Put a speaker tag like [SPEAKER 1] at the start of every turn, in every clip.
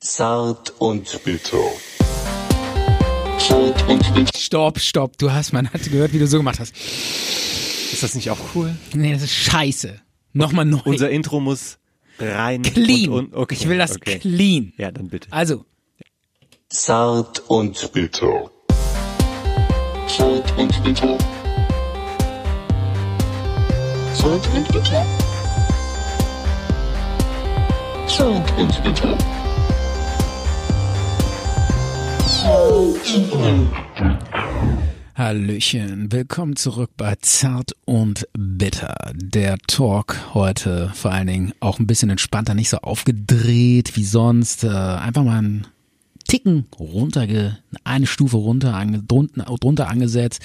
[SPEAKER 1] Zart und bitter.
[SPEAKER 2] Zart und bitter. Stopp, stopp. Du hast, man hat gehört, wie du so gemacht hast.
[SPEAKER 3] Ist das nicht auch cool?
[SPEAKER 2] Nee, das ist scheiße. Nochmal neu.
[SPEAKER 3] Unser Intro muss rein.
[SPEAKER 2] clean.
[SPEAKER 3] Und, und, okay,
[SPEAKER 2] ich will das
[SPEAKER 3] okay.
[SPEAKER 2] clean.
[SPEAKER 3] Ja, dann bitte.
[SPEAKER 2] Also,
[SPEAKER 1] Zart und bitter.
[SPEAKER 4] Zart und bitter. Zart und bitter. Zart und bitter.
[SPEAKER 2] Hallöchen, willkommen zurück bei Zart und Bitter. Der Talk heute vor allen Dingen auch ein bisschen entspannter, nicht so aufgedreht wie sonst. Äh, einfach mal einen Ticken runterge, eine Stufe runter, ange, drunten, drunter angesetzt.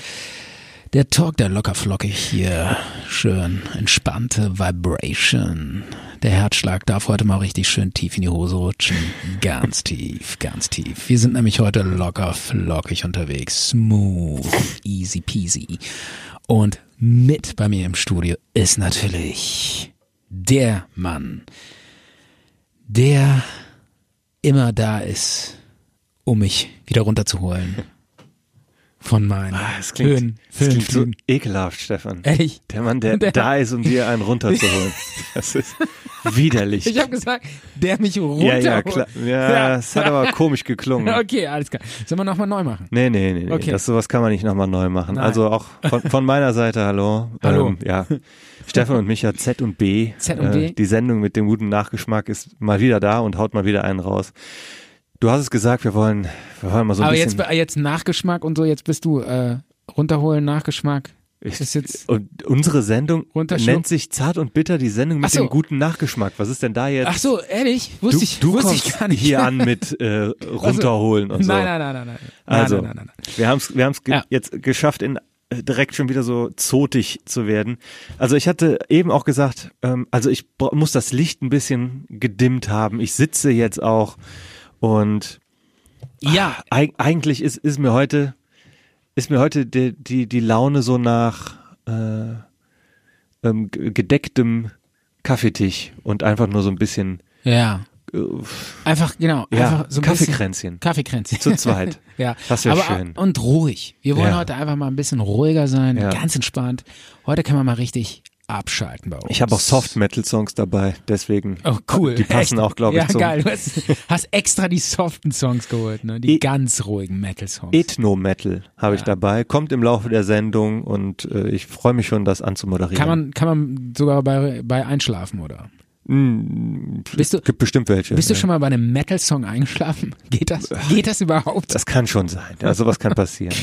[SPEAKER 2] Der Talk, der locker flockig hier. Schön entspannte Vibration. Der Herzschlag darf heute mal richtig schön tief in die Hose rutschen. Ganz tief, ganz tief. Wir sind nämlich heute locker flockig unterwegs. Smooth, easy peasy. Und mit bei mir im Studio ist natürlich der Mann, der immer da ist, um mich wieder runterzuholen. Von meinen
[SPEAKER 3] Ah, Es klingt,
[SPEAKER 2] Höhen,
[SPEAKER 3] es klingt so
[SPEAKER 2] Höhenflügen.
[SPEAKER 3] ekelhaft, Stefan.
[SPEAKER 2] Ehrlich?
[SPEAKER 3] Der Mann, der,
[SPEAKER 2] Der-
[SPEAKER 3] da ist, um dir einen runterzuholen. Das ist widerlich.
[SPEAKER 2] Ich habe gesagt, der mich
[SPEAKER 3] ja,
[SPEAKER 2] runterholt.
[SPEAKER 3] ja, klar. Ja, es hat aber komisch geklungen.
[SPEAKER 2] Okay, alles klar. Sollen wir nochmal neu machen?
[SPEAKER 3] Nee, nee, nee, nee.
[SPEAKER 2] Okay.
[SPEAKER 3] Das, sowas kann man nicht nochmal neu machen.
[SPEAKER 2] Nein.
[SPEAKER 3] Also auch von, von meiner Seite, hallo. Ähm,
[SPEAKER 2] Hallo.
[SPEAKER 3] ja. Stefan und Micha, Z und B. Äh,
[SPEAKER 2] Z und B.
[SPEAKER 3] die Sendung mit dem guten Nachgeschmack ist mal wieder da und haut mal wieder einen raus. Du hast es gesagt, wir wollen, wir wollen mal so ein
[SPEAKER 2] aber
[SPEAKER 3] bisschen.
[SPEAKER 2] jetzt, bei- jetzt Nachgeschmack und so, jetzt bist du äh, runterholen, Nachgeschmack.
[SPEAKER 3] Ich-
[SPEAKER 2] ist jetzt-
[SPEAKER 3] und unsere Sendung
[SPEAKER 2] Runterschluck-
[SPEAKER 3] nennt sich Zart und Bitter, die Sendung
[SPEAKER 2] Ach
[SPEAKER 3] mit
[SPEAKER 2] so.
[SPEAKER 3] dem guten Nachgeschmack. Was ist denn da jetzt?
[SPEAKER 2] Ach so, ehrlich?
[SPEAKER 3] du,
[SPEAKER 2] Wusste ich,
[SPEAKER 3] du
[SPEAKER 2] wusste
[SPEAKER 3] kommst
[SPEAKER 2] ich gar nicht. Also,
[SPEAKER 3] hier an mit äh, runterholen und so.
[SPEAKER 2] Nein, nein, nein, nein, nein.
[SPEAKER 3] Also,
[SPEAKER 2] Ah, nein, nein, nein, nein.
[SPEAKER 3] wir haben es wir haben's ge
[SPEAKER 2] Ja.
[SPEAKER 3] jetzt geschafft, in, äh, direkt schon wieder so zotig zu werden. Also ich hatte eben auch gesagt, ähm, also ich bra- muss das Licht ein bisschen gedimmt haben. Ich sitze jetzt auch und
[SPEAKER 2] Ja,
[SPEAKER 3] eig eigentlich ist, ist mir heute, ist mir heute die, die, die Laune so nach äh, ähm, g- gedecktem Kaffeetisch und einfach nur so ein bisschen
[SPEAKER 2] ja.
[SPEAKER 3] äh,
[SPEAKER 2] Einfach, genau.
[SPEAKER 3] Ja,
[SPEAKER 2] einfach so ein
[SPEAKER 3] Kaffeekränzchen.
[SPEAKER 2] Bisschen, Kaffeekränzchen.
[SPEAKER 3] Zu zweit.
[SPEAKER 2] ja.
[SPEAKER 3] Das wär
[SPEAKER 2] Aber,
[SPEAKER 3] schön.
[SPEAKER 2] Und ruhig. Wir wollen
[SPEAKER 3] Ja.
[SPEAKER 2] heute einfach mal ein bisschen ruhiger sein,
[SPEAKER 3] Ja.
[SPEAKER 2] ganz entspannt. Heute kann man mal richtig abschalten bei uns.
[SPEAKER 3] Ich habe auch Soft Metal Songs dabei, deswegen.
[SPEAKER 2] Oh, cool.
[SPEAKER 3] Die passen
[SPEAKER 2] Echt?
[SPEAKER 3] auch, glaube ich,
[SPEAKER 2] Ja,
[SPEAKER 3] zum
[SPEAKER 2] geil. Du hast, hast extra die soften Songs geholt, ne? Die
[SPEAKER 3] E-
[SPEAKER 2] ganz ruhigen Metal-Songs.
[SPEAKER 3] Ethno Metal habe ich
[SPEAKER 2] Ja.
[SPEAKER 3] dabei. Kommt im Laufe der Sendung und äh, ich freue mich schon, das anzumoderieren.
[SPEAKER 2] Kann man, kann man sogar bei, bei einschlafen, oder?
[SPEAKER 3] Hm,
[SPEAKER 2] Bist du,
[SPEAKER 3] Gibt bestimmt welche.
[SPEAKER 2] bist du
[SPEAKER 3] ja.
[SPEAKER 2] schon mal bei einem Metal-Song eingeschlafen? Geht das? Geht das überhaupt?
[SPEAKER 3] Das kann schon sein. Ja, sowas kann passieren.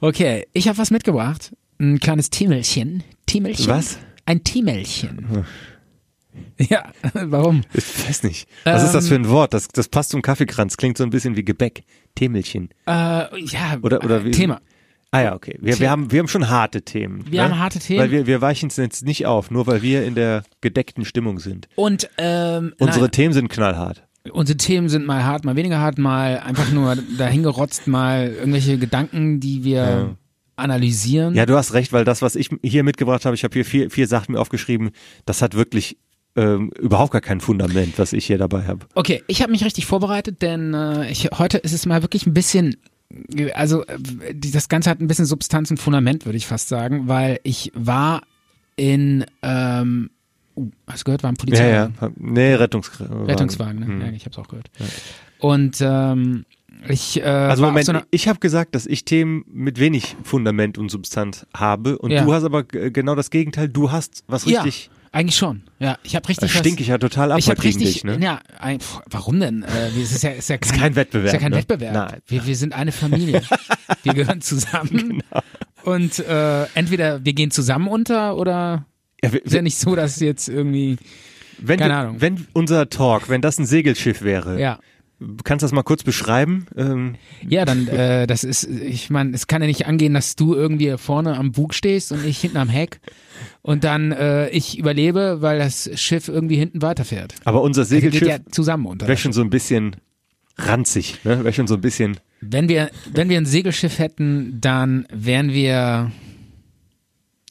[SPEAKER 2] Okay, ich habe was mitgebracht. Ein kleines Temelchen. Temelchen.
[SPEAKER 3] Was? Hm.
[SPEAKER 2] Ein Temelchen. Ja, warum?
[SPEAKER 3] Ich weiß nicht. Was
[SPEAKER 2] Ähm,
[SPEAKER 3] ist das für ein Wort? Das, das passt zum Kaffeekranz. Klingt so ein bisschen wie Gebäck. Temelchen.
[SPEAKER 2] Äh, ja,
[SPEAKER 3] Oder- oder wie-
[SPEAKER 2] Thema.
[SPEAKER 3] Ah ja, okay. Wir, wir, haben, wir haben schon harte Themen.
[SPEAKER 2] Wir
[SPEAKER 3] ne?
[SPEAKER 2] haben harte Themen.
[SPEAKER 3] Weil wir, wir weichen es jetzt nicht auf, nur weil wir in der gedeckten Stimmung sind.
[SPEAKER 2] Und ähm,
[SPEAKER 3] Unsere
[SPEAKER 2] nein.
[SPEAKER 3] Themen sind knallhart.
[SPEAKER 2] unsere Themen sind mal hart, mal weniger hart, mal einfach nur dahingerotzt, mal irgendwelche Gedanken, die wir analysieren.
[SPEAKER 3] Ja, du hast recht, weil das, was ich hier mitgebracht habe, ich habe hier vier, vier Sachen mir aufgeschrieben, das hat wirklich ähm, überhaupt gar kein Fundament, was ich hier dabei habe.
[SPEAKER 2] Okay, ich habe mich richtig vorbereitet, denn äh, ich, heute ist es mal wirklich ein bisschen, also äh, die, das Ganze hat ein bisschen Substanz und Fundament, würde ich fast sagen, weil ich war in, ähm, uh, hast du gehört, war ein
[SPEAKER 3] Ja,
[SPEAKER 2] Polizei.
[SPEAKER 3] ja. Mhm. Nee, äh, Rettungswagen.
[SPEAKER 2] Rettungswagen, ne? Ja, ich hab's auch gehört. Und ähm, ich äh,
[SPEAKER 3] Also
[SPEAKER 2] war
[SPEAKER 3] Moment,
[SPEAKER 2] auf so einer,
[SPEAKER 3] ich habe gesagt, dass ich Themen mit wenig Fundament und Substanz habe und
[SPEAKER 2] Ja.
[SPEAKER 3] du hast aber g- genau das Gegenteil, du hast was
[SPEAKER 2] ja,
[SPEAKER 3] richtig,
[SPEAKER 2] eigentlich schon. Ja, ich habe richtig
[SPEAKER 3] das
[SPEAKER 2] was-
[SPEAKER 3] stink ich ja total ab
[SPEAKER 2] Ich habe
[SPEAKER 3] heute gegen
[SPEAKER 2] richtig,
[SPEAKER 3] dich, ne?
[SPEAKER 2] ja, ein, pf, warum denn? Äh, wir- es ist ja, ist ja kein,
[SPEAKER 3] kein Wettbewerb,
[SPEAKER 2] Ist ja kein
[SPEAKER 3] ne?
[SPEAKER 2] Wettbewerb.
[SPEAKER 3] Nein.
[SPEAKER 2] Wir, wir sind eine Familie. wir gehören zusammen.
[SPEAKER 3] Genau.
[SPEAKER 2] Und äh, entweder wir gehen zusammen unter oder
[SPEAKER 3] Ja, wir-
[SPEAKER 2] ist ja nicht so, dass jetzt irgendwie,
[SPEAKER 3] wenn,
[SPEAKER 2] keine
[SPEAKER 3] wir-
[SPEAKER 2] Ahnung.
[SPEAKER 3] wenn unser Talk, wenn das ein Segelschiff wäre,
[SPEAKER 2] ja.
[SPEAKER 3] kannst du das mal kurz beschreiben? Ähm,
[SPEAKER 2] Ja, dann, äh, das ist, ich meine, es kann ja nicht angehen, dass du irgendwie vorne am Bug stehst und ich hinten am Heck und dann äh, ich überlebe, weil das Schiff irgendwie hinten weiterfährt.
[SPEAKER 3] aber unser
[SPEAKER 2] Wir Also geht
[SPEAKER 3] Segelschiff
[SPEAKER 2] ja zusammen unter.
[SPEAKER 3] wäre schon so ein bisschen ranzig, ne? wäre schon so ein bisschen
[SPEAKER 2] Wenn wir, wenn wir ein Segelschiff hätten, dann wären wir,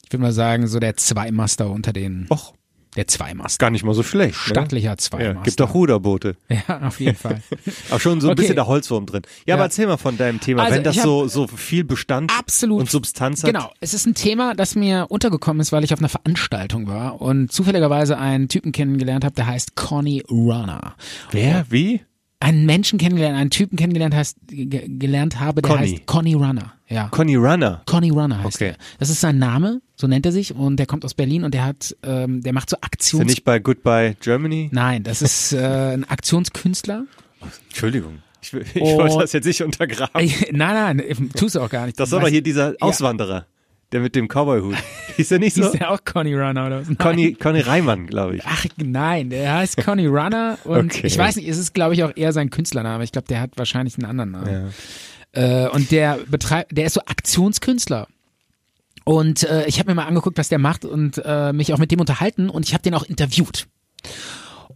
[SPEAKER 2] ich würde mal sagen, so der Zweimaster unter den
[SPEAKER 3] Och,
[SPEAKER 2] Der Zweimast.
[SPEAKER 3] Gar nicht mal so schlecht.
[SPEAKER 2] Stattlicher
[SPEAKER 3] Ne? Ja,
[SPEAKER 2] Zweimast.
[SPEAKER 3] gibt auch Ruderboote.
[SPEAKER 2] Ja, auf jeden Fall.
[SPEAKER 3] Aber schon so ein
[SPEAKER 2] Okay.
[SPEAKER 3] bisschen der Holzwurm drin. Ja, aber
[SPEAKER 2] Ja.
[SPEAKER 3] erzähl mal von deinem Thema,
[SPEAKER 2] Also,
[SPEAKER 3] wenn das
[SPEAKER 2] ich hab-
[SPEAKER 3] so, so viel Bestand
[SPEAKER 2] Absolut.
[SPEAKER 3] und Substanz hat.
[SPEAKER 2] Genau, es ist ein Thema, das mir untergekommen ist, weil ich auf einer Veranstaltung war und zufälligerweise einen Typen kennengelernt habe, der heißt Conny Runner.
[SPEAKER 3] Wer? Wie?
[SPEAKER 2] Einen Menschen kennengelernt, einen Typen kennengelernt heißt, ge gelernt habe, der
[SPEAKER 3] Conny.
[SPEAKER 2] heißt Conny Runner. Ja.
[SPEAKER 3] Conny Runner.
[SPEAKER 2] Conny Runner heißt
[SPEAKER 3] Okay.
[SPEAKER 2] er. Das ist sein Name, so nennt er sich und der kommt aus Berlin und der hat, ähm, der macht so
[SPEAKER 3] Ist er
[SPEAKER 2] Aktions...
[SPEAKER 3] nicht bei Goodbye Germany?
[SPEAKER 2] Nein, das ist äh, ein Aktionskünstler.
[SPEAKER 3] Entschuldigung. Ich, will- ich
[SPEAKER 2] Oh.
[SPEAKER 3] wollte das jetzt nicht untergraben.
[SPEAKER 2] Ey, nein, nein, tust du auch gar nicht.
[SPEAKER 3] Das
[SPEAKER 2] Du
[SPEAKER 3] war doch
[SPEAKER 2] weißt-
[SPEAKER 3] hier dieser Auswanderer, der mit dem Cowboy-Hut. Ist er nicht so?
[SPEAKER 2] Hieß der auch Conny Runner oder was? Nein.
[SPEAKER 3] Conny, Conny Reimann, glaube ich.
[SPEAKER 2] Ach nein, der heißt Conny Runner und
[SPEAKER 3] Okay.
[SPEAKER 2] ich weiß nicht, es ist glaube ich auch eher sein Künstlername. Ich glaube, der hat wahrscheinlich einen anderen Namen. Äh, und der betreibt, der ist so Aktionskünstler. Und äh, ich habe mir mal angeguckt, was der macht und äh, mich auch mit dem unterhalten und ich habe den auch interviewt.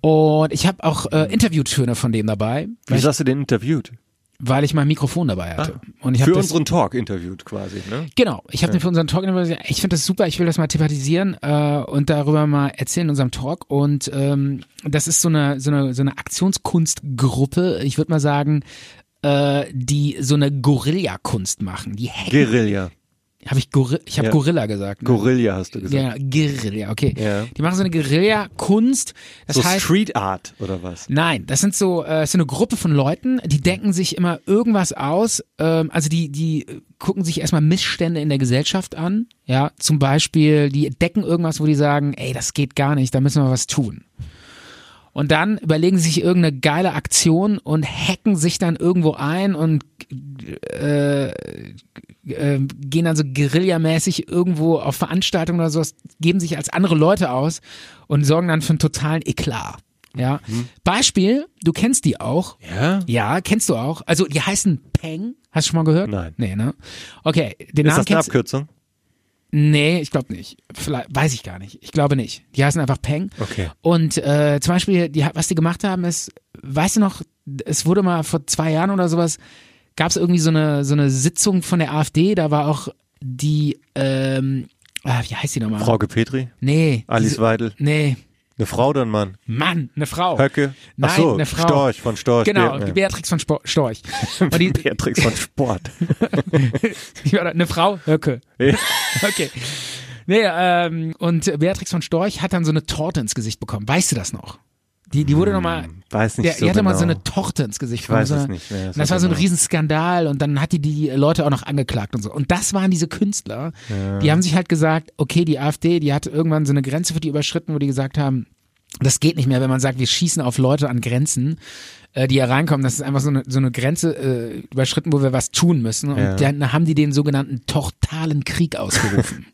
[SPEAKER 2] Und ich habe auch äh, Interviewtöne von dem dabei, weil
[SPEAKER 3] Wieso
[SPEAKER 2] ich,
[SPEAKER 3] hast du den interviewt?
[SPEAKER 2] weil ich mein Mikrofon dabei hatte. und ich hab
[SPEAKER 3] Ah. Für
[SPEAKER 2] das-
[SPEAKER 3] unseren Talk interviewt quasi, ne?
[SPEAKER 2] Genau, ich habe den für unseren Talk interviewt. Ich finde das super, ich will das mal thematisieren äh, und darüber mal erzählen in unserem Talk. Und ähm, das ist so eine, so eine, so eine Aktionskunstgruppe, ich würde mal sagen, äh, die so eine Gorilla-Kunst machen. Die hacken.
[SPEAKER 3] Guerilla.
[SPEAKER 2] Habe ich, Gorilla, ich habe
[SPEAKER 3] Ja.
[SPEAKER 2] Gorilla gesagt. Ne?
[SPEAKER 3] Gorilla hast du gesagt.
[SPEAKER 2] Ja, Guerilla, okay.
[SPEAKER 3] Ja.
[SPEAKER 2] Die machen so eine Guerilla-Kunst. Das
[SPEAKER 3] So
[SPEAKER 2] heißt,
[SPEAKER 3] Street Art oder was?
[SPEAKER 2] Nein, das sind so, äh, das ist so eine Gruppe von Leuten, die denken sich immer irgendwas aus. Ähm, also die, die äh, gucken sich erstmal Missstände in der Gesellschaft an. Ja, zum Beispiel, die decken irgendwas, wo die sagen, ey, das geht gar nicht, da müssen wir was tun. Und dann überlegen sie sich irgendeine geile Aktion und hacken sich dann irgendwo ein und äh, äh, gehen dann so guerillamäßig irgendwo auf Veranstaltungen oder sowas, geben sich als andere Leute aus und sorgen dann für einen totalen Eklat. Ja. Beispiel, du kennst die auch.
[SPEAKER 3] Ja?
[SPEAKER 2] Ja, kennst du auch. Also die heißen Peng. Hast du schon mal gehört?
[SPEAKER 3] Nein.
[SPEAKER 2] Nee, ne? Okay, den Namen
[SPEAKER 3] Ist das eine
[SPEAKER 2] kennst
[SPEAKER 3] Abkürzung?
[SPEAKER 2] Nee, ich glaube nicht. Vielleicht, weiß ich gar nicht. Ich glaube nicht. Die heißen einfach Peng.
[SPEAKER 3] Okay.
[SPEAKER 2] Und äh, zum Beispiel, die, was die gemacht haben, ist, weißt du noch, es wurde mal vor zwei Jahren oder sowas, gab es irgendwie so eine, so eine Sitzung von der AfD, da war auch die, ähm, ah, wie heißt die nochmal?
[SPEAKER 3] Frauke Petri?
[SPEAKER 2] Nee.
[SPEAKER 3] Alice
[SPEAKER 2] diese-
[SPEAKER 3] Weidel?
[SPEAKER 2] Nee.
[SPEAKER 3] Eine Frau oder ein Mann?
[SPEAKER 2] Mann, eine Frau.
[SPEAKER 3] Höcke?
[SPEAKER 2] Nein,
[SPEAKER 3] Ach so,
[SPEAKER 2] eine Frau.
[SPEAKER 3] Storch von Storch.
[SPEAKER 2] Genau,
[SPEAKER 3] Be- äh,
[SPEAKER 2] die Beatrix von Spo Storch. Und die,
[SPEAKER 3] Beatrix von Sport.
[SPEAKER 2] Ich war da- eine Frau, Höcke.
[SPEAKER 3] Ja.
[SPEAKER 2] Okay. Nee, ähm, und Beatrix von Storch hat dann so eine Torte ins Gesicht bekommen. Weißt du das noch? Die, die wurde nochmal.
[SPEAKER 3] Weiß nicht
[SPEAKER 2] Der,
[SPEAKER 3] so
[SPEAKER 2] die hatte
[SPEAKER 3] genau.
[SPEAKER 2] mal so eine Torte ins Gesicht
[SPEAKER 3] Ich
[SPEAKER 2] bekommen,
[SPEAKER 3] weiß
[SPEAKER 2] so
[SPEAKER 3] es
[SPEAKER 2] eine-
[SPEAKER 3] nicht mehr, das
[SPEAKER 2] Und das
[SPEAKER 3] war
[SPEAKER 2] war so ein
[SPEAKER 3] genau.
[SPEAKER 2] Riesenskandal und dann hat die die Leute auch noch angeklagt und so. Und das waren diese Künstler, die haben sich halt gesagt, okay, die AfD, die hat irgendwann so eine Grenze für die überschritten, wo die gesagt haben, das geht nicht mehr, wenn man sagt, wir schießen auf Leute an Grenzen, äh, die hier reinkommen. Das ist einfach so eine, so eine Grenze äh, überschritten, wo wir was tun müssen. Und
[SPEAKER 3] Ja.
[SPEAKER 2] dann haben die den sogenannten totalen Krieg ausgerufen.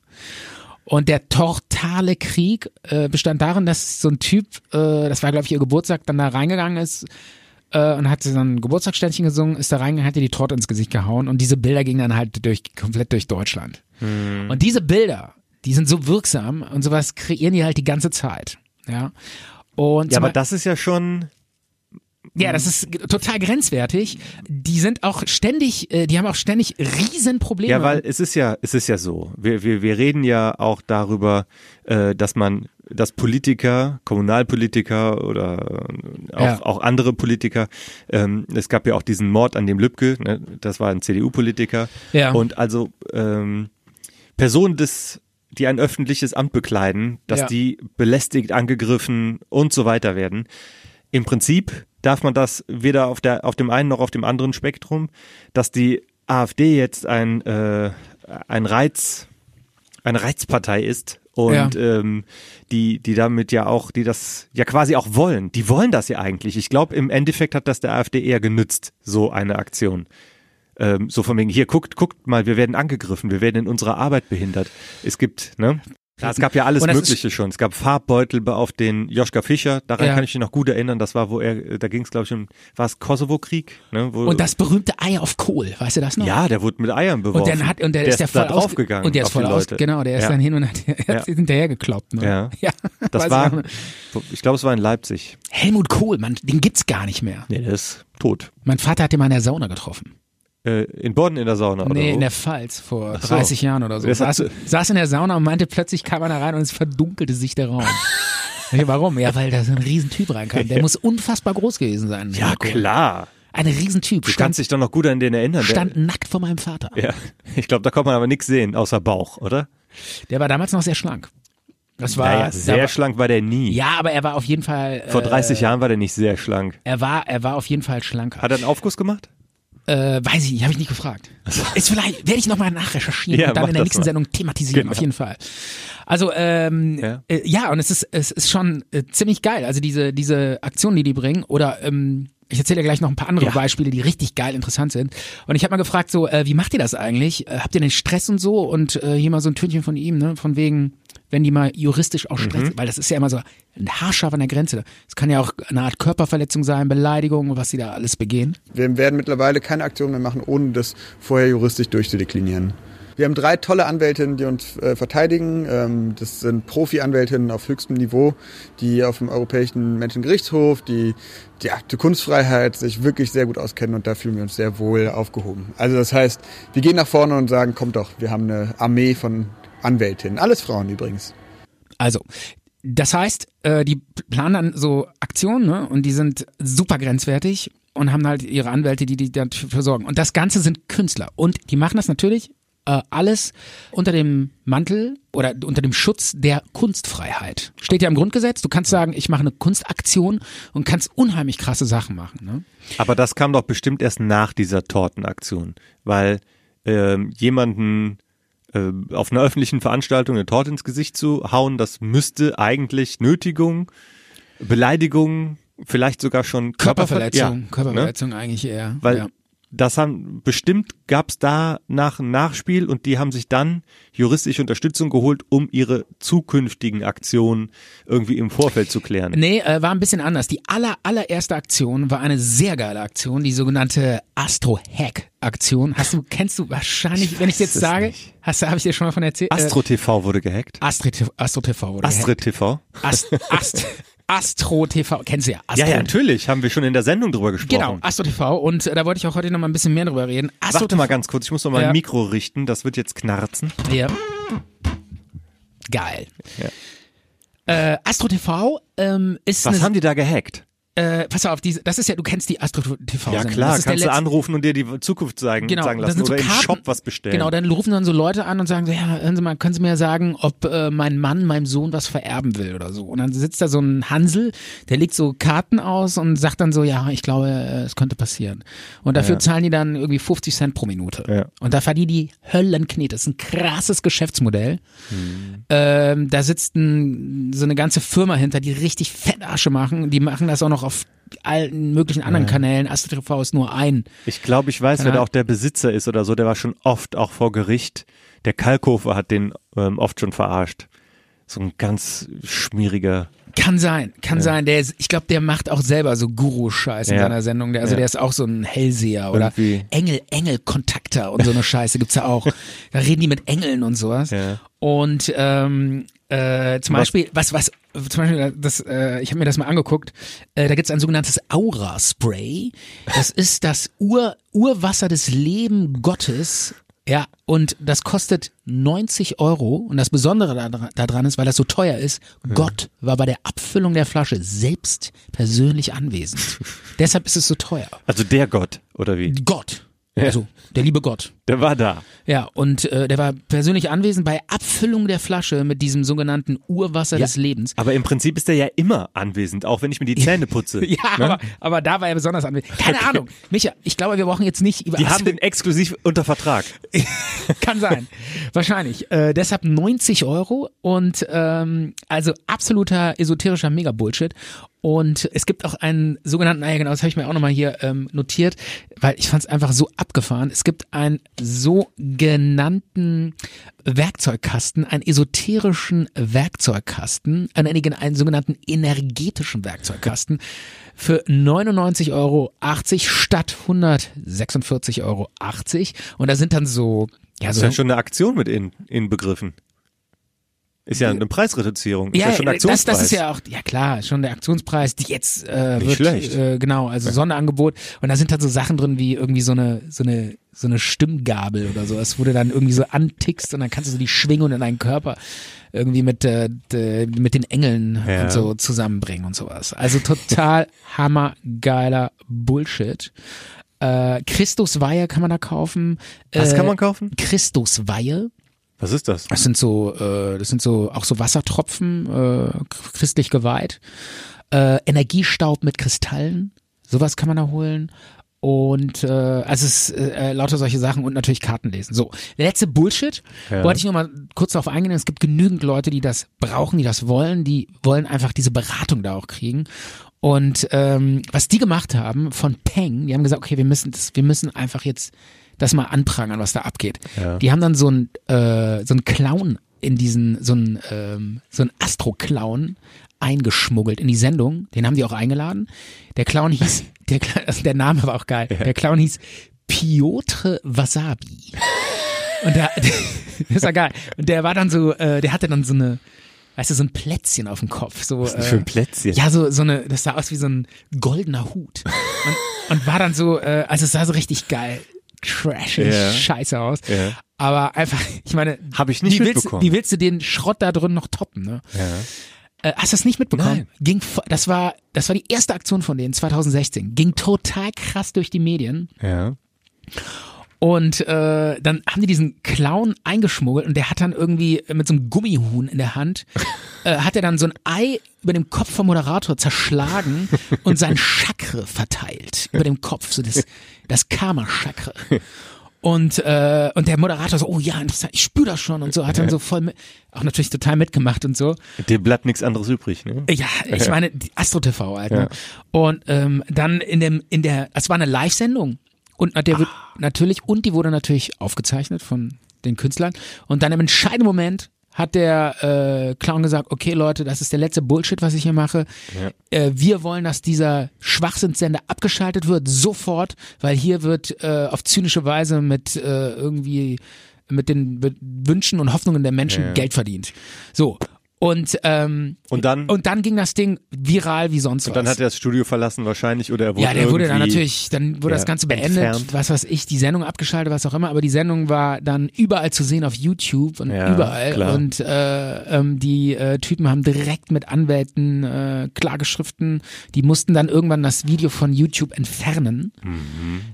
[SPEAKER 2] Und der totale Krieg äh, bestand darin, dass so ein Typ, äh, das war glaube ich ihr Geburtstag, dann da reingegangen ist äh, und hat so ein Geburtstagsständchen gesungen, ist da reingegangen, hat ihr die Torte ins Gesicht gehauen und diese Bilder gingen dann halt durch komplett durch Deutschland.
[SPEAKER 3] Hm.
[SPEAKER 2] Und diese Bilder, die sind so wirksam und sowas kreieren die halt die ganze Zeit. Ja. Und
[SPEAKER 3] Ja,
[SPEAKER 2] zum
[SPEAKER 3] aber
[SPEAKER 2] Be-
[SPEAKER 3] das ist ja schon,
[SPEAKER 2] ja, das ist g- total grenzwertig. Die sind auch ständig, äh, die haben auch ständig Riesenprobleme.
[SPEAKER 3] Ja, weil es ist ja, es ist ja so. Wir, wir, wir reden ja auch darüber, äh, dass man, dass Politiker, Kommunalpolitiker oder äh, auch,
[SPEAKER 2] Ja.
[SPEAKER 3] auch andere Politiker, ähm, es gab ja auch diesen Mord an dem Lübcke, ne, das war ein CDU-Politiker.
[SPEAKER 2] Ja.
[SPEAKER 3] Und also ähm, Personen des die ein öffentliches Amt bekleiden, dass
[SPEAKER 2] Ja.
[SPEAKER 3] die belästigt, angegriffen und so weiter werden. Im Prinzip darf man das weder auf, der, auf dem einen noch auf dem anderen Spektrum, dass die AfD jetzt ein, äh, ein Reiz, eine Reizpartei ist und
[SPEAKER 2] Ja.
[SPEAKER 3] ähm, die, die damit ja auch, die das ja quasi auch wollen. Die wollen das ja eigentlich. Ich glaube, im Endeffekt hat das der AfD eher genützt, so eine Aktion. Ähm, so von wegen, hier, guckt, guckt mal, wir werden angegriffen, wir werden in unserer Arbeit behindert. Es gibt, ne? Ja, es gab ja alles
[SPEAKER 2] Und das
[SPEAKER 3] Mögliche schon. Es gab Farbbeutel auf den Joschka Fischer, daran
[SPEAKER 2] Ja.
[SPEAKER 3] kann ich mich noch gut erinnern, das war, wo er, da ging es, glaube ich, um, war es Kosovo-Krieg? Ne? Wo-
[SPEAKER 2] und das berühmte Ei auf Kohl, weißt du das noch?
[SPEAKER 3] ja, der wurde mit Eiern beworfen.
[SPEAKER 2] Und dann hat und der, ist ja
[SPEAKER 3] da
[SPEAKER 2] voll ausge-
[SPEAKER 3] draufgegangen.
[SPEAKER 2] Und der ist
[SPEAKER 3] auf
[SPEAKER 2] voll
[SPEAKER 3] die
[SPEAKER 2] aus,
[SPEAKER 3] Leute.
[SPEAKER 2] genau, der ist
[SPEAKER 3] ja.
[SPEAKER 2] dann hin und hat, hat
[SPEAKER 3] Ja.
[SPEAKER 2] hinterher gekloppt. Ne?
[SPEAKER 3] Ja.
[SPEAKER 2] weiß
[SPEAKER 3] Das
[SPEAKER 2] ich auch
[SPEAKER 3] war,
[SPEAKER 2] noch.
[SPEAKER 3] ich glaube, es war in Leipzig.
[SPEAKER 2] Helmut Kohl, Mann, den gibt's gar nicht mehr.
[SPEAKER 3] Nee, der ist tot.
[SPEAKER 2] Mein Vater hat den mal in der Sauna getroffen.
[SPEAKER 3] Äh, in Bonn in der Sauna, oder?
[SPEAKER 2] Nee,
[SPEAKER 3] wo?
[SPEAKER 2] in der Pfalz vor
[SPEAKER 3] Ach so.
[SPEAKER 2] 30 Jahren oder so.
[SPEAKER 3] Das hat
[SPEAKER 2] Saß, saß in der Sauna und meinte, plötzlich kam er da rein und es verdunkelte sich der Raum. Ja, Warum? Ja, weil da so ein Riesentyp reinkam. Der muss unfassbar groß gewesen sein.
[SPEAKER 3] Ja,
[SPEAKER 2] Mirko.
[SPEAKER 3] Ah, klar.
[SPEAKER 2] Ein Riesentyp.
[SPEAKER 3] Du kannst
[SPEAKER 2] Stand,
[SPEAKER 3] dich doch noch gut an den erinnern. Der-
[SPEAKER 2] stand nackt vor meinem Vater.
[SPEAKER 3] Ja, ich glaube, da konnte man aber nichts sehen, außer Bauch, oder?
[SPEAKER 2] Der war damals noch sehr schlank. Das war
[SPEAKER 3] naja,
[SPEAKER 2] da
[SPEAKER 3] sehr
[SPEAKER 2] war,
[SPEAKER 3] schlank war der nie.
[SPEAKER 2] Ja, aber er war auf jeden Fall.
[SPEAKER 3] Vor
[SPEAKER 2] äh,
[SPEAKER 3] 30 Jahren war der nicht sehr schlank.
[SPEAKER 2] Er war, er war auf jeden Fall schlanker.
[SPEAKER 3] Hat er einen Aufguss gemacht?
[SPEAKER 2] Äh, weiß ich, nicht, habe ich nicht gefragt. Ist vielleicht werde ich noch mal nachrecherchieren
[SPEAKER 3] Ja,
[SPEAKER 2] und dann
[SPEAKER 3] mach
[SPEAKER 2] in der
[SPEAKER 3] das
[SPEAKER 2] nächsten
[SPEAKER 3] mal.
[SPEAKER 2] Sendung thematisieren.
[SPEAKER 3] Genau.
[SPEAKER 2] Auf jeden Fall. Also ähm,
[SPEAKER 3] Ja.
[SPEAKER 2] ja. Äh, ja, und es ist es ist schon äh, ziemlich geil. Also diese diese Aktionen, die die bringen, oder ähm, ich erzähle dir gleich noch ein paar andere
[SPEAKER 3] Ja.
[SPEAKER 2] Beispiele, die richtig geil interessant sind. Und ich habe mal gefragt, so äh, wie macht ihr das eigentlich? Äh, habt ihr den Stress und so? Und äh, hier mal so ein Tönchen von ihm, ne, von wegen wenn die mal juristisch auch Stress,
[SPEAKER 3] Mhm.
[SPEAKER 2] weil das ist ja immer so ein haarscharf an der Grenze. Es kann ja auch eine Art Körperverletzung sein, Beleidigung, was sie da alles begehen.
[SPEAKER 5] Wir werden mittlerweile keine Aktion mehr machen, ohne das vorher juristisch durchzudeklinieren. Wir haben drei tolle Anwältinnen, die uns äh, verteidigen. Ähm, das sind Profi-Anwältinnen auf höchstem Niveau, die auf dem Europäischen Menschengerichtshof, die ja, die Kunstfreiheit sich wirklich sehr gut auskennen und da fühlen wir uns sehr wohl aufgehoben. Also das heißt, wir gehen nach vorne und sagen, kommt doch, wir haben eine Armee von Anwältinnen. Alles Frauen übrigens.
[SPEAKER 2] Also, das heißt, äh, die planen dann so Aktionen ne? und die sind super grenzwertig und haben halt ihre Anwälte, die die dafür sorgen. Und das Ganze sind Künstler. Und die machen das natürlich äh, alles unter dem Mantel oder unter dem Schutz der Kunstfreiheit. Steht ja im Grundgesetz, du kannst sagen, ich mache eine Kunstaktion und kannst unheimlich krasse Sachen machen. Ne?
[SPEAKER 3] Aber das kam doch bestimmt erst nach dieser Tortenaktion, weil ähm, jemanden äh, auf einer öffentlichen Veranstaltung eine Torte ins Gesicht zu hauen, das müsste eigentlich Nötigung, Beleidigung, vielleicht sogar schon Körperver-
[SPEAKER 2] Körperverletzung,
[SPEAKER 3] Ja, Ne?
[SPEAKER 2] Körperverletzung eigentlich eher.
[SPEAKER 3] Weil
[SPEAKER 2] ja.
[SPEAKER 3] das haben bestimmt gab's da nach ein Nachspiel und die haben sich dann juristische Unterstützung geholt, um ihre zukünftigen Aktionen irgendwie im Vorfeld zu klären.
[SPEAKER 2] Nee, äh, war ein bisschen anders. Die aller, allererste Aktion war eine sehr geile Aktion, die sogenannte Astro-Hack-Aktion. Hast du, kennst du wahrscheinlich, wenn ich jetzt
[SPEAKER 3] es
[SPEAKER 2] sage,
[SPEAKER 3] nicht.
[SPEAKER 2] hast du, habe ich dir schon mal von erzählt? Äh,
[SPEAKER 3] Astro TV wurde gehackt.
[SPEAKER 2] Astro, Astro TV wurde
[SPEAKER 3] Astrid TV.
[SPEAKER 2] gehackt. Ast, Ast, Astro TV, kennst du ja. Astro.
[SPEAKER 3] Ja, ja, natürlich, haben wir schon in der Sendung drüber gesprochen.
[SPEAKER 2] Genau, Astro TV. Und äh, da wollte ich auch heute noch mal ein bisschen mehr drüber reden. Astro
[SPEAKER 3] Warte mal ganz kurz, ich muss noch mal
[SPEAKER 2] Ja.
[SPEAKER 3] ein Mikro richten, das wird jetzt knarzen.
[SPEAKER 2] Ja. Geil. Äh, Astro TV ähm, ist
[SPEAKER 3] Was
[SPEAKER 2] eine,
[SPEAKER 3] haben die da gehackt?
[SPEAKER 2] äh, pass auf, diese, das ist ja, du kennst die Astro TV.
[SPEAKER 3] Ja klar,
[SPEAKER 2] das ist der
[SPEAKER 3] kannst du
[SPEAKER 2] letzte-
[SPEAKER 3] anrufen und dir die Zukunft sagen,
[SPEAKER 2] genau,
[SPEAKER 3] sagen
[SPEAKER 2] da
[SPEAKER 3] lassen
[SPEAKER 2] sind so
[SPEAKER 3] oder
[SPEAKER 2] Karten,
[SPEAKER 3] im Shop was bestellen.
[SPEAKER 2] Genau, dann rufen dann so Leute an und sagen so, ja, hören Sie mal, können Sie mir sagen, ob äh, mein Mann meinem Sohn was vererben will oder so. Und dann sitzt da so ein Hansel, der legt so Karten aus und sagt dann so, ja, ich glaube, äh, es könnte passieren. Und dafür zahlen die dann irgendwie 50 Cent pro Minute.
[SPEAKER 3] Ja.
[SPEAKER 2] Und da verdienen die Höllenknete. Das ist ein krasses Geschäftsmodell.
[SPEAKER 3] Hm.
[SPEAKER 2] Ähm, da sitzt ein, so eine ganze Firma hinter, die richtig Fettasche machen. Die machen das auch noch auf allen möglichen anderen Kanälen. Astro TV ist nur ein.
[SPEAKER 3] Ich glaube, ich weiß, wer
[SPEAKER 2] Keine
[SPEAKER 3] da
[SPEAKER 2] Ahnung.
[SPEAKER 3] auch der Besitzer ist oder so, der war schon oft auch vor Gericht. Der Kalkofer hat den ähm, oft schon verarscht. So ein ganz schmieriger.
[SPEAKER 2] Kann sein, kann sein. Der ist, ich glaube, der macht auch selber so Guru-Scheiß in
[SPEAKER 3] Ja.
[SPEAKER 2] seiner Sendung. Der, also
[SPEAKER 3] Ja.
[SPEAKER 2] der ist auch so ein Hellseher oder
[SPEAKER 3] Irgendwie.
[SPEAKER 2] Engel, Engel-Kontakter und so eine Scheiße gibt's ja auch. Da reden die mit Engeln und sowas.
[SPEAKER 3] Ja.
[SPEAKER 2] Und ähm, äh, zum
[SPEAKER 3] Was-
[SPEAKER 2] Beispiel, was, was, äh, zum Beispiel, das, äh, ich habe mir das mal angeguckt, äh, da gibt's ein sogenanntes Aura-Spray. Das ist das Ur Urwasser des Leben Gottes. Ja, und das kostet 90 Euro. Und das Besondere daran, daran ist, weil das so teuer ist, Gott war bei der Abfüllung der Flasche selbst persönlich anwesend. Deshalb ist es so teuer.
[SPEAKER 3] Also der Gott, oder wie?
[SPEAKER 2] Gott. Also, der liebe Gott.
[SPEAKER 3] Der war da.
[SPEAKER 2] Ja, und äh, der war persönlich anwesend bei Abfüllung der Flasche mit diesem sogenannten Urwasser des Lebens.
[SPEAKER 3] Aber im Prinzip ist er ja immer anwesend, auch wenn ich mir die Zähne putze. ne?
[SPEAKER 2] Ja, aber, aber da war er besonders anwesend. Keine Ahnung. Micha, ich glaube, wir brauchen jetzt nicht über
[SPEAKER 3] Die haben den exklusiv unter Vertrag.
[SPEAKER 2] Kann sein. Wahrscheinlich. Äh, deshalb 90 Euro und ähm, also absoluter esoterischer Mega-Bullshit. Und es gibt auch einen sogenannten, ah ja genau, das habe ich mir auch nochmal hier ähm, notiert, weil ich fand es einfach so abgefahren. Es gibt einen sogenannten Werkzeugkasten, einen esoterischen Werkzeugkasten, einen, einen, einen sogenannten energetischen Werkzeugkasten für 99,80 Euro statt 146,80 Euro. Und da sind dann so, ja,
[SPEAKER 3] Das ist
[SPEAKER 2] so
[SPEAKER 3] ja schon eine Aktion mit in, in Begriffen. Ist ja eine Preisreduzierung. Ist ja,
[SPEAKER 2] Ja, äh,
[SPEAKER 3] schon ein
[SPEAKER 2] das,
[SPEAKER 3] Aktionspreis.
[SPEAKER 2] das ist ja auch, ja klar, schon der Aktionspreis, die jetzt äh,
[SPEAKER 3] Nicht
[SPEAKER 2] wird,
[SPEAKER 3] schlecht.
[SPEAKER 2] Äh, genau, also Sonderangebot. Und da sind halt so Sachen drin wie irgendwie so eine, so eine, so eine Stimmgabel oder so. Das wurde dann irgendwie so antickst und dann kannst du so die Schwingung in deinen Körper irgendwie mit, äh, d- mit den Engeln
[SPEAKER 3] Ja.
[SPEAKER 2] und so zusammenbringen und sowas. Also total hammergeiler Bullshit. Äh, Christusweihe kann man da kaufen.
[SPEAKER 3] Was
[SPEAKER 2] äh,
[SPEAKER 3] kann man kaufen?
[SPEAKER 2] Christusweihe.
[SPEAKER 3] Was ist das?
[SPEAKER 2] Das sind so, äh, das sind so auch so Wassertropfen, äh, christlich geweiht. Äh, Energiestaub mit Kristallen, sowas kann man da holen. Und äh, also es ist äh, äh, lauter solche Sachen und natürlich Karten lesen. So, der letzte Bullshit.
[SPEAKER 3] Ja.
[SPEAKER 2] Wollte ich nur mal kurz darauf eingehen. Es gibt genügend Leute, die das brauchen, die das wollen, die wollen einfach diese Beratung da auch kriegen. Und ähm, was die gemacht haben von Peng, die haben gesagt, okay, wir müssen das, wir müssen einfach jetzt das mal anprangern, was da abgeht.
[SPEAKER 3] Ja.
[SPEAKER 2] Die haben dann so ein äh, so ein Clown in diesen so ein ähm, so ein Astro Clown eingeschmuggelt in die Sendung. Den haben die auch eingeladen. Der Clown hieß der Cl- also der Name war auch geil. Der Clown hieß Piotr Wasabi. Und der, das war geil. Und der war dann so, äh, der hatte dann so eine, weißt du, so ein Plätzchen auf dem Kopf. So,
[SPEAKER 3] Was ist denn für ein
[SPEAKER 2] äh,
[SPEAKER 3] Plätzchen?
[SPEAKER 2] Ja, so, so eine, das sah aus wie so ein goldener Hut. Und, und war dann so, äh, also es sah so richtig geil, trashig,
[SPEAKER 3] Ja.
[SPEAKER 2] scheiße aus.
[SPEAKER 3] Ja.
[SPEAKER 2] Aber einfach, ich meine,
[SPEAKER 3] Hab ich nicht
[SPEAKER 2] wie willst,
[SPEAKER 3] mitbekommen.
[SPEAKER 2] wie willst du den Schrott da drin noch toppen, ne? Äh, hast du das nicht mitbekommen?
[SPEAKER 3] Nein.
[SPEAKER 2] Ging, vo- das war, das war die erste Aktion von denen 2016. Ging total krass durch die Medien.
[SPEAKER 3] Ja.
[SPEAKER 2] Und äh, dann haben die diesen Clown eingeschmuggelt und der hat dann irgendwie mit so einem Gummihuhn in der Hand, äh, hat er dann so ein Ei über dem Kopf vom Moderator zerschlagen und sein Chakra verteilt über dem Kopf, so das, das Karma-Chakra. Und, äh, und der Moderator so, oh ja, interessant, ich spüre das schon und so, hat dann so voll, mit, auch natürlich total mitgemacht und so.
[SPEAKER 3] Dir bleibt nichts anderes übrig, ne?
[SPEAKER 2] Äh, Ja, ich meine, die Astro TV halt. Ne? Und ähm, dann in dem, in der, es war eine Live-Sendung. Und na- der wird natürlich, und die wurde natürlich aufgezeichnet von den Künstlern. Und dann im entscheidenden Moment hat der äh, Clown gesagt, okay Leute, das ist der letzte Bullshit, was ich hier mache. Äh, wir wollen, dass dieser Schwachsinnssender abgeschaltet wird, sofort, weil hier wird äh, auf zynische Weise mit äh, irgendwie mit den Be- Wünschen und Hoffnungen der Menschen Geld verdient. So. Und ähm,
[SPEAKER 3] Und dann, und
[SPEAKER 2] und dann ging das Ding viral wie sonst was.
[SPEAKER 3] dann hat er das Studio verlassen wahrscheinlich oder er wurde
[SPEAKER 2] ja, der wurde dann
[SPEAKER 3] irgendwie-
[SPEAKER 2] natürlich, dann wurde
[SPEAKER 3] ja,
[SPEAKER 2] das Ganze beendet,
[SPEAKER 3] entfernt.
[SPEAKER 2] was weiß ich, die Sendung abgeschaltet, was auch immer, aber die Sendung war dann überall zu sehen auf YouTube und
[SPEAKER 3] Ja,
[SPEAKER 2] überall
[SPEAKER 3] klar.
[SPEAKER 2] und äh, ähm, die äh, Typen haben direkt mit Anwälten äh, Klageschriften, die mussten dann irgendwann das Video von YouTube entfernen.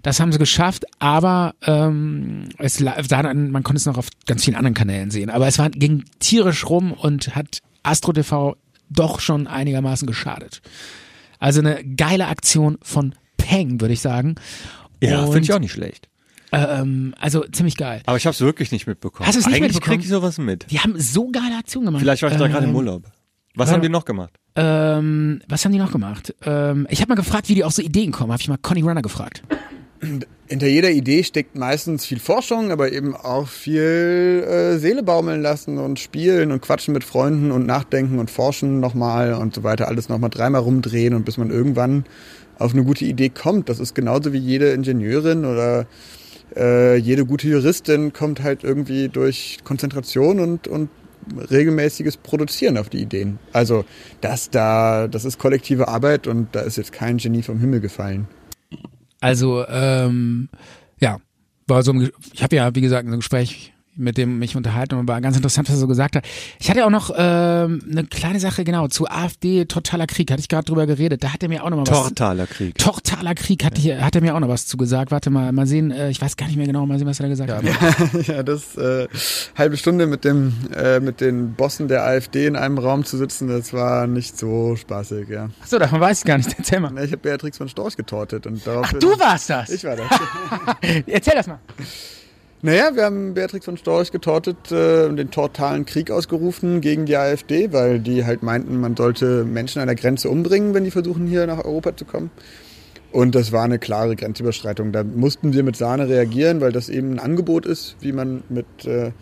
[SPEAKER 2] Das haben sie geschafft, aber ähm, es la- sah dann, man konnte es noch auf ganz vielen anderen Kanälen sehen. Aber es war, ging tierisch rum und hat Astro TV doch schon einigermaßen geschadet. Also eine geile Aktion von Peng, würde ich sagen.
[SPEAKER 3] Ja,
[SPEAKER 2] Und,
[SPEAKER 3] finde ich auch nicht schlecht.
[SPEAKER 2] Ähm, also ziemlich geil.
[SPEAKER 3] Aber ich habe es wirklich nicht mitbekommen.
[SPEAKER 2] Hast du's nicht
[SPEAKER 3] Eigentlich
[SPEAKER 2] mitbekommen?
[SPEAKER 3] krieg ich sowas mit.
[SPEAKER 2] Die haben so geile Aktionen gemacht.
[SPEAKER 3] Vielleicht war ich da gerade im
[SPEAKER 2] Ähm,
[SPEAKER 3] Urlaub. Was
[SPEAKER 2] warte
[SPEAKER 3] haben die
[SPEAKER 2] mal.
[SPEAKER 3] noch gemacht?
[SPEAKER 2] Ähm, was haben die noch gemacht? Ähm, ich habe mal gefragt, wie die auf so Ideen kommen. Habe ich mal Conny Runner gefragt.
[SPEAKER 5] Hinter jeder Idee steckt meistens viel Forschung, aber eben auch viel äh, Seele baumeln lassen und spielen und quatschen mit Freunden und nachdenken und forschen nochmal und so weiter. Alles nochmal dreimal rumdrehen und bis man irgendwann auf eine gute Idee kommt. Das ist genauso wie jede Ingenieurin oder äh, jede gute Juristin kommt halt irgendwie durch Konzentration und, und regelmäßiges Produzieren auf die Ideen. Also das da, das ist kollektive Arbeit und da ist jetzt kein Genie vom Himmel gefallen.
[SPEAKER 2] Also, ähm, ja, war so ein, Ge- ich habe ja, wie gesagt, so ein Gespräch mit dem mich unterhalten und war ganz interessant, was er so gesagt hat. Ich hatte auch noch ähm, eine kleine Sache, genau, zu AfD, totaler Krieg, hatte ich gerade drüber geredet. Da hat er mir auch nochmal was...
[SPEAKER 3] Tortaler Krieg.
[SPEAKER 2] Tortaler Krieg hat, hier, hat er mir auch noch was zugesagt. Warte mal, mal sehen, äh, ich weiß gar nicht mehr genau, mal sehen, was er da gesagt hat.
[SPEAKER 5] Ja, das äh, halbe Stunde mit dem äh, mit den Bossen der AfD in einem Raum zu sitzen, das war nicht so spaßig, ja.
[SPEAKER 2] Achso, davon weiß ich gar nicht. Erzähl mal.
[SPEAKER 5] Na, Ich habe Beatrix von Storch getortet und
[SPEAKER 2] Ach,
[SPEAKER 5] daraufhin.
[SPEAKER 2] du warst das.
[SPEAKER 5] Ich war das.
[SPEAKER 2] Erzähl das mal.
[SPEAKER 5] naja, wir haben Beatrix von Storch getortet äh, und den totalen Krieg ausgerufen gegen die AfD, weil die halt meinten, man sollte Menschen an der Grenze umbringen, wenn die versuchen, hier nach Europa zu kommen. Und das war eine klare Grenzüberschreitung. Da mussten wir mit Sahne reagieren, weil das eben ein Angebot ist, wie man mit äh,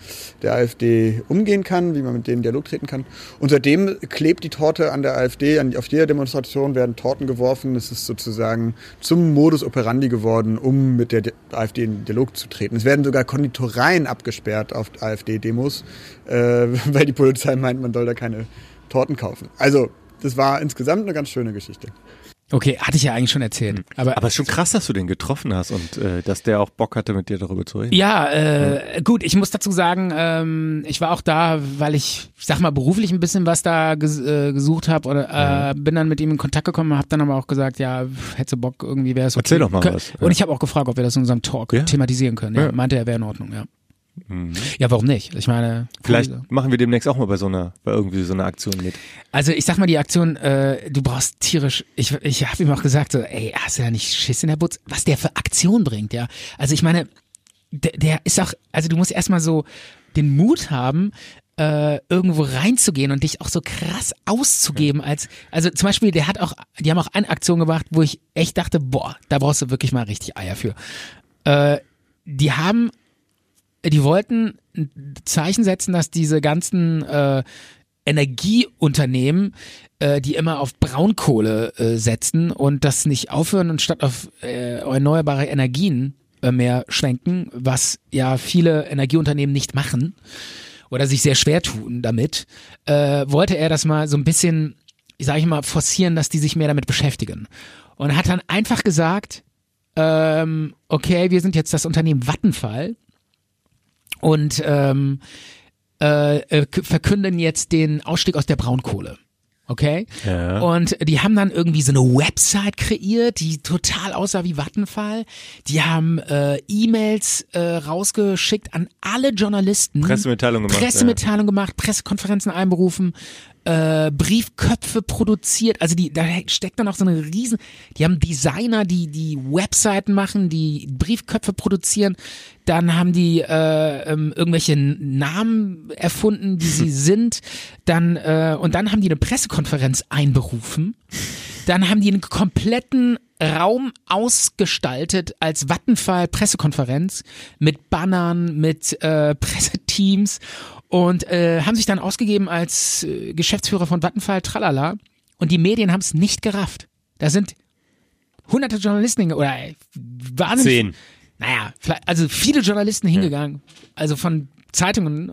[SPEAKER 5] der AfD umgehen kann, wie man mit denen in Dialog treten kann. Und seitdem klebt die Torte an der AfD. An, auf jeder Demonstration werden Torten geworfen. Es ist sozusagen zum Modus operandi geworden, um mit der Di- AfD in Dialog zu treten. Es werden sogar Konditoreien abgesperrt auf AfD-Demos, äh, weil die Polizei meint, man soll da keine Torten kaufen. Also, das war insgesamt eine ganz schöne Geschichte.
[SPEAKER 2] Okay, hatte ich ja eigentlich schon
[SPEAKER 5] Mhm.
[SPEAKER 2] erzählt. Aber,
[SPEAKER 3] Aber es ist schon krass, dass du den getroffen hast und äh, dass der auch Bock hatte, mit dir darüber zu reden.
[SPEAKER 2] ja, äh, gut, ich muss dazu sagen, ähm, ich war auch da, weil ich, ich sag mal, beruflich ein bisschen was da ges äh, gesucht habe oder äh, bin dann mit ihm in Kontakt gekommen, habe dann aber auch gesagt, ja, hätte Bock, irgendwie wäre es okay.
[SPEAKER 3] Erzähl doch mal
[SPEAKER 2] Kö-
[SPEAKER 3] was.
[SPEAKER 2] Und ich habe auch gefragt, ob wir das in unserem Talk
[SPEAKER 3] Ja.
[SPEAKER 2] thematisieren können. Ja,
[SPEAKER 3] Ja. Mhm.
[SPEAKER 2] Meinte er, wäre in Ordnung, ja. Ja, warum nicht? Ich meine,
[SPEAKER 3] Vielleicht
[SPEAKER 2] cool.
[SPEAKER 3] machen wir demnächst auch mal bei so einer, bei irgendwie so einer Aktion mit.
[SPEAKER 2] Also ich sag mal, die Aktion, äh, du brauchst tierisch, ich, ich habe ihm auch gesagt, so, ey, hast du da nicht Schiss in der Butz, was der für Aktion bringt, ja. Also ich meine, der, der ist auch, also du musst erstmal so den Mut haben, äh, irgendwo reinzugehen und dich auch so krass auszugeben als, also zum Beispiel, der hat auch, die haben auch eine Aktion gemacht, wo ich echt dachte, boah, da brauchst du wirklich mal richtig Eier für. Äh, die haben, die wollten ein Zeichen setzen, dass diese ganzen äh, Energieunternehmen, äh, die immer auf Braunkohle äh, setzen und das nicht aufhören und statt auf äh, erneuerbare Energien äh, mehr schwenken, was ja viele Energieunternehmen nicht machen oder sich sehr schwer tun damit, äh, wollte er das mal so ein bisschen, sage ich mal, forcieren, dass die sich mehr damit beschäftigen. Und hat dann einfach gesagt, ähm, okay, wir sind jetzt das Unternehmen Vattenfall und ähm, äh, äh, k- verkünden jetzt den Ausstieg aus der Braunkohle. Okay?
[SPEAKER 3] Ja.
[SPEAKER 2] Und die haben dann irgendwie so eine Website kreiert, die total aussah wie Vattenfall. Die haben äh, E-Mails äh, rausgeschickt an alle Journalisten.
[SPEAKER 3] Pressemitteilung gemacht,
[SPEAKER 2] Mhm. Pressemitteilung gemacht, Pressekonferenzen einberufen, äh, Briefköpfe produziert. Also die, da steckt dann auch so eine riesen. Die haben Designer, die die Webseiten machen, die Briefköpfe produzieren. Dann haben die äh, ähm, irgendwelche Namen erfunden, die sie sind. Dann äh, und dann haben die eine Pressekonferenz einberufen. Dann haben die einen kompletten Raum ausgestaltet als Vattenfall-Pressekonferenz mit Bannern, mit äh, Presseteams und äh, haben sich dann ausgegeben als äh, Geschäftsführer von Vattenfall, tralala. Und die Medien haben es nicht gerafft. Da sind hunderte Journalisten hinge- oder äh, wahnsinnig
[SPEAKER 3] Zehn.
[SPEAKER 2] naja, vielleicht- also viele Journalisten hingegangen, also von Zeitungen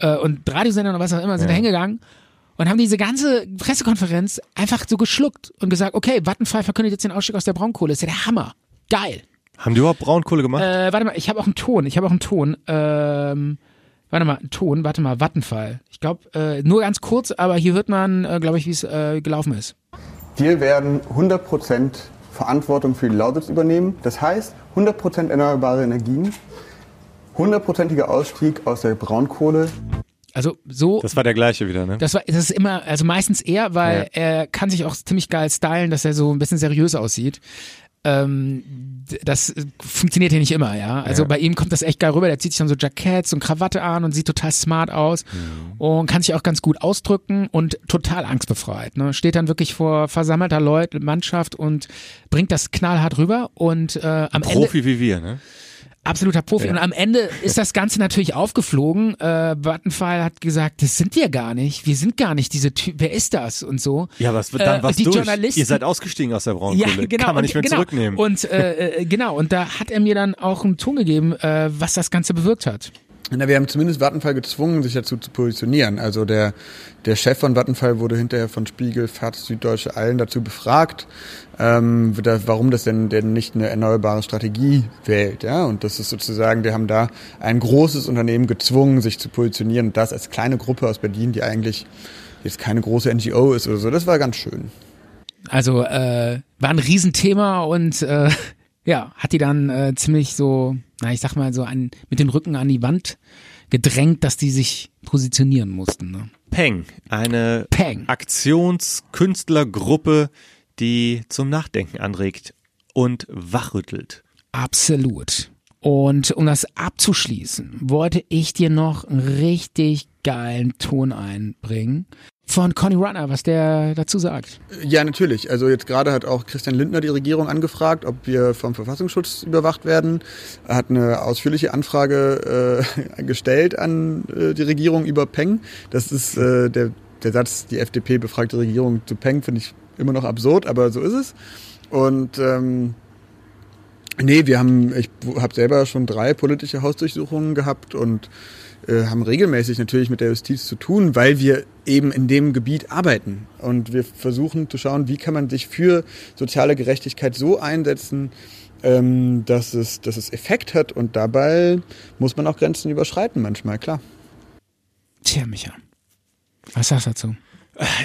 [SPEAKER 2] äh, und Radiosendern und was auch immer, sind da hingegangen und haben diese ganze Pressekonferenz einfach so geschluckt und gesagt, okay, Vattenfall verkündet jetzt den Ausstieg aus der Braunkohle, ist ja der Hammer. Geil.
[SPEAKER 3] Haben die überhaupt Braunkohle gemacht?
[SPEAKER 2] Äh, warte mal, ich habe auch einen Ton, ich habe auch einen Ton. Ähm, warte mal, einen Ton, warte mal, Vattenfall. Ich glaube, äh, nur ganz kurz, aber hier hört man, äh, glaube ich, wie es äh, gelaufen ist.
[SPEAKER 5] Wir werden 100% Verantwortung für die Lausitz übernehmen. Das heißt, 100% erneuerbare Energien, 100%iger Ausstieg aus der Braunkohle.
[SPEAKER 2] Also so
[SPEAKER 3] das war der gleiche wieder, ne?
[SPEAKER 2] Das war, das ist immer, also meistens er, weil
[SPEAKER 3] Ja.
[SPEAKER 2] er kann sich auch ziemlich geil stylen, dass er so ein bisschen seriös aussieht. Ähm, d- das äh, funktioniert hier nicht immer, ja. Also bei ihm kommt das echt geil rüber. Der zieht sich dann so Jacketts und Krawatte an und sieht total smart aus und kann sich auch ganz gut ausdrücken und total angstbefreit. Ne? Steht dann wirklich vor versammelter Leut, Mannschaft und bringt das knallhart rüber und äh, am Ende
[SPEAKER 3] Profi wie wir, ne?
[SPEAKER 2] absoluter Profi.
[SPEAKER 3] Ja.
[SPEAKER 2] Und am Ende ist das Ganze natürlich aufgeflogen. Äh, Vattenfall hat gesagt, das sind wir gar nicht. Wir sind gar nicht diese Typ. Wer ist das? Und so.
[SPEAKER 3] Ja, was dann
[SPEAKER 2] Äh,
[SPEAKER 3] was
[SPEAKER 2] die
[SPEAKER 3] durch?
[SPEAKER 2] Journalisten.
[SPEAKER 3] Ihr seid ausgestiegen aus der
[SPEAKER 2] ja,
[SPEAKER 3] Braunkohle.
[SPEAKER 2] genau.
[SPEAKER 3] Kann
[SPEAKER 2] und,
[SPEAKER 3] man nicht mehr
[SPEAKER 2] genau.
[SPEAKER 3] zurücknehmen.
[SPEAKER 2] Und äh, äh, genau. Und da hat er mir dann auch einen Ton gegeben, äh, was das Ganze bewirkt hat.
[SPEAKER 5] Na, wir haben zumindest Vattenfall gezwungen, sich dazu zu positionieren. Also der, der Chef von Vattenfall wurde hinterher von Spiegel, Faz, Süddeutsche allen dazu befragt, ähm, da, warum das denn, denn nicht eine erneuerbare Strategie wählt. Ja? Und das ist sozusagen, wir haben da ein großes Unternehmen gezwungen, sich zu positionieren. Und das als kleine Gruppe aus Berlin, die eigentlich jetzt keine große NGO ist oder so. Das war ganz schön.
[SPEAKER 2] Also äh, war ein Riesenthema und äh, ja, hat die dann äh, ziemlich so, na ich sag mal so an, mit dem Rücken an die Wand gedrängt, dass die sich positionieren mussten. Ne?
[SPEAKER 3] Peng, eine
[SPEAKER 2] Peng.
[SPEAKER 3] Aktionskünstlergruppe, die zum Nachdenken anregt und wachrüttelt.
[SPEAKER 2] Absolut. Und um das abzuschließen, wollte ich dir noch einen richtig geilen Ton einbringen von Conny Runner, was der dazu sagt.
[SPEAKER 5] Ja, natürlich. Also jetzt gerade hat auch Christian Lindner die Regierung angefragt, ob wir vom Verfassungsschutz überwacht werden. Er hat eine ausführliche Anfrage äh, gestellt an äh, die Regierung über Peng. Das ist äh, der, der Satz, die FDP befragt die Regierung zu Peng, finde ich immer noch absurd, aber so ist es. Und ähm, nee, wir haben, ich habe selber schon drei politische Hausdurchsuchungen gehabt und äh, haben regelmäßig natürlich mit der Justiz zu tun, weil wir eben in dem Gebiet arbeiten. Und wir versuchen zu schauen, wie kann man sich für soziale Gerechtigkeit so einsetzen, ähm, dass, es, dass es Effekt hat. Und dabei muss man auch Grenzen überschreiten manchmal, klar.
[SPEAKER 2] Tja, Micha. Was sagst du dazu?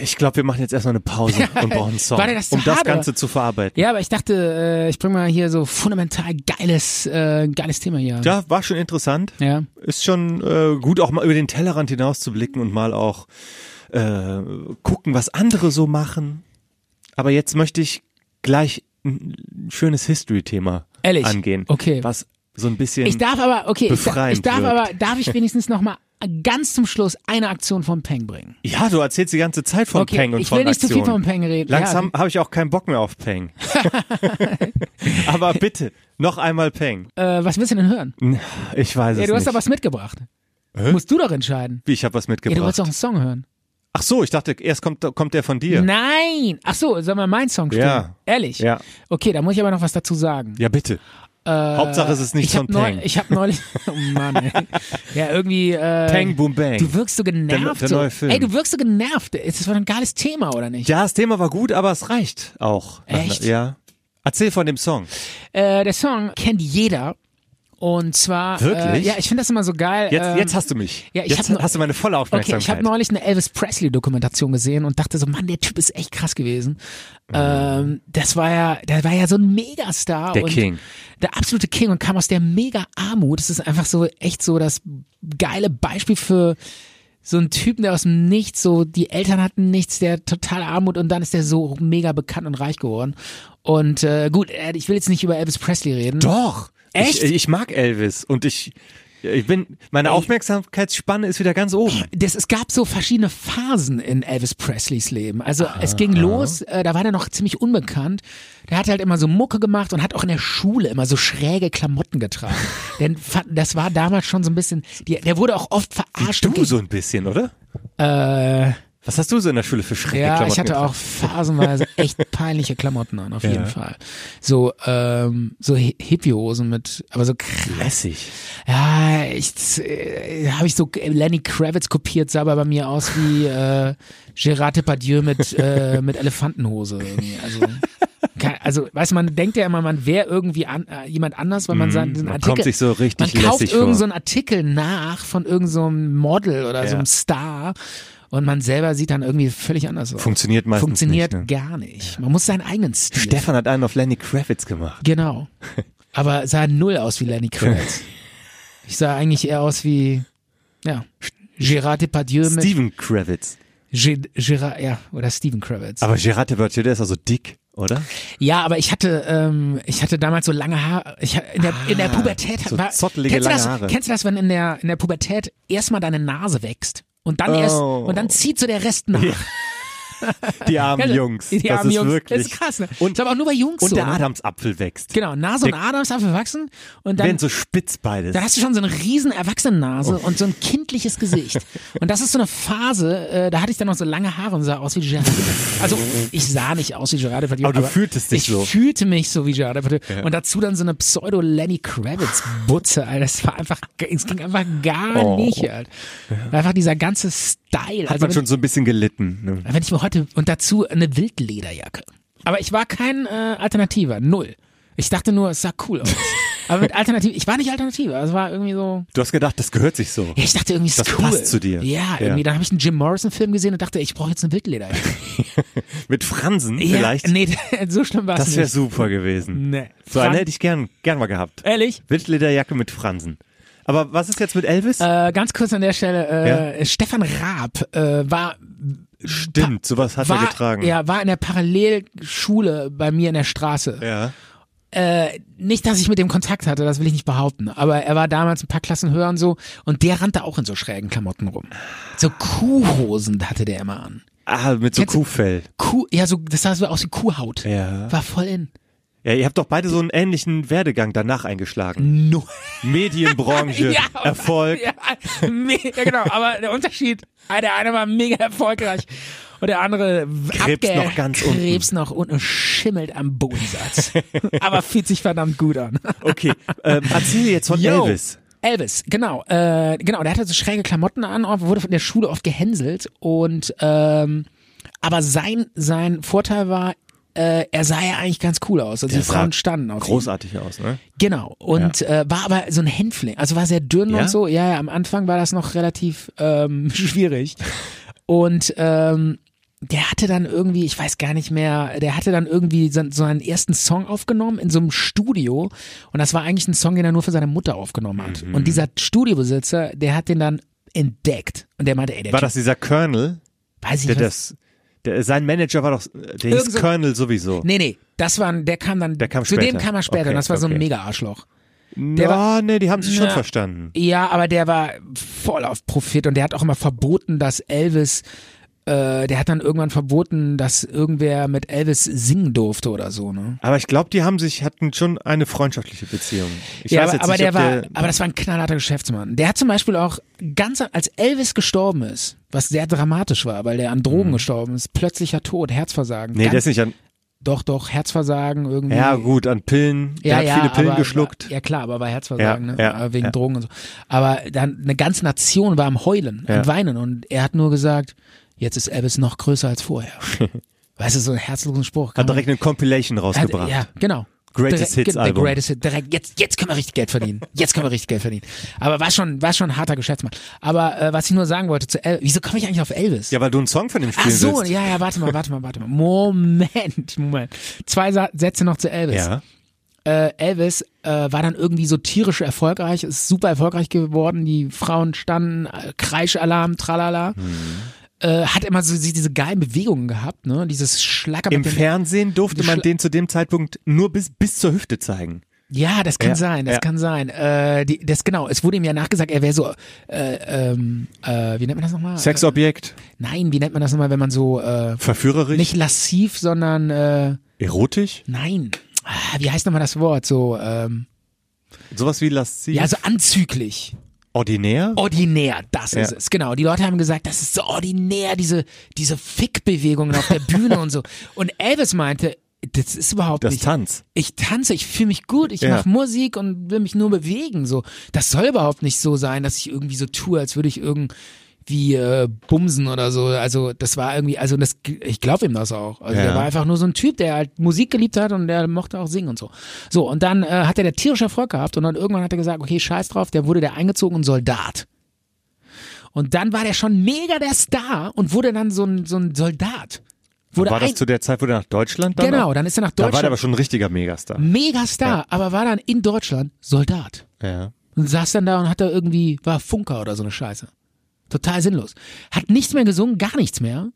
[SPEAKER 3] Ich glaube, wir machen jetzt erstmal eine Pause und brauchen einen Song,
[SPEAKER 2] War dir das zu
[SPEAKER 3] um das
[SPEAKER 2] hart,
[SPEAKER 3] Ganze
[SPEAKER 2] oder?
[SPEAKER 3] zu verarbeiten.
[SPEAKER 2] Ja, aber ich dachte, äh, ich bringe mal hier so fundamental geiles, äh, geiles Thema hier.
[SPEAKER 3] Ja, war schon interessant.
[SPEAKER 2] Ja.
[SPEAKER 3] Ist schon äh, gut, auch mal über den Tellerrand hinaus zu blicken und mal auch äh, gucken, was andere so machen. Aber jetzt möchte ich gleich ein schönes History-Thema
[SPEAKER 2] Ehrlich?
[SPEAKER 3] angehen.
[SPEAKER 2] Okay.
[SPEAKER 3] Was so ein bisschen.
[SPEAKER 2] Ich darf aber, okay, ich, da- ich
[SPEAKER 3] befreiend
[SPEAKER 2] darf
[SPEAKER 3] wirkt.
[SPEAKER 2] aber, darf ich wenigstens nochmal ganz zum Schluss eine Aktion von Peng bringen?
[SPEAKER 3] ja, du erzählst die ganze Zeit von
[SPEAKER 2] okay,
[SPEAKER 3] Peng und
[SPEAKER 2] ich
[SPEAKER 3] von
[SPEAKER 2] will nicht zu viel von
[SPEAKER 3] Aktionen.
[SPEAKER 2] Peng reden.
[SPEAKER 3] Langsam
[SPEAKER 2] Ja.
[SPEAKER 3] habe ich auch keinen Bock mehr auf Peng. aber bitte, noch einmal Peng.
[SPEAKER 2] Äh, was willst du denn hören?
[SPEAKER 3] Ich weiß
[SPEAKER 2] Ja,
[SPEAKER 3] es
[SPEAKER 2] du hast
[SPEAKER 3] nicht.
[SPEAKER 2] doch was mitgebracht. Musst du doch entscheiden.
[SPEAKER 3] Wie, ich habe was
[SPEAKER 2] Ja, du wolltest
[SPEAKER 3] mitgebracht.
[SPEAKER 2] doch einen Song hören.
[SPEAKER 3] Ach so, ich dachte, erst kommt, kommt der von dir.
[SPEAKER 2] Ne- Nein! Ach so, soll mal mein Song spielen?
[SPEAKER 3] Ja.
[SPEAKER 2] Ehrlich?
[SPEAKER 3] Ja.
[SPEAKER 2] Okay, da muss ich aber noch was dazu sagen.
[SPEAKER 3] Ja, bitte. Hauptsache, es ist nicht
[SPEAKER 2] Äh, ich
[SPEAKER 3] von
[SPEAKER 2] hab neu,
[SPEAKER 3] Peng.
[SPEAKER 2] Ich habe neulich, oh Mann, ey. ja irgendwie. Äh,
[SPEAKER 3] Peng, boom, bang.
[SPEAKER 2] Du wirkst so genervt.
[SPEAKER 3] der
[SPEAKER 2] so.
[SPEAKER 3] neue Film.
[SPEAKER 2] Ey, du wirkst so genervt. Ist das war ein geiles Thema oder nicht?
[SPEAKER 3] Ja, das Thema war gut, aber es reicht auch.
[SPEAKER 2] Echt?
[SPEAKER 3] Ja. Erzähl von dem Song.
[SPEAKER 2] Äh, der Song kennt jeder. Und zwar,
[SPEAKER 3] Wirklich?
[SPEAKER 2] Äh, ja, ich finde das immer so geil.
[SPEAKER 3] Jetzt,
[SPEAKER 2] ähm,
[SPEAKER 3] jetzt hast du mich.
[SPEAKER 2] ja, ich
[SPEAKER 3] jetzt
[SPEAKER 2] hab nur-
[SPEAKER 3] hast du meine volle
[SPEAKER 2] Okay,
[SPEAKER 3] Aufmerksamkeit.
[SPEAKER 2] ich habe neulich eine Elvis Presley Dokumentation gesehen und dachte so, Mann, der Typ ist echt krass gewesen.
[SPEAKER 3] Mhm.
[SPEAKER 2] Ähm, das war ja, der war ja so ein Megastar.
[SPEAKER 3] Der
[SPEAKER 2] und
[SPEAKER 3] King.
[SPEAKER 2] Der absolute King und kam aus der Mega-Armut. Das ist einfach so echt so das geile Beispiel für so einen Typen, der aus dem Nichts, so die Eltern hatten nichts, der totale Armut und dann ist der so mega bekannt und reich geworden. Und äh, gut, äh, ich will jetzt nicht über Elvis Presley reden.
[SPEAKER 3] Doch.
[SPEAKER 2] Echt?
[SPEAKER 3] Ich, ich mag Elvis und ich, ich bin, meine Aufmerksamkeitsspanne ist wieder ganz oben.
[SPEAKER 2] das, es gab so verschiedene Phasen in Elvis Presleys Leben. Also es ging los, äh, da war der noch ziemlich unbekannt. Der hat halt immer so Mucke gemacht und hat auch in der Schule immer so schräge Klamotten getragen. Denn fand- das war damals schon so ein bisschen, die, der wurde auch oft verarscht. und
[SPEAKER 3] Du
[SPEAKER 2] ge-
[SPEAKER 3] so ein bisschen, oder?
[SPEAKER 2] äh,
[SPEAKER 3] Was hast du so in der Schule für schräge
[SPEAKER 2] ja,
[SPEAKER 3] Klamotten
[SPEAKER 2] ich hatte
[SPEAKER 3] getragen?
[SPEAKER 2] auch phasenweise echt peinliche Klamotten an, auf jeden Fall. So, ähm, so Hi- Hippie-Hosen mit, aber so krass.
[SPEAKER 3] Lässig.
[SPEAKER 2] Ja, ich äh, habe ich so Lenny Kravitz kopiert, sah aber bei mir aus wie äh, Gerard Depardieu mit äh, mit Elefantenhose irgendwie. Also kein- also, weiß man, denkt ja immer, man wäre irgendwie an, äh, jemand anders, weil man seinen diesen
[SPEAKER 3] Mhm, man
[SPEAKER 2] Artikel.
[SPEAKER 3] kommt sich so richtig
[SPEAKER 2] Man kauft
[SPEAKER 3] lässig
[SPEAKER 2] irgendeinen
[SPEAKER 3] vor.
[SPEAKER 2] so einen Artikel nach von irgendeinem so einem Model oder so
[SPEAKER 3] Ja.
[SPEAKER 2] einem Star und man selber sieht dann irgendwie völlig anders aus.
[SPEAKER 3] Funktioniert meistens
[SPEAKER 2] Funktioniert
[SPEAKER 3] nicht, ne?
[SPEAKER 2] gar nicht. Man muss seinen eigenen Stil.
[SPEAKER 3] Stefan hat einen auf Lenny Kravitz gemacht.
[SPEAKER 2] Genau. Aber sah null aus wie Lenny Kravitz. Ich sah eigentlich eher aus wie, ja, Gerard Depardieu mit
[SPEAKER 3] Steven Kravitz.
[SPEAKER 2] Ge Gerard, ja, oder Steven Kravitz.
[SPEAKER 3] Aber Gerard Depardieu, der ist also dick, oder?
[SPEAKER 2] ja, aber ich hatte, ähm, ich hatte damals so lange Haare. Ich, ha- in, der, in der Pubertät
[SPEAKER 3] Ah, so
[SPEAKER 2] war,
[SPEAKER 3] zottelige,
[SPEAKER 2] kennst du das,
[SPEAKER 3] lange Haare.
[SPEAKER 2] Kennst du das, wenn in der, in der Pubertät erstmal deine Nase wächst und dann erst,
[SPEAKER 3] Oh.
[SPEAKER 2] und dann zieht so der Rest nach.
[SPEAKER 3] Die armen
[SPEAKER 2] Also,
[SPEAKER 3] Jungs.
[SPEAKER 2] Die
[SPEAKER 3] das
[SPEAKER 2] armen
[SPEAKER 3] ist
[SPEAKER 2] Jungs.
[SPEAKER 3] wirklich.
[SPEAKER 2] Das ist krass, ne?
[SPEAKER 3] Und
[SPEAKER 2] ist aber auch nur bei Jungs
[SPEAKER 3] Und
[SPEAKER 2] so.
[SPEAKER 3] der
[SPEAKER 2] ne?
[SPEAKER 3] Adamsapfel wächst.
[SPEAKER 2] Genau, Nase und
[SPEAKER 3] der-
[SPEAKER 2] Adams dafür wachsen und dann
[SPEAKER 3] Werden so spitz beides.
[SPEAKER 2] Dann hast du schon so eine riesen Erwachsenennase
[SPEAKER 3] Oh.
[SPEAKER 2] und so ein kindliches Gesicht. Und das ist so eine Phase, äh, da hatte ich dann noch so lange Haare und sah aus wie Gerard. Depardieu. Also ich sah nicht aus wie Gerard Depardieu.
[SPEAKER 3] Aber du fühltest dich
[SPEAKER 2] ich
[SPEAKER 3] so.
[SPEAKER 2] Ich fühlte mich so wie Gerard Depardieu. Und dazu dann so eine Pseudo-Lenny Kravitz-Butze, Alter. Das war einfach, es ging einfach gar
[SPEAKER 3] Oh.
[SPEAKER 2] nicht, Alter. Einfach dieser ganze Style.
[SPEAKER 3] Hat
[SPEAKER 2] also
[SPEAKER 3] man schon so ein bisschen gelitten. Ne?
[SPEAKER 2] wenn ich mir heute, und dazu eine Wildlederjacke. Aber ich war kein äh, Alternativer, null. Ich dachte nur, es sah cool aus. Aber mit Alternativ, ich war nicht Alternativer, es war irgendwie so,
[SPEAKER 3] Du hast gedacht, das gehört sich so.
[SPEAKER 2] ja, ich dachte irgendwie, ist
[SPEAKER 3] Das
[SPEAKER 2] cool.
[SPEAKER 3] passt zu dir.
[SPEAKER 2] Ja,
[SPEAKER 3] Ja.
[SPEAKER 2] irgendwie. Dann habe ich einen Jim Morrison-Film gesehen und dachte, ich brauche jetzt eine Wildleder.
[SPEAKER 3] Mit Fransen
[SPEAKER 2] Ja,
[SPEAKER 3] vielleicht.
[SPEAKER 2] Nee, so schlimm war es
[SPEAKER 3] das wäre
[SPEAKER 2] nicht. Mm, Äh.
[SPEAKER 3] super gewesen.
[SPEAKER 2] Nee.
[SPEAKER 3] So eine
[SPEAKER 2] Fran-
[SPEAKER 3] hätte ich gern, gern mal gehabt.
[SPEAKER 2] Ehrlich?
[SPEAKER 3] Wildlederjacke mit Fransen. Aber was ist jetzt mit Elvis?
[SPEAKER 2] Äh, ganz kurz an der Stelle, äh, Stefan Raab äh, war,
[SPEAKER 3] Stimmt, sowas hat
[SPEAKER 2] war,
[SPEAKER 3] er getragen.
[SPEAKER 2] Ja, war in der Parallelschule bei mir in der Straße.
[SPEAKER 3] Ja.
[SPEAKER 2] Äh, nicht, dass ich mit dem Kontakt hatte, das will ich nicht behaupten, aber er war damals ein paar Klassen höher und so und der rannte auch in so schrägen Klamotten rum. So Kuhhosen hatte der immer an.
[SPEAKER 3] Ah, mit so
[SPEAKER 2] Kennst du-
[SPEAKER 3] Kuhfell.
[SPEAKER 2] Kuh, ja, so, das sah so aus wie Kuhhaut.
[SPEAKER 3] Ja.
[SPEAKER 2] War voll in.
[SPEAKER 3] Ja, ihr habt doch beide so einen ähnlichen Werdegang danach eingeschlagen.
[SPEAKER 2] No.
[SPEAKER 3] Medienbranche,
[SPEAKER 2] Ja.
[SPEAKER 3] Erfolg.
[SPEAKER 2] Ja, me- ja, genau, aber der Unterschied, ah, der eine war mega erfolgreich und der andere
[SPEAKER 3] Krebs
[SPEAKER 2] abge-
[SPEAKER 3] noch ganz unten.
[SPEAKER 2] Krebs noch unten und schimmelt am Bodensatz. aber fühlt sich verdammt gut an.
[SPEAKER 3] Okay, ähm, erzähl jetzt von
[SPEAKER 2] Yo.
[SPEAKER 3] Elvis.
[SPEAKER 2] Elvis, genau, äh, genau, der hatte so schräge Klamotten an, wurde von der Schule oft gehänselt und ähm, aber sein sein Vorteil war, äh, er sah ja eigentlich ganz cool aus. Also die
[SPEAKER 3] sah
[SPEAKER 2] Frauen standen auf ihn.
[SPEAKER 3] Großartig aus, ne?
[SPEAKER 2] Genau. Und äh, war aber so ein Hänfling. Also war sehr dünn
[SPEAKER 3] Ja?
[SPEAKER 2] und so. Ja, ja, am Anfang war das noch relativ ähm, schwierig. Und ähm, der hatte dann irgendwie, ich weiß gar nicht mehr, der hatte dann irgendwie so, so einen ersten Song aufgenommen in so einem Studio. Und das war eigentlich ein Song, den er nur für seine Mutter aufgenommen hat.
[SPEAKER 3] Mhm.
[SPEAKER 2] Und dieser Studiobesitzer, der hat den dann entdeckt. Und der meinte, ey, der
[SPEAKER 3] War
[SPEAKER 2] Typ-
[SPEAKER 3] das dieser Colonel,
[SPEAKER 2] weiß ich
[SPEAKER 3] der
[SPEAKER 2] nicht, was-
[SPEAKER 3] das, der, sein Manager war doch, der
[SPEAKER 2] Irgend
[SPEAKER 3] hieß
[SPEAKER 2] so-
[SPEAKER 3] Colonel sowieso.
[SPEAKER 2] Nee, nee, das war, ein- der kam dann,
[SPEAKER 3] Der kam
[SPEAKER 2] zu dem
[SPEAKER 3] später.
[SPEAKER 2] kam er später
[SPEAKER 3] Okay,
[SPEAKER 2] und das war so ein
[SPEAKER 3] okay.
[SPEAKER 2] Mega-Arschloch.
[SPEAKER 3] Nee,
[SPEAKER 2] war-
[SPEAKER 3] nee, die haben sich schon
[SPEAKER 2] Na.
[SPEAKER 3] verstanden.
[SPEAKER 2] Ja, aber der war voll auf Profit und der hat auch immer verboten, dass Elvis, äh, der hat dann irgendwann verboten, dass irgendwer mit Elvis singen durfte oder so, ne?
[SPEAKER 3] Aber ich glaube, die haben sich, hatten schon eine freundschaftliche Beziehung. Ich
[SPEAKER 2] ja,
[SPEAKER 3] weiß
[SPEAKER 2] aber,
[SPEAKER 3] jetzt
[SPEAKER 2] aber
[SPEAKER 3] nicht,
[SPEAKER 2] der
[SPEAKER 3] ob
[SPEAKER 2] war,
[SPEAKER 3] der,
[SPEAKER 2] aber das war ein knallharter Geschäftsmann. Der hat zum Beispiel auch ganz, als Elvis gestorben ist, was sehr dramatisch war, weil der an Drogen gestorben ist, plötzlicher Tod, Herzversagen.
[SPEAKER 3] Mhm. nee,
[SPEAKER 2] ganz,
[SPEAKER 3] der ist nicht an,
[SPEAKER 2] doch, doch, Herzversagen irgendwie.
[SPEAKER 3] ja gut, an Pillen, der
[SPEAKER 2] Ja,
[SPEAKER 3] hat
[SPEAKER 2] ja,
[SPEAKER 3] viele Pillen
[SPEAKER 2] aber,
[SPEAKER 3] geschluckt.
[SPEAKER 2] Ja klar, aber bei Herzversagen,
[SPEAKER 3] Ja,
[SPEAKER 2] ne?
[SPEAKER 3] ja,
[SPEAKER 2] Aber wegen
[SPEAKER 3] ja.
[SPEAKER 2] Drogen und so. Aber dann eine ganze Nation war am Heulen,
[SPEAKER 3] Ja.
[SPEAKER 2] am Weinen und er hat nur gesagt, jetzt ist Elvis noch größer als vorher. weißt du, so ein herzlosen Spruch.
[SPEAKER 3] Hat
[SPEAKER 2] Kann man-
[SPEAKER 3] direkt eine Compilation rausgebracht.
[SPEAKER 2] Ja, genau.
[SPEAKER 3] Greatest
[SPEAKER 2] direkt,
[SPEAKER 3] Hits
[SPEAKER 2] der
[SPEAKER 3] Album.
[SPEAKER 2] Greatest Hit, direkt, jetzt, jetzt können wir richtig Geld verdienen. Jetzt können wir richtig Geld verdienen. Aber war schon, war schon ein harter Geschäftsmann. Aber äh, was ich nur sagen wollte zu Elvis, wieso komme ich eigentlich auf Elvis?
[SPEAKER 3] Ja, weil du einen Song von ihm
[SPEAKER 2] Ach
[SPEAKER 3] spielen
[SPEAKER 2] so,
[SPEAKER 3] willst.
[SPEAKER 2] ja, ja, warte mal, warte mal, warte mal. Moment, Moment. Zwei Sa Sätze noch zu Elvis
[SPEAKER 3] ja.
[SPEAKER 2] äh, Elvis äh, war dann irgendwie so tierisch erfolgreich, ist super erfolgreich geworden, die Frauen standen, äh, Kreischalarm, tralala.
[SPEAKER 3] Mhm.
[SPEAKER 2] Äh, hat immer so diese geilen Bewegungen gehabt, ne? Dieses Schlacker
[SPEAKER 3] Im
[SPEAKER 2] mit dem,
[SPEAKER 3] Fernsehen durfte man
[SPEAKER 2] Schla-
[SPEAKER 3] den zu dem Zeitpunkt nur bis, bis zur Hüfte zeigen.
[SPEAKER 2] Ja, das kann
[SPEAKER 3] Ja,
[SPEAKER 2] sein, das
[SPEAKER 3] ja.
[SPEAKER 2] kann sein. Äh, die, das genau, es wurde ihm ja nachgesagt, er wäre so, äh, ähm, äh, wie nennt man das nochmal?
[SPEAKER 3] Sexobjekt,
[SPEAKER 2] Nein, wie nennt man das nochmal, wenn man so äh,
[SPEAKER 3] verführerisch,
[SPEAKER 2] nicht lassiv, sondern äh,
[SPEAKER 3] erotisch,
[SPEAKER 2] nein. Ah, Wie heißt nochmal das Wort? So, ähm,
[SPEAKER 3] sowas wie lasziv,
[SPEAKER 2] ja, Oh, so anzüglich.
[SPEAKER 3] ordinär.
[SPEAKER 2] ordinär, das
[SPEAKER 3] Ja.
[SPEAKER 2] ist es. Genau, die Leute haben gesagt, das ist so ordinär, diese, diese Fickbewegungen auf der Bühne und so. Und Elvis meinte, das ist überhaupt
[SPEAKER 3] das
[SPEAKER 2] nicht.
[SPEAKER 3] Tanz.
[SPEAKER 2] ich tanze, ich fühle mich gut, ich
[SPEAKER 3] Ja.
[SPEAKER 2] mache Musik und will mich nur bewegen. So, das soll überhaupt nicht so sein, dass ich irgendwie so tue, als würde ich irgendwie äh, bumsen oder so. Also das war irgendwie, also das, ich glaube ihm das auch. Also
[SPEAKER 3] Ja.
[SPEAKER 2] der war einfach nur so ein Typ, der halt Musik geliebt hat und der mochte auch singen und so. So und dann äh, hat er der tierische Erfolg gehabt und dann irgendwann hat er gesagt, okay, scheiß drauf, der wurde der eingezogen und Soldat. Und dann war der schon mega der Star und wurde dann so ein, so ein Soldat. Wurde
[SPEAKER 3] war das
[SPEAKER 2] ein-
[SPEAKER 3] zu der Zeit, wo der nach Deutschland dann
[SPEAKER 2] genau,
[SPEAKER 3] auch-
[SPEAKER 2] dann ist er nach
[SPEAKER 3] Da war
[SPEAKER 2] Deutschland
[SPEAKER 3] der aber schon ein richtiger Megastar.
[SPEAKER 2] Megastar, aber war dann in Deutschland Soldat.
[SPEAKER 3] Ja.
[SPEAKER 2] Und saß dann da und hat da irgendwie, war Funker oder so eine Scheiße. Total sinnlos. Hat nichts mehr gesungen, gar nichts mehr.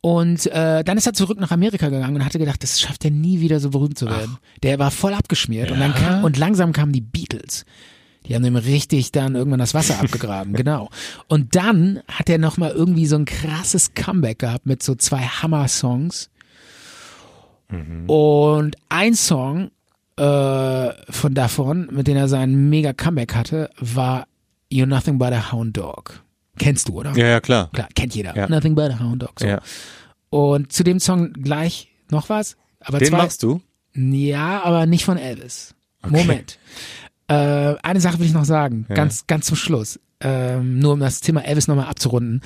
[SPEAKER 2] Und äh, dann ist er zurück nach Amerika gegangen und hatte gedacht, das schafft er nie wieder so berühmt zu werden. Der war voll abgeschmiert und, dann kam, und langsam kamen die Beatles. Die haben ihm richtig dann irgendwann das Wasser abgegraben, genau. Und dann hat er nochmal irgendwie so ein krasses Comeback gehabt mit so zwei Hammer-Songs.
[SPEAKER 3] Mhm.
[SPEAKER 2] Und ein Song äh, von davon, mit dem er seinen mega Comeback hatte, war You're Nothing But a Hound Dog. Kennst du, oder?
[SPEAKER 3] Ja, ja, klar.
[SPEAKER 2] Klar, kennt jeder.
[SPEAKER 3] Ja.
[SPEAKER 2] Nothing But a Hound Dog. So.
[SPEAKER 3] Ja.
[SPEAKER 2] Und zu dem Song gleich noch was. Aber
[SPEAKER 3] Den
[SPEAKER 2] zwei,
[SPEAKER 3] machst du?
[SPEAKER 2] Ja, aber nicht von Elvis. Moment. Äh, eine Sache will ich noch sagen, ganz, ganz zum Schluss. Ähm, nur um das Thema Elvis nochmal abzurunden.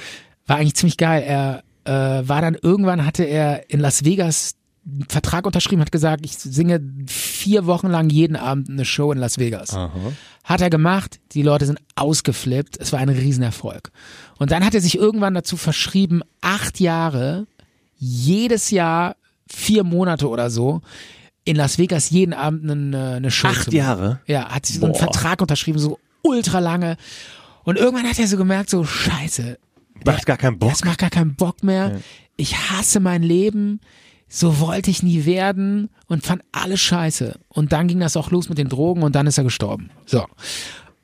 [SPEAKER 2] War eigentlich ziemlich geil. Er äh, war dann irgendwann, hatte er in Las Vegas einen Vertrag unterschrieben, hat gesagt, ich singe vier Wochen lang jeden Abend eine Show in Las Vegas. Hat er gemacht, die Leute sind ausgeflippt, es war ein Riesenerfolg. Und dann hat er sich irgendwann dazu verschrieben, acht Jahre, jedes Jahr, vier Monate oder so, in Las Vegas jeden Abend eine, eine Show zu
[SPEAKER 3] Acht
[SPEAKER 2] machen.
[SPEAKER 3] Jahre?
[SPEAKER 2] Ja, hat sich so einen
[SPEAKER 3] Boah.
[SPEAKER 2] Vertrag unterschrieben, so ultra lange. Und irgendwann hat er so gemerkt, so scheiße,
[SPEAKER 3] Macht gar keinen Bock.
[SPEAKER 2] das macht gar keinen Bock mehr. Ich hasse mein Leben. so wollte ich nie werden und fand alles scheiße. Und dann ging das auch los mit den Drogen und dann ist er gestorben. So.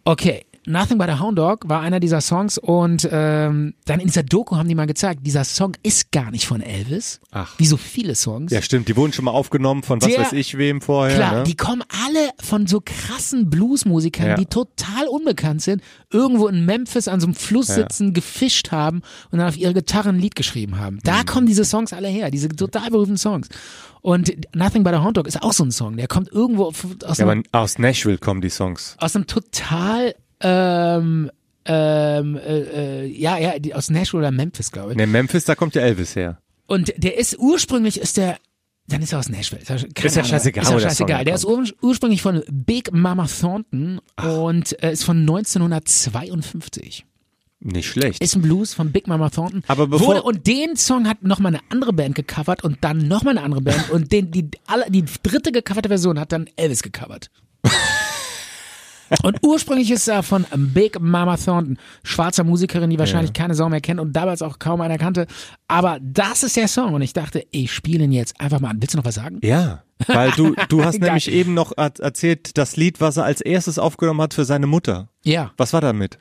[SPEAKER 2] Okay. Nothing but a Hound Dog war einer dieser Songs und ähm, dann in dieser Doku haben die mal gezeigt, dieser Song ist gar nicht von Elvis.
[SPEAKER 3] Ach.
[SPEAKER 2] Wie so viele Songs.
[SPEAKER 3] Ja, stimmt. Die wurden schon mal aufgenommen von was
[SPEAKER 2] Der-
[SPEAKER 3] weiß ich wem vorher.
[SPEAKER 2] Klar,
[SPEAKER 3] ne?
[SPEAKER 2] die kommen alle von so krassen Bluesmusikern,
[SPEAKER 3] Ja.
[SPEAKER 2] die total unbekannt sind, irgendwo in Memphis an so einem Fluss sitzen, gefischt haben und dann auf ihre Gitarren ein Lied geschrieben haben. Da
[SPEAKER 3] Mhm.
[SPEAKER 2] kommen diese Songs alle her, diese total berühmten Songs. Und Nothing But a Hound Dog ist auch so ein Song, der kommt irgendwo auf- aus,
[SPEAKER 3] ja,
[SPEAKER 2] einem,
[SPEAKER 3] aber aus Nashville kommen die Songs.
[SPEAKER 2] aus einem total, ähm, ähm, äh, äh, ja, ja, die- aus Nashville oder Memphis, glaube ich.
[SPEAKER 3] Ne, Memphis, da kommt ja Elvis her.
[SPEAKER 2] Und der ist ursprünglich ist der dann ist er aus Nashville. Ist, ja- keine
[SPEAKER 3] Ist ja
[SPEAKER 2] Ahnung.
[SPEAKER 3] scheißegal,
[SPEAKER 2] Ist ja
[SPEAKER 3] wo der Song
[SPEAKER 2] scheißegal. Der ist ur ursprünglich von Big Mama Thornton und äh, ist von 1952.
[SPEAKER 3] Nicht schlecht.
[SPEAKER 2] Ist ein Blues von Big Mama Thornton.
[SPEAKER 3] Aber bevor-
[SPEAKER 2] Wurde, und den Song hat nochmal eine andere Band gecovert und dann nochmal eine andere Band und den, die, alle, die dritte gecoverte Version hat dann Elvis gecovert. Und ursprünglich ist er von Big Mama Thornton, schwarzer Musikerin, die wahrscheinlich keine Sau mehr kennt und damals auch kaum einer kannte. Aber das ist der Song und ich dachte, ich spiele ihn jetzt einfach mal an. Willst du noch was sagen?
[SPEAKER 3] Ja, weil du, du hast
[SPEAKER 2] Geil.
[SPEAKER 3] nämlich eben noch er- erzählt, das Lied, was er als erstes aufgenommen hat für seine Mutter.
[SPEAKER 2] Ja.
[SPEAKER 3] Was war damit?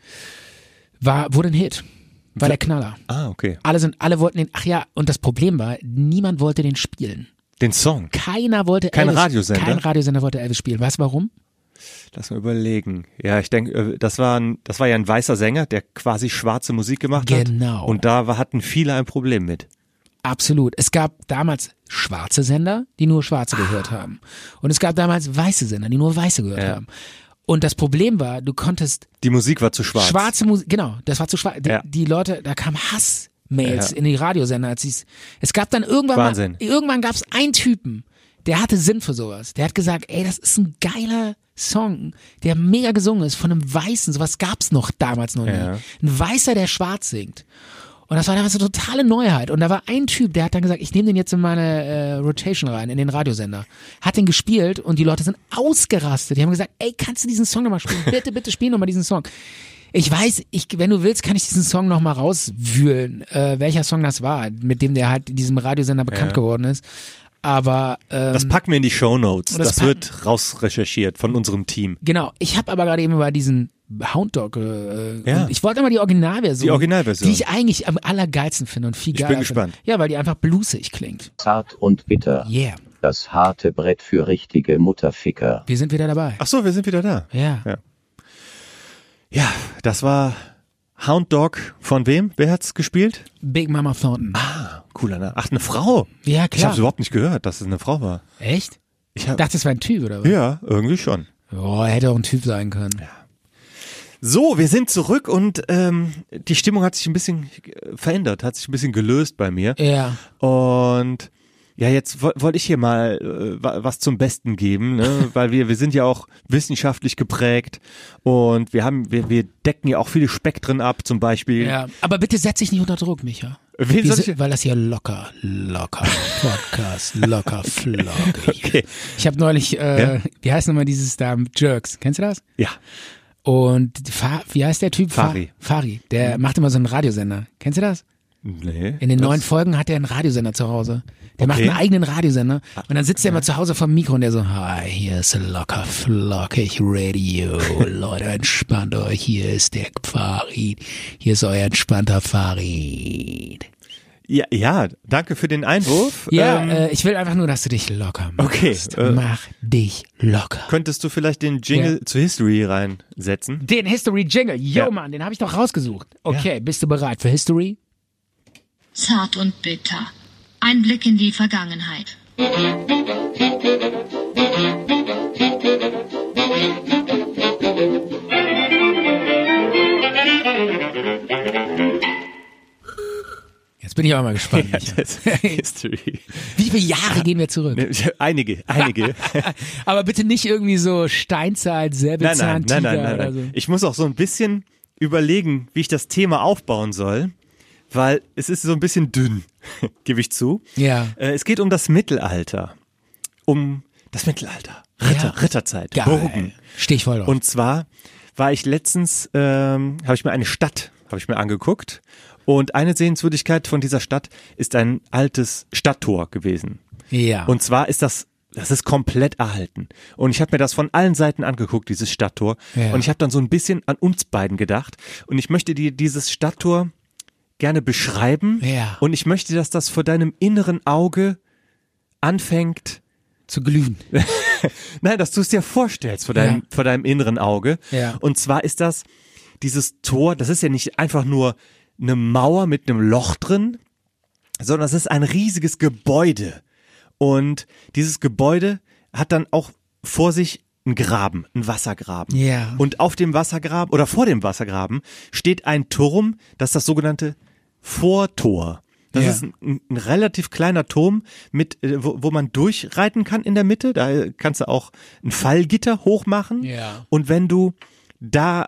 [SPEAKER 2] War, wurde ein Hit. War der Knaller.
[SPEAKER 3] Ah, okay.
[SPEAKER 2] Alle sind, alle wollten den, ach ja, und das Problem war, niemand wollte den spielen.
[SPEAKER 3] Den Song.
[SPEAKER 2] Keiner wollte
[SPEAKER 3] Kein
[SPEAKER 2] Elvis,
[SPEAKER 3] Radiosender?
[SPEAKER 2] Kein Radiosender wollte Elvis spielen. Weißt du warum?
[SPEAKER 3] Lass mal überlegen. Ja, ich denke, äh, das war ein, das war ja ein weißer Sänger, der quasi schwarze Musik gemacht hat.
[SPEAKER 2] Genau.
[SPEAKER 3] Und da war, hatten viele ein Problem mit.
[SPEAKER 2] Absolut. Es gab damals schwarze Sender, die nur Schwarze gehört
[SPEAKER 3] Ah.
[SPEAKER 2] haben. Und es gab damals weiße Sender, die nur Weiße gehört haben. Und das Problem war, du konntest
[SPEAKER 3] Die Musik war zu schwarz.
[SPEAKER 2] schwarze Musik, genau, das war zu schwarz. Die,
[SPEAKER 3] Ja.
[SPEAKER 2] die Leute, da kam Hass. Mails
[SPEAKER 3] Ja.
[SPEAKER 2] in die Radiosender, als sie's. Es gab dann irgendwann
[SPEAKER 3] Wahnsinn.
[SPEAKER 2] mal, irgendwann gab es einen Typen, der hatte Sinn für sowas. Der hat gesagt, ey, das ist ein geiler Song, der mega gesungen ist von einem Weißen. Sowas gab's noch damals noch nie.
[SPEAKER 3] Ja.
[SPEAKER 2] Ein Weißer, der schwarz singt. Und das war damals eine totale Neuheit. Und da war ein Typ, der hat dann gesagt, ich nehme den jetzt in meine äh, Rotation rein, in den Radiosender. Hat den gespielt und die Leute sind ausgerastet. Die haben gesagt, ey, kannst du diesen Song nochmal spielen? Bitte, bitte spiel nochmal diesen Song. Ich weiß, ich, wenn du willst, kann ich diesen Song nochmal rauswühlen, äh, welcher Song das war, mit dem der halt in diesem Radiosender bekannt geworden ist. Aber ähm,
[SPEAKER 3] Das packen wir in die Show Notes.
[SPEAKER 2] Das
[SPEAKER 3] Das, wird rausrecherchiert von unserem Team.
[SPEAKER 2] genau, ich habe aber gerade eben über diesen Hound Dog. Äh,
[SPEAKER 3] Ja.
[SPEAKER 2] und Ich wollte immer die Originalversion.
[SPEAKER 3] Die Originalversion.
[SPEAKER 2] Die ich eigentlich am allergeilsten finde und viel
[SPEAKER 3] Ich bin
[SPEAKER 2] geiler.
[SPEAKER 3] gespannt.
[SPEAKER 2] Finde. Ja, weil die einfach bluesig klingt.
[SPEAKER 6] Zart und bitter.
[SPEAKER 2] Yeah,
[SPEAKER 6] Das harte Brett für richtige Mutterficker.
[SPEAKER 2] wir sind wieder dabei.
[SPEAKER 3] Ach so, wir sind wieder da.
[SPEAKER 2] Ja.
[SPEAKER 3] Ja. Ja, das war Hound Dog von wem? Wer hat's gespielt?
[SPEAKER 2] Big Mama Thornton.
[SPEAKER 3] Cooler Name. Ach, eine Frau.
[SPEAKER 2] ja,
[SPEAKER 3] Ich
[SPEAKER 2] klar.
[SPEAKER 3] habe überhaupt nicht gehört, dass es eine Frau war.
[SPEAKER 2] Echt?
[SPEAKER 3] Ich hab,
[SPEAKER 2] Dachte, es war ein Typ, oder was?
[SPEAKER 3] ja, irgendwie schon.
[SPEAKER 2] Oh, hätte auch ein Typ sein können.
[SPEAKER 3] So, wir sind zurück und ähm, die Stimmung hat sich ein bisschen äh, verändert, hat sich ein bisschen gelöst bei mir.
[SPEAKER 2] Ja.
[SPEAKER 3] Und ja, jetzt wo- wollte ich hier mal äh, wa- was zum Besten geben, ne? weil wir, wir sind ja auch wissenschaftlich geprägt und wir haben, wir, wir decken ja auch viele Spektren ab, zum Beispiel.
[SPEAKER 2] Ja, aber bitte setz dich nicht unter Druck, Micha.
[SPEAKER 3] Äh, Wen soll
[SPEAKER 2] Diese-
[SPEAKER 3] ich-
[SPEAKER 2] weil das hier locker, locker Podcast, locker flockig.
[SPEAKER 3] Okay.
[SPEAKER 2] Ich habe neulich, äh,
[SPEAKER 3] Ja?
[SPEAKER 2] wie heißt nochmal dieses da, Jerks, kennst du das?
[SPEAKER 3] Ja.
[SPEAKER 2] Und Fa wie heißt der Typ? Fa-
[SPEAKER 3] Fari.
[SPEAKER 2] Fari, Mhm. der macht immer so einen Radiosender. Kennst du das?
[SPEAKER 3] Nee.
[SPEAKER 2] In den neuen Folgen hat er einen Radiosender zu Hause. Der macht
[SPEAKER 3] Okay.
[SPEAKER 2] einen eigenen Radiosender. Und dann sitzt er immer zu Hause vom Mikro und der so, hi, hier ist locker flockig Radio. Leute, entspannt euch. Hier ist der Farid. Hier ist euer entspannter Farid.
[SPEAKER 3] Ja, ja, danke für den Einwurf.
[SPEAKER 2] Ja,
[SPEAKER 3] Ähm,
[SPEAKER 2] äh, ich will einfach nur, dass du dich locker machst.
[SPEAKER 3] Okay, äh,
[SPEAKER 2] Mach dich locker.
[SPEAKER 3] könntest du vielleicht den Jingle zu History reinsetzen?
[SPEAKER 2] Den History Jingle. Yo,
[SPEAKER 3] Ja.
[SPEAKER 2] Mann, den habe ich doch rausgesucht. Okay, bist du bereit für History?
[SPEAKER 7] Zart und bitter. Ein Blick in die Vergangenheit.
[SPEAKER 2] Jetzt bin ich aber mal gespannt. Micha.
[SPEAKER 3] History.
[SPEAKER 2] Wie viele Jahre gehen wir zurück?
[SPEAKER 3] Ne, Einige, einige.
[SPEAKER 2] Aber bitte nicht irgendwie so Steinzeit,
[SPEAKER 3] nein, nein,
[SPEAKER 2] Säbelzahn,
[SPEAKER 3] nein, nein,
[SPEAKER 2] Tiger
[SPEAKER 3] nein,
[SPEAKER 2] oder
[SPEAKER 3] nein.
[SPEAKER 2] so.
[SPEAKER 3] Ich muss auch so ein bisschen überlegen, wie ich das Thema aufbauen soll, weil es ist so ein bisschen dünn, gebe ich zu.
[SPEAKER 2] Ja.
[SPEAKER 3] Äh, Es geht um das Mittelalter. Um das Mittelalter. Ritter,
[SPEAKER 2] Ja.
[SPEAKER 3] Ritterzeit.
[SPEAKER 2] Geil.
[SPEAKER 3] Burgen.
[SPEAKER 2] Stichwort auf.
[SPEAKER 3] Und zwar war ich letztens, ähm, habe ich mir eine Stadt, habe ich mir angeguckt. Und eine Sehenswürdigkeit von dieser Stadt ist ein altes Stadttor gewesen.
[SPEAKER 2] Ja.
[SPEAKER 3] Und zwar ist das, das ist komplett erhalten. Und ich habe mir das von allen Seiten angeguckt, dieses Stadttor.
[SPEAKER 2] Ja.
[SPEAKER 3] Und ich habe dann so ein bisschen an uns beiden gedacht. Und ich möchte dir dieses Stadttor gerne beschreiben.
[SPEAKER 2] Ja.
[SPEAKER 3] Und ich möchte, dass das vor deinem inneren Auge anfängt,
[SPEAKER 2] Zu glühen.
[SPEAKER 3] Äh. Nein, dass du es dir vorstellst vor deinem,
[SPEAKER 2] Ja.
[SPEAKER 3] vor deinem inneren Auge.
[SPEAKER 2] Ja.
[SPEAKER 3] Und zwar ist das dieses Tor, das ist ja nicht einfach nur eine Mauer mit einem Loch drin, sondern es ist ein riesiges Gebäude. Und dieses Gebäude hat dann auch vor sich einen Graben, einen Wassergraben.
[SPEAKER 2] Ja.
[SPEAKER 3] Und auf dem Wassergraben oder vor dem Wassergraben steht ein Turm, das ist das sogenannte Vortor. Das
[SPEAKER 2] Ja.
[SPEAKER 3] ist ein, ein, ein relativ kleiner Turm, mit, äh, wo, wo man durchreiten kann in der Mitte. Da äh, kannst du auch ein Fallgitter hochmachen.
[SPEAKER 2] Ja.
[SPEAKER 3] Und wenn du da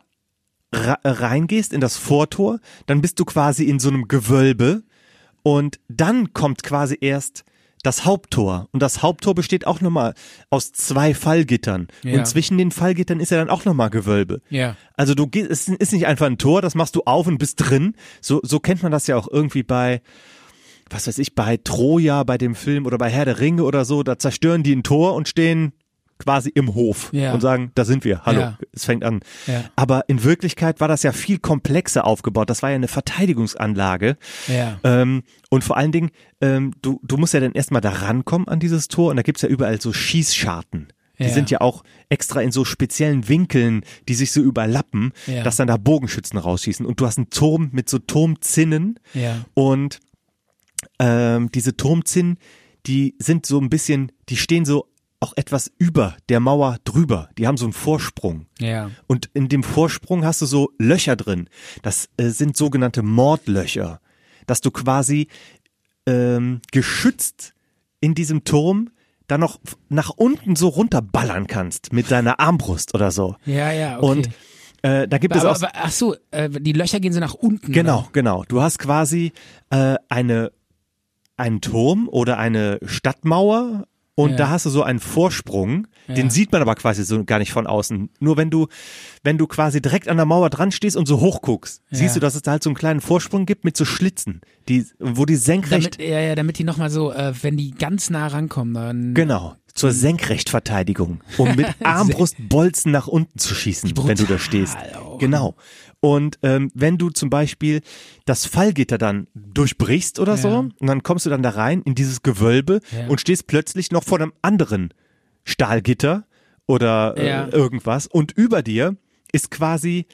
[SPEAKER 3] ra- reingehst in das Vortor, dann bist du quasi in so einem Gewölbe und dann kommt quasi erst das Haupttor und das Haupttor besteht auch nochmal aus zwei Fallgittern
[SPEAKER 2] Ja.
[SPEAKER 3] und zwischen den Fallgittern ist ja dann auch nochmal Gewölbe.
[SPEAKER 2] Ja.
[SPEAKER 3] Also du gehst, es ist nicht einfach ein Tor, das machst du auf und bist drin. So, so kennt man das ja auch irgendwie bei, was weiß ich, bei Troja, bei dem Film oder bei Herr der Ringe oder so. Da zerstören die ein Tor und stehen quasi im Hof
[SPEAKER 2] Ja.
[SPEAKER 3] und sagen, da sind wir, hallo,
[SPEAKER 2] Ja.
[SPEAKER 3] es fängt an.
[SPEAKER 2] Ja.
[SPEAKER 3] Aber in Wirklichkeit war das ja viel komplexer aufgebaut. Das war ja eine Verteidigungsanlage.
[SPEAKER 2] Ja.
[SPEAKER 3] Ähm, und vor allen Dingen, ähm, du, du musst ja dann erstmal da rankommen an dieses Tor und da gibt's ja überall so Schießscharten. Die
[SPEAKER 2] Ja.
[SPEAKER 3] sind ja auch extra in so speziellen Winkeln, die sich so überlappen,
[SPEAKER 2] Ja.
[SPEAKER 3] dass dann da Bogenschützen rausschießen. Und du hast einen Turm mit so Turmzinnen
[SPEAKER 2] Ja.
[SPEAKER 3] und ähm, diese Turmzinnen, die sind so ein bisschen, die stehen so auch etwas über der Mauer drüber. Die haben so einen Vorsprung.
[SPEAKER 2] Ja.
[SPEAKER 3] Und in dem Vorsprung hast du so Löcher drin. Das äh, sind sogenannte Mordlöcher, dass du quasi ähm, geschützt in diesem Turm dann noch f- nach unten so runterballern kannst mit deiner Armbrust oder so.
[SPEAKER 2] Ja, ja, okay.
[SPEAKER 3] Und äh, da gibt es
[SPEAKER 2] Aber,
[SPEAKER 3] auch
[SPEAKER 2] aber, ach so, äh, die Löcher gehen so nach unten.
[SPEAKER 3] Genau, genau. Du hast quasi äh, eine, einen Turm oder eine Stadtmauer und
[SPEAKER 2] Ja.
[SPEAKER 3] da hast du so einen Vorsprung.
[SPEAKER 2] Ja.
[SPEAKER 3] Den sieht man aber quasi so gar nicht von außen. Nur wenn du, wenn du quasi direkt an der Mauer dran stehst und so hoch guckst, siehst du, dass es da halt so einen kleinen Vorsprung gibt mit so Schlitzen, die, wo die senkrecht,
[SPEAKER 2] Damit, ja, ja, damit die nochmal so, äh, wenn die ganz nah rankommen, dann
[SPEAKER 3] genau, zur
[SPEAKER 2] Mhm.
[SPEAKER 3] Senkrechtverteidigung, um mit Armbrustbolzen nach unten zu schießen, wenn du da
[SPEAKER 2] brutal
[SPEAKER 3] stehst.
[SPEAKER 2] auch.
[SPEAKER 3] Genau. Und ähm, wenn du zum Beispiel das Fallgitter dann durchbrichst oder so,
[SPEAKER 2] Ja.
[SPEAKER 3] und dann kommst du dann da rein in dieses Gewölbe
[SPEAKER 2] Ja.
[SPEAKER 3] und stehst plötzlich noch vor einem anderen Stahlgitter oder äh,
[SPEAKER 2] Ja.
[SPEAKER 3] irgendwas und über dir ist quasi,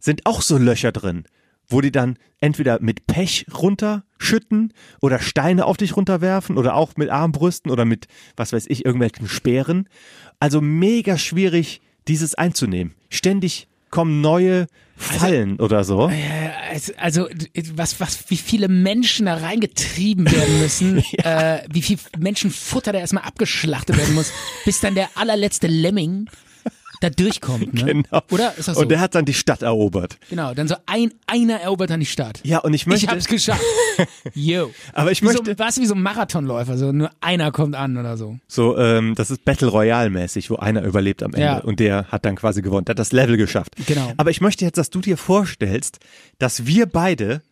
[SPEAKER 3] sind auch so Löcher drin, wo die dann entweder mit Pech runterschütten oder Steine auf dich runterwerfen oder auch mit Armbrüsten oder mit, was weiß ich, irgendwelchen Speeren. Also mega schwierig, dieses einzunehmen. Ständig kommen neue
[SPEAKER 2] Also
[SPEAKER 3] Fallen oder so.
[SPEAKER 2] Äh, es- Also d- was, was, wie viele Menschen da reingetrieben werden müssen, äh, wie viel Menschenfutter da erstmal abgeschlachtet werden muss, bis dann der allerletzte Lemming da durchkommt, ne?
[SPEAKER 3] Genau.
[SPEAKER 2] Oder ist das so?
[SPEAKER 3] Und der hat dann die Stadt erobert.
[SPEAKER 2] genau, dann so ein einer erobert dann die Stadt.
[SPEAKER 3] Ja, und ich möchte.
[SPEAKER 2] ich hab's geschafft. Yo.
[SPEAKER 3] aber ich
[SPEAKER 2] Wie so,
[SPEAKER 3] möchte.
[SPEAKER 2] weißt du, wie so ein Marathonläufer, so nur einer kommt an oder so.
[SPEAKER 3] So, ähm, das ist Battle Royale-mäßig, wo einer überlebt am Ende
[SPEAKER 2] Ja.
[SPEAKER 3] und der hat dann quasi gewonnen, der hat das Level geschafft.
[SPEAKER 2] Genau.
[SPEAKER 3] Aber ich möchte jetzt, dass du dir vorstellst, dass wir beide,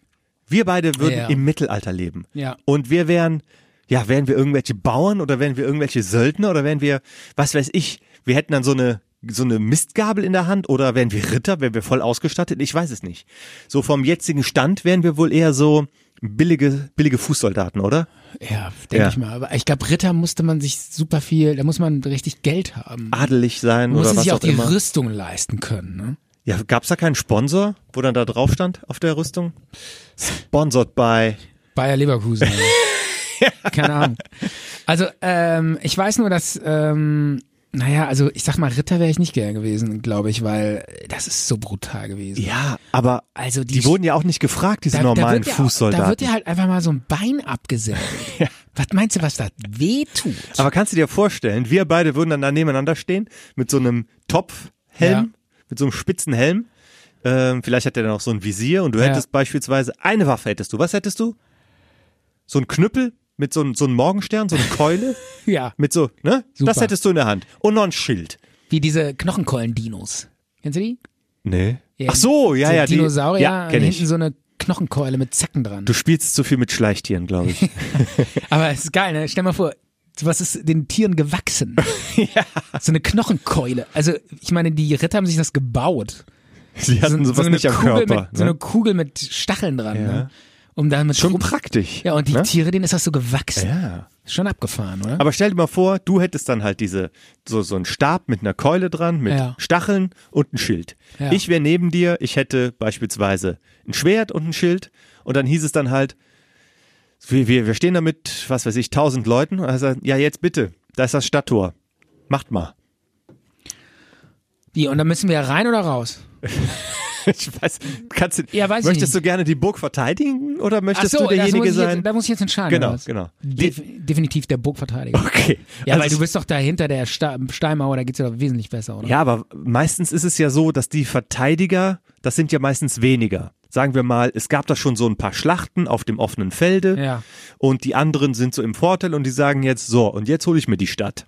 [SPEAKER 3] wir beide würden
[SPEAKER 2] Ja.
[SPEAKER 3] im Mittelalter leben.
[SPEAKER 2] Ja.
[SPEAKER 3] Und wir wären, ja, wären wir irgendwelche Bauern oder wären wir irgendwelche Söldner oder wären wir, was weiß ich, wir hätten dann so eine so eine Mistgabel in der Hand oder wären wir Ritter, wären wir voll ausgestattet? Ich weiß es nicht. So vom jetzigen Stand wären wir wohl eher so billige billige Fußsoldaten, oder?
[SPEAKER 2] Ja, denke
[SPEAKER 3] Ja.
[SPEAKER 2] ich mal. Aber ich glaube, Ritter musste man sich super viel, da muss man richtig Geld haben.
[SPEAKER 3] Adelig sein
[SPEAKER 2] Man
[SPEAKER 3] oder
[SPEAKER 2] musste
[SPEAKER 3] was
[SPEAKER 2] sich auch
[SPEAKER 3] auch
[SPEAKER 2] die
[SPEAKER 3] immer.
[SPEAKER 2] Rüstung leisten können, ne?
[SPEAKER 3] Ja, gab's da keinen Sponsor, wo dann da drauf stand auf der Rüstung? Sponsored by.
[SPEAKER 2] Bayer Leverkusen. oder? Keine Ahnung. Also, ähm, ich weiß nur, dass, ähm, naja, also ich sag mal, Ritter wäre ich nicht gern gewesen, glaube ich, weil das ist so brutal gewesen.
[SPEAKER 3] Ja, aber
[SPEAKER 2] Also die,
[SPEAKER 3] die wurden ja auch nicht gefragt, diese
[SPEAKER 2] da,
[SPEAKER 3] normalen
[SPEAKER 2] da wird ja-
[SPEAKER 3] Fußsoldaten.
[SPEAKER 2] Da wird dir halt einfach mal so ein Bein abgesägt. Was meinst du, was das wehtut?
[SPEAKER 3] aber kannst du dir vorstellen, wir beide würden dann da nebeneinander stehen mit so einem Topfhelm, mit so einem spitzen Helm. Ähm, vielleicht hat er dann auch so ein Visier und du
[SPEAKER 2] Ja.
[SPEAKER 3] hättest beispielsweise eine Waffe hättest du. Was hättest du? So ein Knüppel mit so einem, so einem Morgenstern, so eine Keule
[SPEAKER 2] ja,
[SPEAKER 3] mit so, ne? Das
[SPEAKER 2] Super.
[SPEAKER 3] hättest du in der Hand und noch ein Schild.
[SPEAKER 2] wie diese Knochenkeulen-Dinos. Kennst du die?
[SPEAKER 3] Nee.
[SPEAKER 2] Ja,
[SPEAKER 3] Ach so, ja,
[SPEAKER 2] so
[SPEAKER 3] ja, die
[SPEAKER 2] Dinosaurier,
[SPEAKER 3] ja, kenn
[SPEAKER 2] und
[SPEAKER 3] ich.
[SPEAKER 2] hinten so eine Knochenkeule mit Zacken dran.
[SPEAKER 3] Du spielst zu viel mit Schleichtieren, glaube ich.
[SPEAKER 2] Aber es ist geil, ne? Stell mal vor, was ist den Tieren gewachsen? So eine Knochenkeule. Also ich meine, die Ritter haben sich das gebaut.
[SPEAKER 3] Sie hatten
[SPEAKER 2] so,
[SPEAKER 3] sowas
[SPEAKER 2] eine
[SPEAKER 3] nicht am
[SPEAKER 2] Kugel
[SPEAKER 3] Körper.
[SPEAKER 2] Mit, So
[SPEAKER 3] ne?
[SPEAKER 2] eine Kugel mit Stacheln dran.
[SPEAKER 3] Ja.
[SPEAKER 2] Ne? Um damit
[SPEAKER 3] Schon
[SPEAKER 2] rum-
[SPEAKER 3] praktisch.
[SPEAKER 2] Ja, und die
[SPEAKER 3] ne?
[SPEAKER 2] Tiere, denen ist das so gewachsen.
[SPEAKER 3] Ja.
[SPEAKER 2] Schon abgefahren, oder?
[SPEAKER 3] Aber stell dir mal vor, du hättest dann halt diese, so, so einen Stab mit einer Keule dran, mit
[SPEAKER 2] Ja.
[SPEAKER 3] Stacheln und ein Schild.
[SPEAKER 2] Ja.
[SPEAKER 3] Ich wäre neben dir, ich hätte beispielsweise ein Schwert und ein Schild und dann hieß es dann halt, wir, wir, wir stehen da mit, was weiß ich, tausend Leuten und er sagt, ja jetzt bitte, da ist das Stadttor, macht mal.
[SPEAKER 2] Wie, und dann müssen wir rein oder raus?
[SPEAKER 3] Ich weiß, kannst du,
[SPEAKER 2] Ja, weiß ich
[SPEAKER 3] möchtest
[SPEAKER 2] nicht.
[SPEAKER 3] du gerne die Burg verteidigen oder möchtest
[SPEAKER 2] Ach so, das
[SPEAKER 3] du
[SPEAKER 2] muss
[SPEAKER 3] derjenige
[SPEAKER 2] ich
[SPEAKER 3] sein?
[SPEAKER 2] Jetzt, da muss ich jetzt entscheiden.
[SPEAKER 3] Genau,
[SPEAKER 2] oder was?
[SPEAKER 3] genau.
[SPEAKER 2] Def definitiv der Burgverteidiger.
[SPEAKER 3] okay.
[SPEAKER 2] Ja,
[SPEAKER 3] Also
[SPEAKER 2] weil du
[SPEAKER 3] ich-
[SPEAKER 2] bist doch da hinter der Sta Steinmauer, da geht's dir doch wesentlich besser, oder?
[SPEAKER 3] Ja, aber meistens ist es ja so, dass die Verteidiger, das sind ja meistens weniger. Sagen wir mal, es gab da schon so ein paar Schlachten auf dem offenen Felde
[SPEAKER 2] Ja.
[SPEAKER 3] und die anderen sind so im Vorteil und die sagen jetzt so und jetzt hole ich mir die Stadt.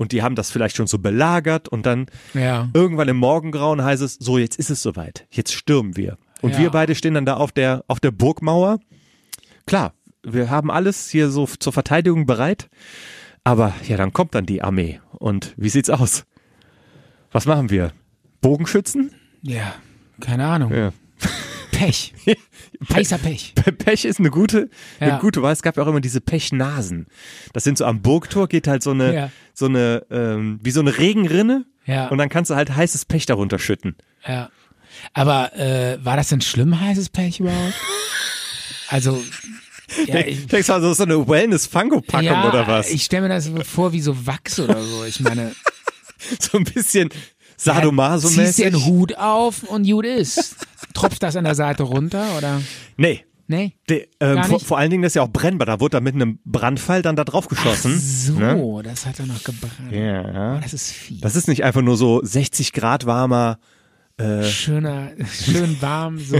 [SPEAKER 3] Und die haben das vielleicht schon so belagert und dann
[SPEAKER 2] Ja.
[SPEAKER 3] irgendwann im Morgengrauen heißt es so, jetzt ist es soweit, jetzt stürmen wir. Und
[SPEAKER 2] Ja.
[SPEAKER 3] wir beide stehen dann da auf der auf der Burgmauer. Klar, wir haben alles hier so zur Verteidigung bereit, aber ja, dann kommt dann die Armee und wie sieht's aus? Was machen wir? Bogenschützen?
[SPEAKER 2] Ja, keine Ahnung.
[SPEAKER 3] Ja.
[SPEAKER 2] Pech. Heißer Pech.
[SPEAKER 3] Pech ist eine gute, eine
[SPEAKER 2] Ja.
[SPEAKER 3] gute, weil es gab ja auch immer diese Pechnasen. Das sind so am Burgtor geht halt so eine,
[SPEAKER 2] Ja.
[SPEAKER 3] so eine, ähm, wie so eine Regenrinne.
[SPEAKER 2] Ja.
[SPEAKER 3] Und dann kannst du halt heißes Pech darunter schütten.
[SPEAKER 2] Ja. Aber äh, war das denn schlimm, heißes Pech überhaupt? Also, ja, ich,
[SPEAKER 3] Denkst du also, das ist so eine Wellness-Fango-Packung
[SPEAKER 2] ja,
[SPEAKER 3] oder was?
[SPEAKER 2] ich stelle mir das vor wie so Wachs oder so. Ich meine,
[SPEAKER 3] so ein bisschen Ah,
[SPEAKER 2] ziehst dir einen
[SPEAKER 3] sadomaso-mäßig.
[SPEAKER 2] Hut auf und gut ist. Tropft das an der Seite runter oder?
[SPEAKER 3] Nee.
[SPEAKER 2] Nee?
[SPEAKER 3] De,
[SPEAKER 2] Gar
[SPEAKER 3] ähm, vor,
[SPEAKER 2] nicht?
[SPEAKER 3] vor allen Dingen das ist ja auch brennbar. Da wurde da mit einem Brandpfeil dann da drauf geschossen.
[SPEAKER 2] So,
[SPEAKER 3] Ne?
[SPEAKER 2] das hat er noch gebrannt.
[SPEAKER 3] Ja.
[SPEAKER 2] Das ist viel.
[SPEAKER 3] Das ist nicht einfach nur so 60 Grad warmer. Äh.
[SPEAKER 2] Schöner, schön warm, so.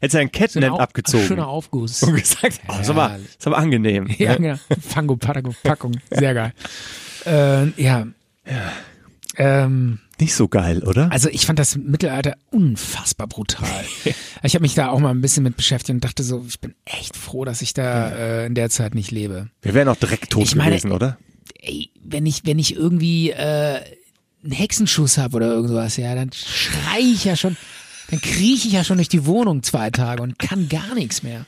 [SPEAKER 3] Hättest du einen
[SPEAKER 2] so ein
[SPEAKER 3] Catnap
[SPEAKER 2] Au-
[SPEAKER 3] abgezogen.
[SPEAKER 2] Schöner Aufguss.
[SPEAKER 3] und gesagt, oh, ist, aber, ist aber angenehm.
[SPEAKER 2] Ja,
[SPEAKER 3] ne?
[SPEAKER 2] genau. Fango, Patago, Packung. Sehr geil. Äh, ja. Ähm,
[SPEAKER 3] Nicht so geil, oder?
[SPEAKER 2] also ich fand das Mittelalter unfassbar brutal. ich habe mich da auch mal ein bisschen mit beschäftigt und dachte so, ich bin echt froh, dass ich da äh, in der Zeit nicht lebe.
[SPEAKER 3] Wir wären auch direkt tot
[SPEAKER 2] Ich meine,
[SPEAKER 3] gewesen, oder?
[SPEAKER 2] ey, wenn ich, wenn ich irgendwie äh, einen Hexenschuss habe oder irgendwas, ja, dann schrei ich ja schon, dann krieche ich ja schon durch die Wohnung zwei Tage und kann gar nichts mehr.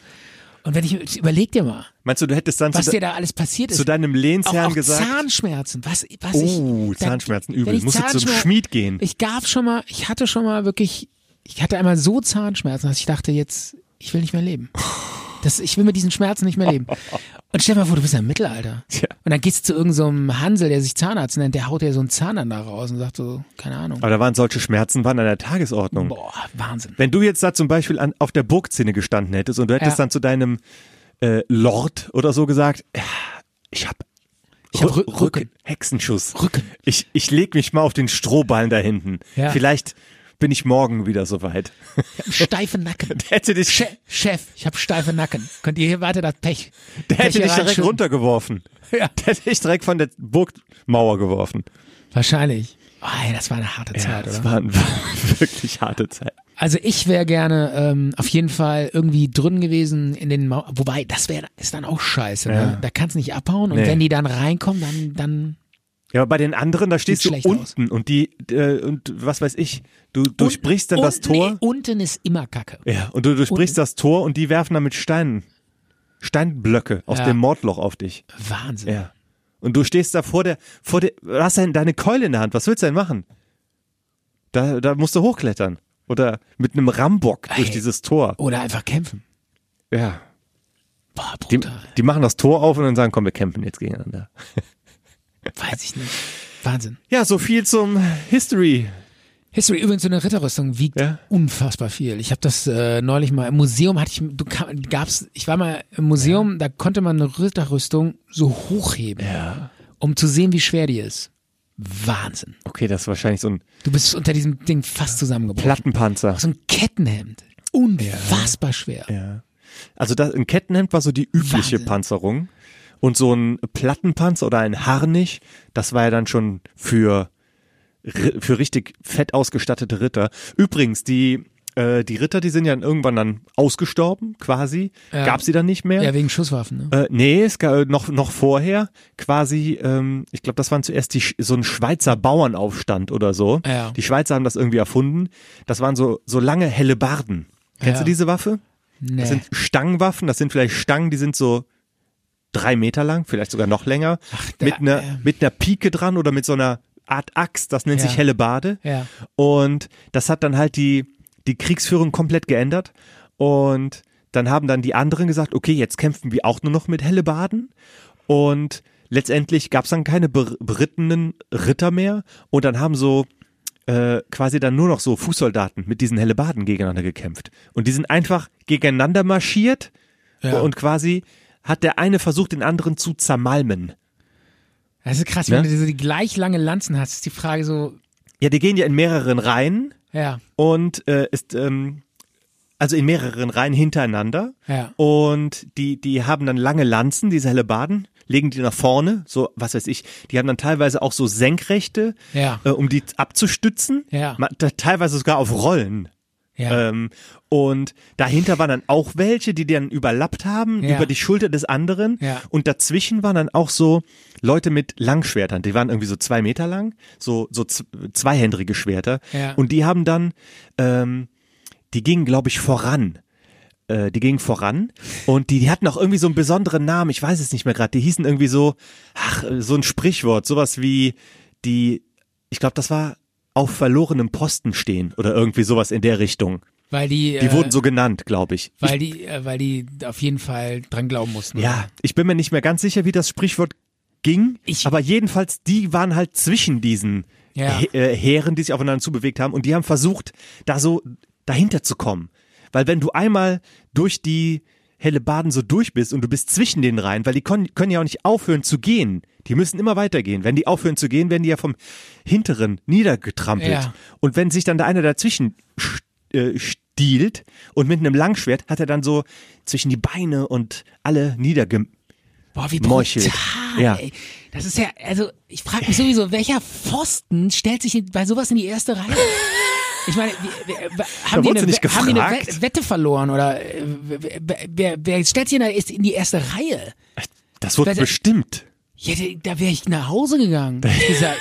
[SPEAKER 2] Und wenn ich, überleg dir mal,
[SPEAKER 3] Meinst du, du hättest dann
[SPEAKER 2] was
[SPEAKER 3] zu, de-
[SPEAKER 2] dir da alles passiert ist.
[SPEAKER 3] zu deinem
[SPEAKER 2] auch,
[SPEAKER 3] Lehnsherrn
[SPEAKER 2] auch
[SPEAKER 3] gesagt?
[SPEAKER 2] Zahnschmerzen, was, was
[SPEAKER 3] Oh,
[SPEAKER 2] ich... da-
[SPEAKER 3] Zahnschmerzen,
[SPEAKER 2] wenn
[SPEAKER 3] übel.
[SPEAKER 2] ich
[SPEAKER 3] Musst du zum
[SPEAKER 2] Zahnschmer-
[SPEAKER 3] Schmied gehen.
[SPEAKER 2] Ich gab schon mal, ich hatte schon mal wirklich, ich hatte einmal so Zahnschmerzen, dass ich dachte jetzt, ich will nicht mehr leben. Das, ich will mit diesen Schmerzen nicht mehr leben. Und stell dir mal vor, du bist ja im Mittelalter.
[SPEAKER 3] Tja.
[SPEAKER 2] Und dann gehst du zu irgendeinem so einem Hansel, der sich Zahnarzt nennt, der haut dir so einen Zahn dann da raus und sagt so, keine Ahnung.
[SPEAKER 3] Aber da waren solche Schmerzen, waren an der Tagesordnung.
[SPEAKER 2] Boah, Wahnsinn.
[SPEAKER 3] Wenn du jetzt da zum Beispiel an, auf der Burgzinne gestanden hättest und du hättest
[SPEAKER 2] Ja.
[SPEAKER 3] dann zu deinem äh, Lord oder so gesagt, "Ja, ich habe
[SPEAKER 2] Ich hab Rü- Rücken.
[SPEAKER 3] Hexenschuss.
[SPEAKER 2] Rücken.
[SPEAKER 3] Ich, ich leg mich mal auf den Strohballen da hinten.
[SPEAKER 2] Ja.
[SPEAKER 3] Vielleicht bin ich morgen wieder soweit.
[SPEAKER 2] Ich hab steife Nacken.
[SPEAKER 3] Der hätte dich,
[SPEAKER 2] Che Chef, ich habe steife Nacken. Könnt ihr hier weiter das Pech?
[SPEAKER 3] der
[SPEAKER 2] Pech hier
[SPEAKER 3] hätte dich direkt
[SPEAKER 2] reinschütten?
[SPEAKER 3] runtergeworfen.
[SPEAKER 2] Ja.
[SPEAKER 3] Der hätte dich direkt von der Burgmauer geworfen.
[SPEAKER 2] Wahrscheinlich. Oh, ey, das war eine harte Zeit, oder?
[SPEAKER 3] das war eine wirklich harte Zeit.
[SPEAKER 2] Also ich wäre gerne ähm, auf jeden Fall irgendwie drin gewesen in den Mauern. Wobei, das wäre ist dann auch scheiße. Ne? Da kannst du nicht abhauen. Und
[SPEAKER 3] Nee.
[SPEAKER 2] wenn die dann reinkommen, dann, dann
[SPEAKER 3] Ja, aber bei den anderen, da stehst du
[SPEAKER 2] schlecht aus.
[SPEAKER 3] unten und die, äh, und was weiß ich, du durchbrichst dann
[SPEAKER 2] Un-
[SPEAKER 3] das Tor.
[SPEAKER 2] Nee, unten ist immer Kacke.
[SPEAKER 3] Ja, und du durchbrichst das Tor und die werfen dann mit Steinen, Steinblöcke aus
[SPEAKER 2] Ja.
[SPEAKER 3] dem Mordloch auf dich.
[SPEAKER 2] Wahnsinn.
[SPEAKER 3] Ja. Und du stehst da vor der, vor der, du hast denn deine Keule in der Hand, was willst du denn machen? Da, da musst du hochklettern. Oder mit einem Rambock durch
[SPEAKER 2] Ey.
[SPEAKER 3] dieses Tor.
[SPEAKER 2] Oder einfach kämpfen.
[SPEAKER 3] Ja.
[SPEAKER 2] Boah,
[SPEAKER 3] Die,
[SPEAKER 2] brutal.
[SPEAKER 3] die machen das Tor auf und dann sagen, komm, wir kämpfen jetzt gegeneinander.
[SPEAKER 2] Weiß ich nicht. Wahnsinn.
[SPEAKER 3] Ja, so viel zum History.
[SPEAKER 2] History, übrigens so eine Ritterrüstung wiegt
[SPEAKER 3] Ja.
[SPEAKER 2] unfassbar viel. Ich habe das äh, neulich mal im Museum hatte ich, du kam, gab's, ich war mal im Museum, da konnte man eine Ritterrüstung so hochheben, um zu sehen, wie schwer die ist. Wahnsinn.
[SPEAKER 3] Okay, das ist wahrscheinlich so ein
[SPEAKER 2] Du bist unter diesem Ding fast zusammengebrochen.
[SPEAKER 3] Plattenpanzer.
[SPEAKER 2] So ein Kettenhemd. Unfassbar schwer.
[SPEAKER 3] Ja. Also das, ein Kettenhemd war so die übliche
[SPEAKER 2] Wahnsinn.
[SPEAKER 3] Panzerung. Und so ein Plattenpanzer oder ein Harnisch, das war ja dann schon für, ri- für richtig fett ausgestattete Ritter. Übrigens, die äh, die Ritter, die sind ja irgendwann dann ausgestorben, quasi.
[SPEAKER 2] Ja.
[SPEAKER 3] Gab sie dann nicht mehr.
[SPEAKER 2] Ja, wegen Schusswaffen, ne?
[SPEAKER 3] Äh, nee, es gab noch, noch vorher quasi, ähm, ich glaube, das waren zuerst die, Sch- so ein Schweizer Bauernaufstand oder so.
[SPEAKER 2] Ja.
[SPEAKER 3] Die Schweizer haben das irgendwie erfunden. Das waren so, so lange Hellebarden. Kennst
[SPEAKER 2] Ja.
[SPEAKER 3] du diese Waffe?
[SPEAKER 2] Nee.
[SPEAKER 3] Das sind Stangenwaffen, das sind vielleicht Stangen, die sind so drei Meter lang, vielleicht sogar noch länger,
[SPEAKER 2] da,
[SPEAKER 3] mit, einer,
[SPEAKER 2] ähm.
[SPEAKER 3] mit einer Pike dran oder mit so einer Art Axt, das nennt
[SPEAKER 2] Ja.
[SPEAKER 3] sich Hellebarde.
[SPEAKER 2] Ja.
[SPEAKER 3] Und das hat dann halt die, die Kriegsführung komplett geändert. Und dann haben dann die anderen gesagt, okay, jetzt kämpfen wir auch nur noch mit Hellebarden. Und letztendlich gab es dann keine ber- berittenen Ritter mehr. Und dann haben so äh, quasi dann nur noch so Fußsoldaten mit diesen Hellebarden gegeneinander gekämpft. Und die sind einfach gegeneinander marschiert.
[SPEAKER 2] Ja.
[SPEAKER 3] Und quasi hat der eine versucht, den anderen zu zermalmen.
[SPEAKER 2] das ist krass, wenn
[SPEAKER 3] Ne?
[SPEAKER 2] du diese die gleich lange Lanzen hast, ist die Frage so,
[SPEAKER 3] Ja, die gehen ja in mehreren Reihen.
[SPEAKER 2] ja,
[SPEAKER 3] und äh, ist ähm, also in mehreren Reihen hintereinander.
[SPEAKER 2] Ja.
[SPEAKER 3] Und die, die haben dann lange Lanzen, diese Hellebarden, legen die nach vorne, so was weiß ich. Die haben dann teilweise auch so Senkrechte,
[SPEAKER 2] Ja.
[SPEAKER 3] äh, um die abzustützen.
[SPEAKER 2] Ja.
[SPEAKER 3] Ma- te- teilweise sogar auf Rollen.
[SPEAKER 2] ja.
[SPEAKER 3] Ähm, und dahinter waren dann auch welche, die dann überlappt haben,
[SPEAKER 2] Ja.
[SPEAKER 3] über die Schulter des anderen.
[SPEAKER 2] Ja.
[SPEAKER 3] Und dazwischen waren dann auch so Leute mit Langschwertern. Die waren irgendwie so zwei Meter lang, so, so z- zweihändrige Schwerter.
[SPEAKER 2] Ja.
[SPEAKER 3] Und die haben dann, ähm, die gingen, glaube ich, voran. Äh, die gingen voran und die, die hatten auch irgendwie so einen besonderen Namen, ich weiß es nicht mehr gerade. Die hießen irgendwie so, ach, äh, so ein Sprichwort, sowas wie die, ich glaube, das war auf verlorenem Posten stehen oder irgendwie sowas in der Richtung.
[SPEAKER 2] weil die,
[SPEAKER 3] Die
[SPEAKER 2] äh,
[SPEAKER 3] wurden so genannt, glaube ich.
[SPEAKER 2] weil die, äh, weil die auf jeden Fall dran glauben mussten.
[SPEAKER 3] Ja, ich bin mir nicht mehr ganz sicher, wie das Sprichwort ging,
[SPEAKER 2] Ich-
[SPEAKER 3] aber jedenfalls, die waren halt zwischen diesen
[SPEAKER 2] Ja.
[SPEAKER 3] He- äh, Heeren, die sich aufeinander zubewegt haben und die haben versucht, da so dahinter zu kommen. Weil wenn du einmal durch die Hellebaden so durch bist und du bist zwischen den Reihen, weil die kon- können ja auch nicht aufhören zu gehen. Die müssen immer weitergehen. Wenn die aufhören zu gehen, werden die ja vom Hinteren niedergetrampelt.
[SPEAKER 2] Ja.
[SPEAKER 3] Und wenn sich dann da einer dazwischen sch- äh, stiehlt und mit einem Langschwert hat er dann so zwischen die Beine und alle niedergem...
[SPEAKER 2] Boah, wie
[SPEAKER 3] Meuchelt.
[SPEAKER 2] brutal.
[SPEAKER 3] Ja.
[SPEAKER 2] Ey. Das ist ja, also ich frage mich sowieso, welcher Pfosten stellt sich bei sowas in die erste Reihe? Ich meine, wir, wir, wir, haben, die
[SPEAKER 3] wurdest
[SPEAKER 2] eine,
[SPEAKER 3] du nicht
[SPEAKER 2] We- haben die eine
[SPEAKER 3] gefragt?
[SPEAKER 2] We- Wette verloren oder äh, wer, wer, wer stellt sich in der- ist in die erste Reihe?
[SPEAKER 3] Das wird
[SPEAKER 2] Weil-
[SPEAKER 3] bestimmt.
[SPEAKER 2] Ja, da wäre ich nach Hause gegangen. Ich hab gesagt,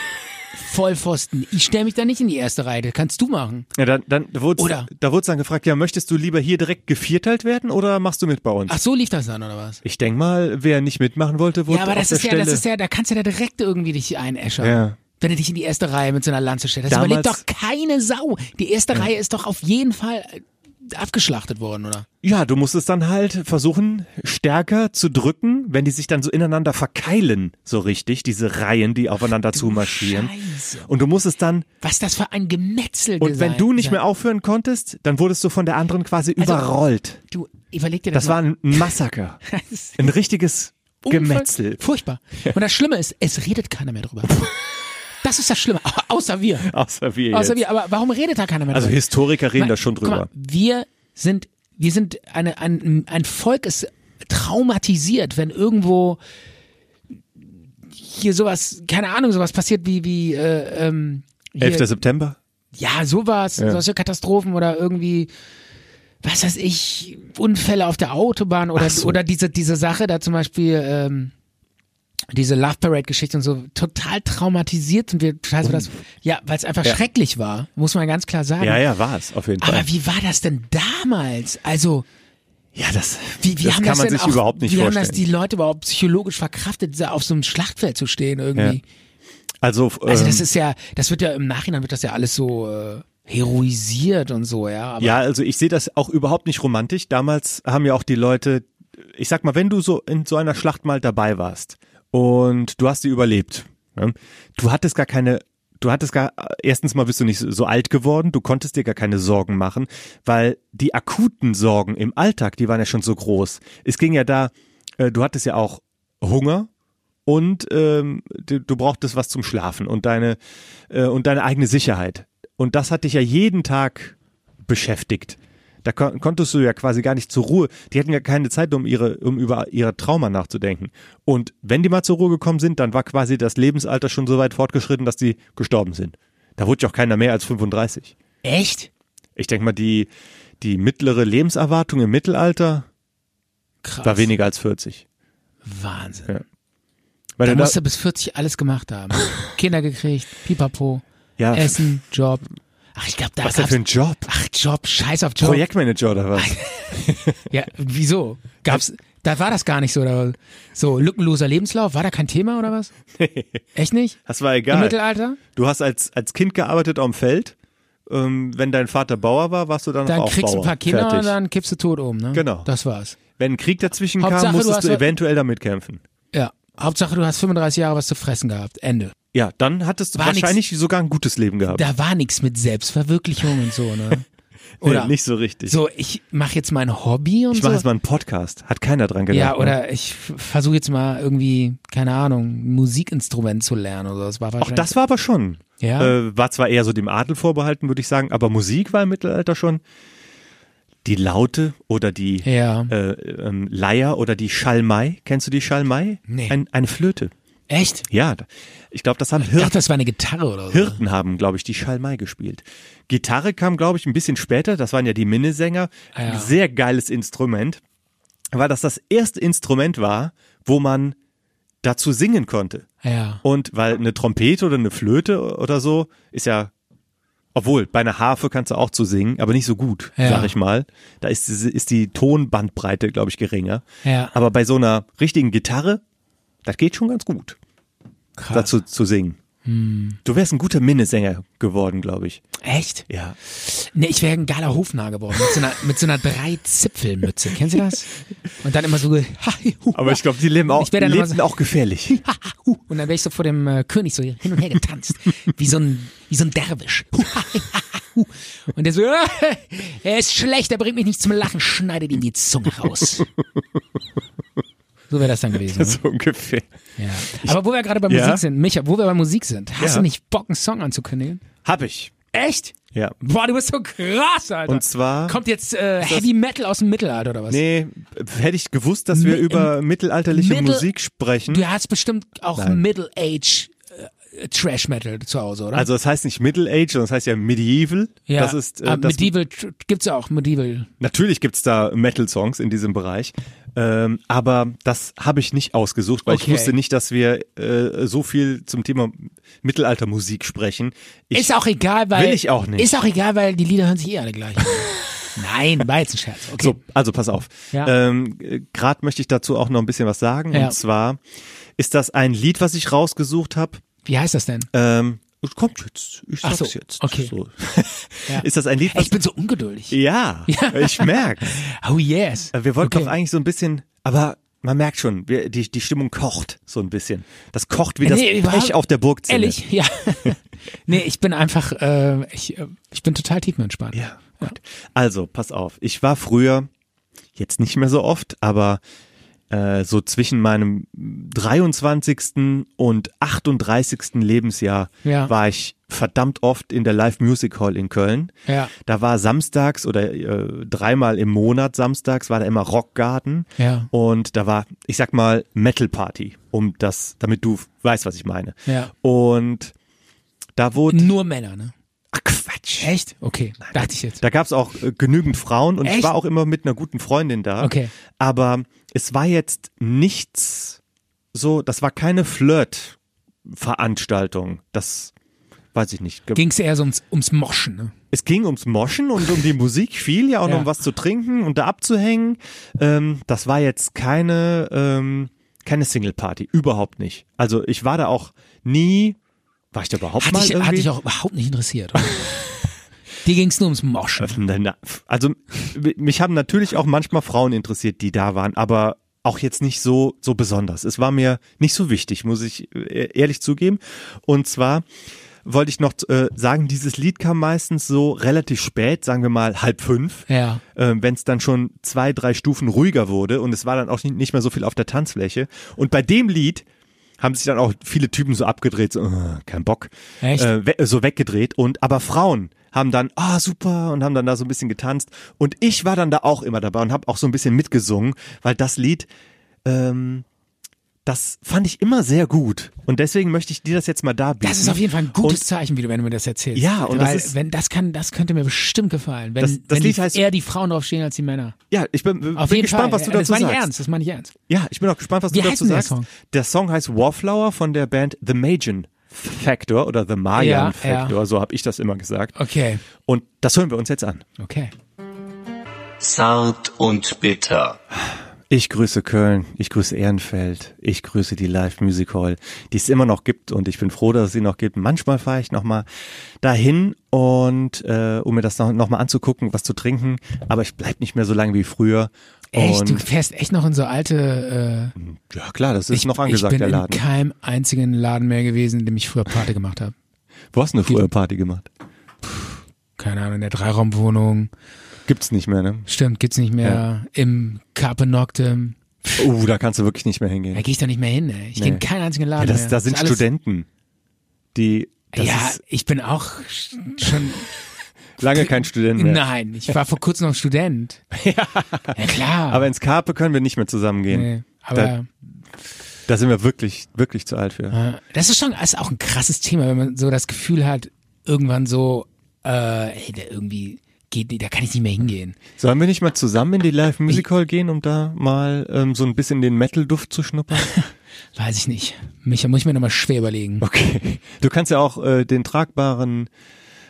[SPEAKER 2] Vollpfosten, ich stelle mich da nicht in die erste Reihe, das kannst du machen.
[SPEAKER 3] Ja, dann, dann wurde
[SPEAKER 2] Oder-
[SPEAKER 3] da wurd's dann gefragt, ja, möchtest du lieber hier direkt gevierteilt werden oder machst du mit bei uns?
[SPEAKER 2] Ach so lief das dann oder was?
[SPEAKER 3] Ich denk mal, wer nicht mitmachen wollte, wurde
[SPEAKER 2] Ja, aber
[SPEAKER 3] auf
[SPEAKER 2] das
[SPEAKER 3] der
[SPEAKER 2] ist ja,
[SPEAKER 3] Stelle.
[SPEAKER 2] das ist ja, da kannst du ja direkt irgendwie dich einäschern.
[SPEAKER 3] Ja.
[SPEAKER 2] Wenn du dich in die erste Reihe mit so einer Lanze stellst. Das
[SPEAKER 3] Damals-
[SPEAKER 2] überlebt doch keine Sau. Die erste Reihe ist doch auf jeden Fall äh, abgeschlachtet worden, oder?
[SPEAKER 3] ja, du musst es dann halt versuchen, stärker zu drücken, wenn die sich dann so ineinander verkeilen, so richtig, diese Reihen, die aufeinander zumarschieren.
[SPEAKER 2] Scheiße.
[SPEAKER 3] Und du musst es dann,
[SPEAKER 2] Was das für ein Gemetzel
[SPEAKER 3] und wenn
[SPEAKER 2] sein-
[SPEAKER 3] du nicht
[SPEAKER 2] sein-
[SPEAKER 3] mehr aufhören konntest, dann wurdest du von der anderen quasi
[SPEAKER 2] Also-
[SPEAKER 3] überrollt.
[SPEAKER 2] Du, überleg dir das,
[SPEAKER 3] Das war
[SPEAKER 2] mal.
[SPEAKER 3] ein Massaker.
[SPEAKER 2] Das
[SPEAKER 3] Ein richtiges
[SPEAKER 2] Unfall-
[SPEAKER 3] Gemetzel.
[SPEAKER 2] Furchtbar. Und das Schlimme ist, es redet keiner mehr drüber. Das ist das Schlimme. Au- Außer wir.
[SPEAKER 3] Außer wir
[SPEAKER 2] Außer
[SPEAKER 3] jetzt.
[SPEAKER 2] wir. Aber warum redet da keiner mehr
[SPEAKER 3] Also
[SPEAKER 2] drüber?
[SPEAKER 3] Historiker reden da schon
[SPEAKER 2] Guck
[SPEAKER 3] drüber.
[SPEAKER 2] Mal, wir sind, wir sind eine, ein, ein Volk ist traumatisiert, wenn irgendwo hier sowas, keine Ahnung, sowas passiert wie, wie äh, ähm, hier,
[SPEAKER 3] 11. September?
[SPEAKER 2] ja, sowas, solche Katastrophen oder irgendwie, was weiß ich, Unfälle auf der Autobahn oder,
[SPEAKER 3] Ach so.
[SPEAKER 2] oder diese, diese Sache da zum Beispiel, ähm, diese Love Parade-Geschichte und so total traumatisiert und wir scheiße das. Ja, weil es einfach
[SPEAKER 3] Ja.
[SPEAKER 2] schrecklich war, muss man ganz klar sagen.
[SPEAKER 3] Ja, ja, war es auf jeden Fall.
[SPEAKER 2] Aber wie war das denn damals? Also,
[SPEAKER 3] ja, das,
[SPEAKER 2] wie, wie
[SPEAKER 3] das
[SPEAKER 2] haben
[SPEAKER 3] kann
[SPEAKER 2] das
[SPEAKER 3] man
[SPEAKER 2] denn
[SPEAKER 3] sich
[SPEAKER 2] auch,
[SPEAKER 3] überhaupt nicht
[SPEAKER 2] wie
[SPEAKER 3] vorstellen.
[SPEAKER 2] haben das die Leute überhaupt psychologisch verkraftet, da auf so einem Schlachtfeld zu stehen irgendwie?
[SPEAKER 3] also, ähm,
[SPEAKER 2] Also das ist ja, das wird ja im Nachhinein wird das ja alles so äh, heroisiert und so, ja. Aber
[SPEAKER 3] ja, also ich sehe das auch überhaupt nicht romantisch. Damals haben ja auch die Leute, ich sag mal, wenn du so in so einer Schlacht mal dabei warst und du hast sie überlebt, ne? du hattest gar keine Du hattest gar, erstens mal bist du nicht so- so alt geworden, du konntest dir gar keine Sorgen machen, weil die akuten Sorgen im Alltag, die waren ja schon so groß. Es ging ja da, äh, du hattest ja auch Hunger und ähm, du, du brauchtest was zum Schlafen und deine, äh, und deine eigene Sicherheit. Und das hat dich ja jeden Tag beschäftigt. Da kon konntest du ja quasi gar nicht zur Ruhe. Die hatten ja keine Zeit, um ihre, um über ihre Trauma nachzudenken. Und wenn die mal zur Ruhe gekommen sind, dann war quasi das Lebensalter schon so weit fortgeschritten, dass die gestorben sind. Da wurde ja auch keiner mehr als 35.
[SPEAKER 2] echt?
[SPEAKER 3] ich denke mal, die, die mittlere Lebenserwartung im Mittelalter
[SPEAKER 2] Krass.
[SPEAKER 3] war weniger als 40.
[SPEAKER 2] Wahnsinn.
[SPEAKER 3] Ja. Weil
[SPEAKER 2] Da
[SPEAKER 3] du da-
[SPEAKER 2] musst du bis 40 alles gemacht haben. Kinder gekriegt, Pipapo,
[SPEAKER 3] ja,
[SPEAKER 2] Essen, Job. Ach, ich glaube, da
[SPEAKER 3] was ist denn für ein Oh
[SPEAKER 2] gab's-
[SPEAKER 3] Job?
[SPEAKER 2] Ach, Job, scheiß auf Job.
[SPEAKER 3] Projektmanager oder was?
[SPEAKER 2] Ja, wieso? Gab's, da war das gar nicht so. Oder? So, lückenloser Lebenslauf, war da kein Thema oder was? Echt nicht?
[SPEAKER 3] Das war
[SPEAKER 2] Im
[SPEAKER 3] egal.
[SPEAKER 2] Mittelalter?
[SPEAKER 3] Du hast als, als Kind gearbeitet am Feld. Ähm, wenn dein Vater Bauer war, warst du dann,
[SPEAKER 2] Dann
[SPEAKER 3] auch
[SPEAKER 2] kriegst du
[SPEAKER 3] Bauer.
[SPEAKER 2] ein paar Kinder
[SPEAKER 3] Fertig.
[SPEAKER 2] und dann kippst du tot um, ne?
[SPEAKER 3] Genau.
[SPEAKER 2] Das war's.
[SPEAKER 3] Wenn ein Krieg dazwischen
[SPEAKER 2] Hauptsache,
[SPEAKER 3] kam,
[SPEAKER 2] du
[SPEAKER 3] musstest
[SPEAKER 2] hast
[SPEAKER 3] du,
[SPEAKER 2] was-
[SPEAKER 3] eventuell damit kämpfen.
[SPEAKER 2] Ja. Hauptsache, du hast 35 Jahre was zu fressen gehabt. Ende.
[SPEAKER 3] Ja, dann hattest du
[SPEAKER 2] War nix.
[SPEAKER 3] wahrscheinlich sogar ein gutes Leben gehabt.
[SPEAKER 2] Da war nichts mit Selbstverwirklichung und so, ne? Oder?
[SPEAKER 3] Nee, nicht so richtig.
[SPEAKER 2] So, ich mache jetzt mein Hobby und
[SPEAKER 3] ich
[SPEAKER 2] so.
[SPEAKER 3] mache jetzt mal einen Podcast. Hat keiner dran gedacht.
[SPEAKER 2] ja,
[SPEAKER 3] ne?
[SPEAKER 2] oder ich versuche jetzt mal irgendwie, keine Ahnung, ein Musikinstrument zu lernen oder so. Das war
[SPEAKER 3] Auch
[SPEAKER 2] wahrscheinlich.
[SPEAKER 3] das war aber schon.
[SPEAKER 2] Ja.
[SPEAKER 3] Äh, war zwar eher so dem Adel vorbehalten, würde ich sagen, aber Musik war im Mittelalter schon die Laute oder die
[SPEAKER 2] Ja.
[SPEAKER 3] äh, ähm, Leier oder die Schalmei. Kennst du die Schalmei?
[SPEAKER 2] Nee.
[SPEAKER 3] Ein, eine Flöte.
[SPEAKER 2] Echt?
[SPEAKER 3] Ja, da- ich glaube, das haben
[SPEAKER 2] Ich
[SPEAKER 3] Hirten.
[SPEAKER 2] dachte, das war eine Gitarre oder so.
[SPEAKER 3] Hirten haben, glaube ich, die Schalmei gespielt. Gitarre kam, glaube ich, ein bisschen später. Das waren ja die Minnesänger.
[SPEAKER 2] Ah, Ja.
[SPEAKER 3] Sehr geiles Instrument, weil das das erste Instrument war, wo man dazu singen konnte.
[SPEAKER 2] Ah, Ja.
[SPEAKER 3] Und weil eine Trompete oder eine Flöte oder so ist ja, obwohl bei einer Harfe kannst du auch zu singen, aber nicht so gut,
[SPEAKER 2] Ja.
[SPEAKER 3] sag ich mal. Da ist, diese- ist die Tonbandbreite, glaube ich, geringer.
[SPEAKER 2] Ja.
[SPEAKER 3] Aber bei so einer richtigen Gitarre, das geht schon ganz gut,
[SPEAKER 2] Krass. Hm.
[SPEAKER 3] dazu zu singen. Du wärst ein guter Minnesänger geworden, glaube ich.
[SPEAKER 2] Echt?
[SPEAKER 3] Ja.
[SPEAKER 2] Nee, ich wäre ein geiler Hofnarr geworden. Mit so einer, mit so einer Drei-Zipfelmütze. Kennen Sie das? Und dann immer so. ge-
[SPEAKER 3] Aber ich glaube, die leben auch,
[SPEAKER 2] Ich wär dann immer
[SPEAKER 3] lebten
[SPEAKER 2] so-
[SPEAKER 3] auch gefährlich.
[SPEAKER 2] Und dann wäre ich so vor dem äh, König so hin und her getanzt. Wie so ein, wie so ein Derwisch. Und der so, "Ah, er ist schlecht, er bringt mich nicht zum Lachen, schneidet ihm die Zunge raus. So wäre das dann gewesen. Ne?
[SPEAKER 3] so ungefähr.
[SPEAKER 2] Ja. Aber wo wir gerade bei
[SPEAKER 3] Ja.
[SPEAKER 2] Musik sind, Micha, wo wir bei Musik sind, hast
[SPEAKER 3] Ja.
[SPEAKER 2] du nicht Bock, einen Song anzukündigen?
[SPEAKER 3] Hab ich.
[SPEAKER 2] Echt?
[SPEAKER 3] Ja.
[SPEAKER 2] Boah, du bist so krass, Alter.
[SPEAKER 3] Und zwar-
[SPEAKER 2] Kommt jetzt äh, Heavy Metal aus dem Mittelalter oder was?
[SPEAKER 3] Nee, hätte ich gewusst, dass wir
[SPEAKER 2] Mi-
[SPEAKER 3] über mittelalterliche
[SPEAKER 2] Mittel-
[SPEAKER 3] Musik sprechen.
[SPEAKER 2] Du hast bestimmt auch
[SPEAKER 3] Nein.
[SPEAKER 2] Middle Age äh, Trash Metal zu Hause, oder?
[SPEAKER 3] Also es heißt nicht Middle Age, sondern es heißt ja Medieval.
[SPEAKER 2] ja.
[SPEAKER 3] Das ist
[SPEAKER 2] Ah,
[SPEAKER 3] äh, das,
[SPEAKER 2] Medieval tr- gibt's ja auch Medieval.
[SPEAKER 3] natürlich gibt's da Metal-Songs in diesem Bereich, ähm, aber das habe ich nicht ausgesucht, weil
[SPEAKER 2] Okay.
[SPEAKER 3] ich wusste nicht, dass wir äh, so viel zum Thema Mittelaltermusik sprechen. Ich,
[SPEAKER 2] ist auch egal, weil
[SPEAKER 3] will ich auch nicht.
[SPEAKER 2] Ist auch egal, weil die Lieder hören sich eh alle gleich. an. Nein, war jetzt ein Scherz. Okay.
[SPEAKER 3] So, also pass auf.
[SPEAKER 2] Ja.
[SPEAKER 3] Ähm, Gerade möchte ich dazu auch noch ein bisschen was sagen.
[SPEAKER 2] Ja.
[SPEAKER 3] Und zwar ist das ein Lied, was ich rausgesucht habe.
[SPEAKER 2] Wie heißt das denn?
[SPEAKER 3] Ähm, es kommt jetzt. Ich
[SPEAKER 2] Ach
[SPEAKER 3] sag's
[SPEAKER 2] so,
[SPEAKER 3] jetzt.
[SPEAKER 2] okay.
[SPEAKER 3] So.
[SPEAKER 2] Ja.
[SPEAKER 3] Ist das ein Lied?
[SPEAKER 2] Ey,
[SPEAKER 3] Was
[SPEAKER 2] ich bin so ungeduldig.
[SPEAKER 3] ja, ich merke.
[SPEAKER 2] Oh yes.
[SPEAKER 3] Äh, Wir wollten
[SPEAKER 2] okay.
[SPEAKER 3] doch eigentlich so ein bisschen, aber man merkt schon, wir, die, die Stimmung kocht so ein bisschen. Das kocht wie das
[SPEAKER 2] Nee, überhaupt-
[SPEAKER 3] Pech auf der Burg.
[SPEAKER 2] Ehrlich, ja. nee, ich bin einfach, äh, ich, äh, ich bin total tiefenentspannt.
[SPEAKER 3] Ja, gut. Also, pass auf. Ich war früher, jetzt nicht mehr so oft, aber äh, so zwischen meinem 23. und 38. Lebensjahr
[SPEAKER 2] Ja.
[SPEAKER 3] war ich verdammt oft in der Live Music Hall in Köln.
[SPEAKER 2] Ja.
[SPEAKER 3] Da war samstags oder äh, dreimal im Monat samstags war da immer Rockgarten.
[SPEAKER 2] Ja.
[SPEAKER 3] Und da war, ich sag mal, Metal Party, um das, damit du weißt, was ich meine.
[SPEAKER 2] Ja.
[SPEAKER 3] Und da wurde.
[SPEAKER 2] Nur Männer, ne?
[SPEAKER 3] Ach, Quatsch.
[SPEAKER 2] Echt? Okay, dachte ich jetzt.
[SPEAKER 3] Da gab's auch äh, genügend Frauen und
[SPEAKER 2] Echt?
[SPEAKER 3] ich war auch immer mit einer guten Freundin da.
[SPEAKER 2] Okay.
[SPEAKER 3] Aber es war jetzt nichts so, das war keine Flirt-Veranstaltung. Das weiß ich nicht. Ge-
[SPEAKER 2] Ging's eher so ums, ums Moschen, ne?
[SPEAKER 3] es ging ums Moschen und um die Musik viel, ja, und
[SPEAKER 2] Ja.
[SPEAKER 3] um was zu trinken und da abzuhängen. Ähm, das war jetzt keine, ähm, keine Single-Party, überhaupt nicht. Also ich war da auch nie, war ich da überhaupt
[SPEAKER 2] Hat
[SPEAKER 3] mal
[SPEAKER 2] dich,
[SPEAKER 3] irgendwie?
[SPEAKER 2] hat dich auch überhaupt nicht interessiert. Oder? Dir ging's nur ums Moschen.
[SPEAKER 3] Na, na, Also mich haben natürlich auch manchmal Frauen interessiert, die da waren, aber auch jetzt nicht so so besonders. Es war mir nicht so wichtig, muss ich äh, ehrlich zugeben. Und zwar wollte ich noch äh, sagen, dieses Lied kam meistens so relativ spät, sagen wir mal halb fünf,
[SPEAKER 2] Ja.
[SPEAKER 3] wenn es Ähm, dann schon zwei, drei Stufen ruhiger wurde und es war dann auch nicht, nicht mehr so viel auf der Tanzfläche. Und bei dem Lied haben sich dann auch viele Typen so abgedreht, so, äh, kein Bock,
[SPEAKER 2] Echt?
[SPEAKER 3] Äh, we so weggedreht. Und aber Frauen haben dann, ah super, und haben dann da so ein bisschen getanzt. Und ich war dann da auch immer dabei und habe auch so ein bisschen mitgesungen, weil das Lied ähm, Das fand ich immer sehr gut. Und deswegen möchte ich dir das jetzt mal darbieten.
[SPEAKER 2] Das ist auf jeden Fall ein gutes Zeichen, wie du, wenn du mir das erzählst.
[SPEAKER 3] Ja, und das
[SPEAKER 2] Weil,
[SPEAKER 3] ist-
[SPEAKER 2] wenn das kann, das könnte mir bestimmt gefallen, wenn,
[SPEAKER 3] Das- das
[SPEAKER 2] wenn
[SPEAKER 3] Lied
[SPEAKER 2] die,
[SPEAKER 3] heißt-
[SPEAKER 2] eher die Frauen draufstehen als die Männer.
[SPEAKER 3] Und, ja, ich bin, bin
[SPEAKER 2] Auf jeden
[SPEAKER 3] gespannt,
[SPEAKER 2] Fall.
[SPEAKER 3] was du
[SPEAKER 2] Ja,
[SPEAKER 3] dazu
[SPEAKER 2] das meine ich
[SPEAKER 3] sagst.
[SPEAKER 2] ernst, das meine ich ernst.
[SPEAKER 3] Ja, ich bin auch gespannt, was
[SPEAKER 2] Wie
[SPEAKER 3] du
[SPEAKER 2] heißt
[SPEAKER 3] dazu
[SPEAKER 2] denn der
[SPEAKER 3] sagst.
[SPEAKER 2] Song?
[SPEAKER 3] Der Song heißt Warflower von der Band The Majan Factor oder The Mayan
[SPEAKER 2] Ja,
[SPEAKER 3] Factor, so habe ich das immer gesagt.
[SPEAKER 2] Okay,
[SPEAKER 3] Und das hören wir uns jetzt an.
[SPEAKER 2] okay.
[SPEAKER 1] Zart und bitter.
[SPEAKER 3] Ich grüße Köln, ich grüße Ehrenfeld, ich grüße die Live Music Hall, die es immer noch gibt und ich bin froh, dass es sie noch gibt. Manchmal fahre ich nochmal dahin und äh, um mir das nochmal noch mal anzugucken, was zu trinken, aber ich bleib nicht mehr so lange wie früher.
[SPEAKER 2] Echt, du
[SPEAKER 3] Und,
[SPEAKER 2] fährst echt noch in so alte. Äh,
[SPEAKER 3] ja klar, das ist
[SPEAKER 2] ich,
[SPEAKER 3] noch angesagt,
[SPEAKER 2] ich bin
[SPEAKER 3] der
[SPEAKER 2] in
[SPEAKER 3] Laden.
[SPEAKER 2] keinem einzigen Laden mehr gewesen, in dem ich früher Party gemacht habe.
[SPEAKER 3] Wo hast du eine frühe Party gemacht?
[SPEAKER 2] Keine Ahnung, in der Dreiraumwohnung.
[SPEAKER 3] Gibt's nicht mehr, ne?
[SPEAKER 2] Stimmt, gibt's nicht mehr. Im Carpe Noctem.
[SPEAKER 3] Oh, da kannst du wirklich nicht mehr hingehen.
[SPEAKER 2] Da gehe ich doch nicht mehr hin, ey. Ich gehe in
[SPEAKER 3] Nee.
[SPEAKER 2] keinen einzigen Laden
[SPEAKER 3] Ja, das,
[SPEAKER 2] mehr.
[SPEAKER 3] da sind
[SPEAKER 2] Ist alles-
[SPEAKER 3] Studenten, die das
[SPEAKER 2] ja,
[SPEAKER 3] ist
[SPEAKER 2] ich bin auch sch- schon.
[SPEAKER 3] lange kein Student mehr.
[SPEAKER 2] Nein, ich war vor kurzem noch Student. ja. klar.
[SPEAKER 3] Aber ins Karpe können wir nicht mehr zusammengehen.
[SPEAKER 2] nee, aber
[SPEAKER 3] Da sind wir wirklich, wirklich zu alt für.
[SPEAKER 2] äh, das ist schon ist auch ein krasses Thema, wenn man so das Gefühl hat, irgendwann so, äh, ey, da irgendwie geht nicht, da kann ich nicht mehr hingehen.
[SPEAKER 3] Sollen wir nicht mal zusammen in die Live Music Hall gehen, um da mal ähm, so ein bisschen den Metal-Duft zu schnuppern?
[SPEAKER 2] Weiß ich nicht. Mich muss ich mir nochmal schwer überlegen.
[SPEAKER 3] Okay. Du kannst ja auch äh, den tragbaren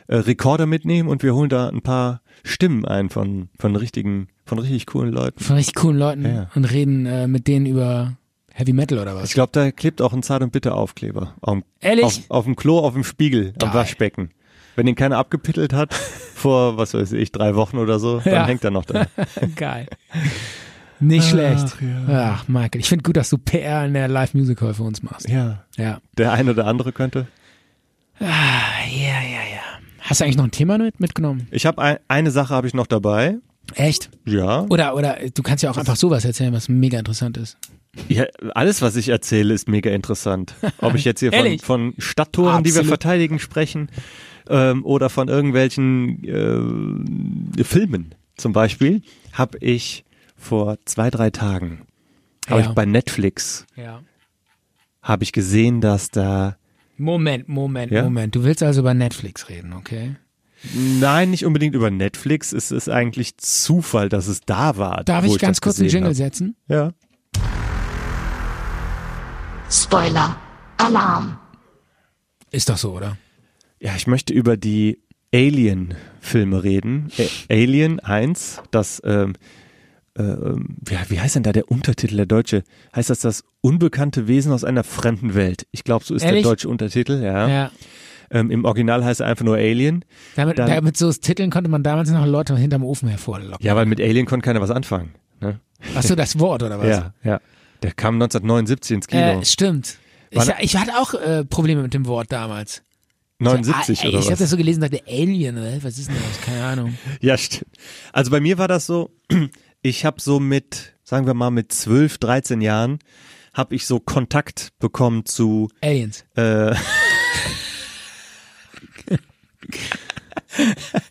[SPEAKER 3] äh, Rekorder mitnehmen und wir holen da ein paar Stimmen ein von, von richtigen, von richtig coolen Leuten.
[SPEAKER 2] Von richtig coolen Leuten
[SPEAKER 3] Ja.
[SPEAKER 2] und reden äh, mit denen über Heavy Metal oder was.
[SPEAKER 3] Also Ich glaube, da klebt auch ein Zart- und Bitter-Aufkleber. Auf, dem-
[SPEAKER 2] Ehrlich?
[SPEAKER 3] Auf, auf dem Klo, auf dem Spiegel, am
[SPEAKER 2] Geil.
[SPEAKER 3] Waschbecken. Wenn den keiner abgepittelt hat, vor, was weiß ich, drei Wochen oder so, dann
[SPEAKER 2] Ja.
[SPEAKER 3] hängt er noch da.
[SPEAKER 2] Geil. Nicht schlecht.
[SPEAKER 3] Ach, ja.
[SPEAKER 2] Ach, Michael, ich finde gut, dass du PR in der Live Music Hall für uns machst.
[SPEAKER 3] Ja.
[SPEAKER 2] Ja.
[SPEAKER 3] Der ein oder andere könnte.
[SPEAKER 2] Ah, ja, ja, ja. Hast du eigentlich noch ein Thema mit, mitgenommen?
[SPEAKER 3] Ich habe ein, eine Sache habe ich noch dabei.
[SPEAKER 2] Echt?
[SPEAKER 3] Ja.
[SPEAKER 2] Oder, oder äh, du kannst ja auch einfach sowas erzählen, was mega interessant ist.
[SPEAKER 3] ja. Alles, was ich erzähle, ist mega interessant. Ob ich jetzt hier von,
[SPEAKER 2] Ehrlich?
[SPEAKER 3] von Stadttoren, die wir
[SPEAKER 2] Absolut.
[SPEAKER 3] verteidigen, sprechen ähm, oder von irgendwelchen äh, Filmen zum Beispiel, habe ich vor zwei, drei Tagen habe
[SPEAKER 2] Ja.
[SPEAKER 3] ich bei Netflix
[SPEAKER 2] Ja.
[SPEAKER 3] habe ich gesehen, dass da
[SPEAKER 2] Moment, Moment,
[SPEAKER 3] Ja?
[SPEAKER 2] Moment. Du willst also über Netflix reden, okay?
[SPEAKER 3] nein nicht unbedingt über Netflix, es ist eigentlich Zufall, dass es da war.
[SPEAKER 2] Darf
[SPEAKER 3] wo
[SPEAKER 2] ich
[SPEAKER 3] das
[SPEAKER 2] ganz kurz einen
[SPEAKER 3] gesehen
[SPEAKER 2] Jingle
[SPEAKER 3] hab.
[SPEAKER 2] setzen?
[SPEAKER 3] Ja.
[SPEAKER 4] Spoiler. Alarm.
[SPEAKER 2] Ist doch so, oder?
[SPEAKER 3] Ja, ich möchte über die Alien-Filme reden. Ä Alien 1, das, ähm, ähm, ja, wie heißt denn da der Untertitel, der deutsche? Heißt das das unbekannte Wesen aus einer fremden Welt? Ich glaube, so ist
[SPEAKER 2] Ehrlich?
[SPEAKER 3] der deutsche Untertitel, ja.
[SPEAKER 2] Ja.
[SPEAKER 3] Ähm, Im Original heißt er einfach nur Alien.
[SPEAKER 2] Damit,
[SPEAKER 3] Dann-
[SPEAKER 2] damit so Titeln konnte man damals noch Leute hinterm Ofen hervorlocken.
[SPEAKER 3] Ja, weil mit Alien konnte keiner was anfangen. Ne?
[SPEAKER 2] Ach so, das Wort oder was?
[SPEAKER 3] Ja, ja. Der kam 1979 ins Kino.
[SPEAKER 2] Äh, stimmt. Ich,
[SPEAKER 3] Wann-
[SPEAKER 2] ich hatte auch äh, Probleme mit dem Wort damals.
[SPEAKER 3] 79
[SPEAKER 2] Ah,
[SPEAKER 3] oder
[SPEAKER 2] Ich habe
[SPEAKER 3] was?
[SPEAKER 2] das so gelesen, dachte Alien, oder? was ist denn das? Keine Ahnung.
[SPEAKER 3] Ja, stimmt. Also bei mir war das so, ich habe so mit, sagen wir mal mit 12, 13 Jahren, habe ich so Kontakt bekommen zu,
[SPEAKER 2] Aliens.
[SPEAKER 3] äh,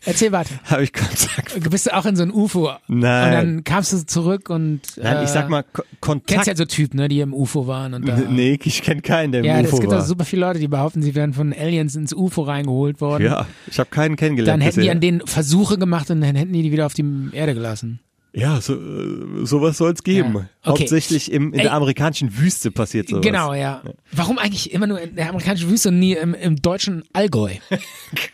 [SPEAKER 2] Erzähl weiter.
[SPEAKER 3] habe ich Kontakt,
[SPEAKER 2] Du bist auch in so ein UFO.
[SPEAKER 3] Nein.
[SPEAKER 2] Und dann kamst du zurück und.
[SPEAKER 3] nein,
[SPEAKER 2] äh,
[SPEAKER 3] ich sag mal Ko
[SPEAKER 2] Kennst
[SPEAKER 3] Kontakt.
[SPEAKER 2] ja so Typen, ne, die im UFO waren und da.
[SPEAKER 3] N- nee, ich kenne keinen, der im
[SPEAKER 2] ja, es
[SPEAKER 3] UFO
[SPEAKER 2] gibt auch
[SPEAKER 3] war.
[SPEAKER 2] super viele Leute, die behaupten, sie wären von Aliens ins UFO reingeholt worden.
[SPEAKER 3] ja, ich habe keinen kennengelernt.
[SPEAKER 2] Dann hätten die
[SPEAKER 3] bisher.
[SPEAKER 2] an denen Versuche gemacht und dann hätten die die wieder auf die Erde gelassen.
[SPEAKER 3] ja, so, äh, sowas soll es geben.
[SPEAKER 2] Ja. Okay.
[SPEAKER 3] Hauptsächlich im, in
[SPEAKER 2] Ey.
[SPEAKER 3] der amerikanischen Wüste passiert sowas.
[SPEAKER 2] Genau, ja. Warum eigentlich immer nur in der amerikanischen Wüste und nie im, im deutschen Allgäu?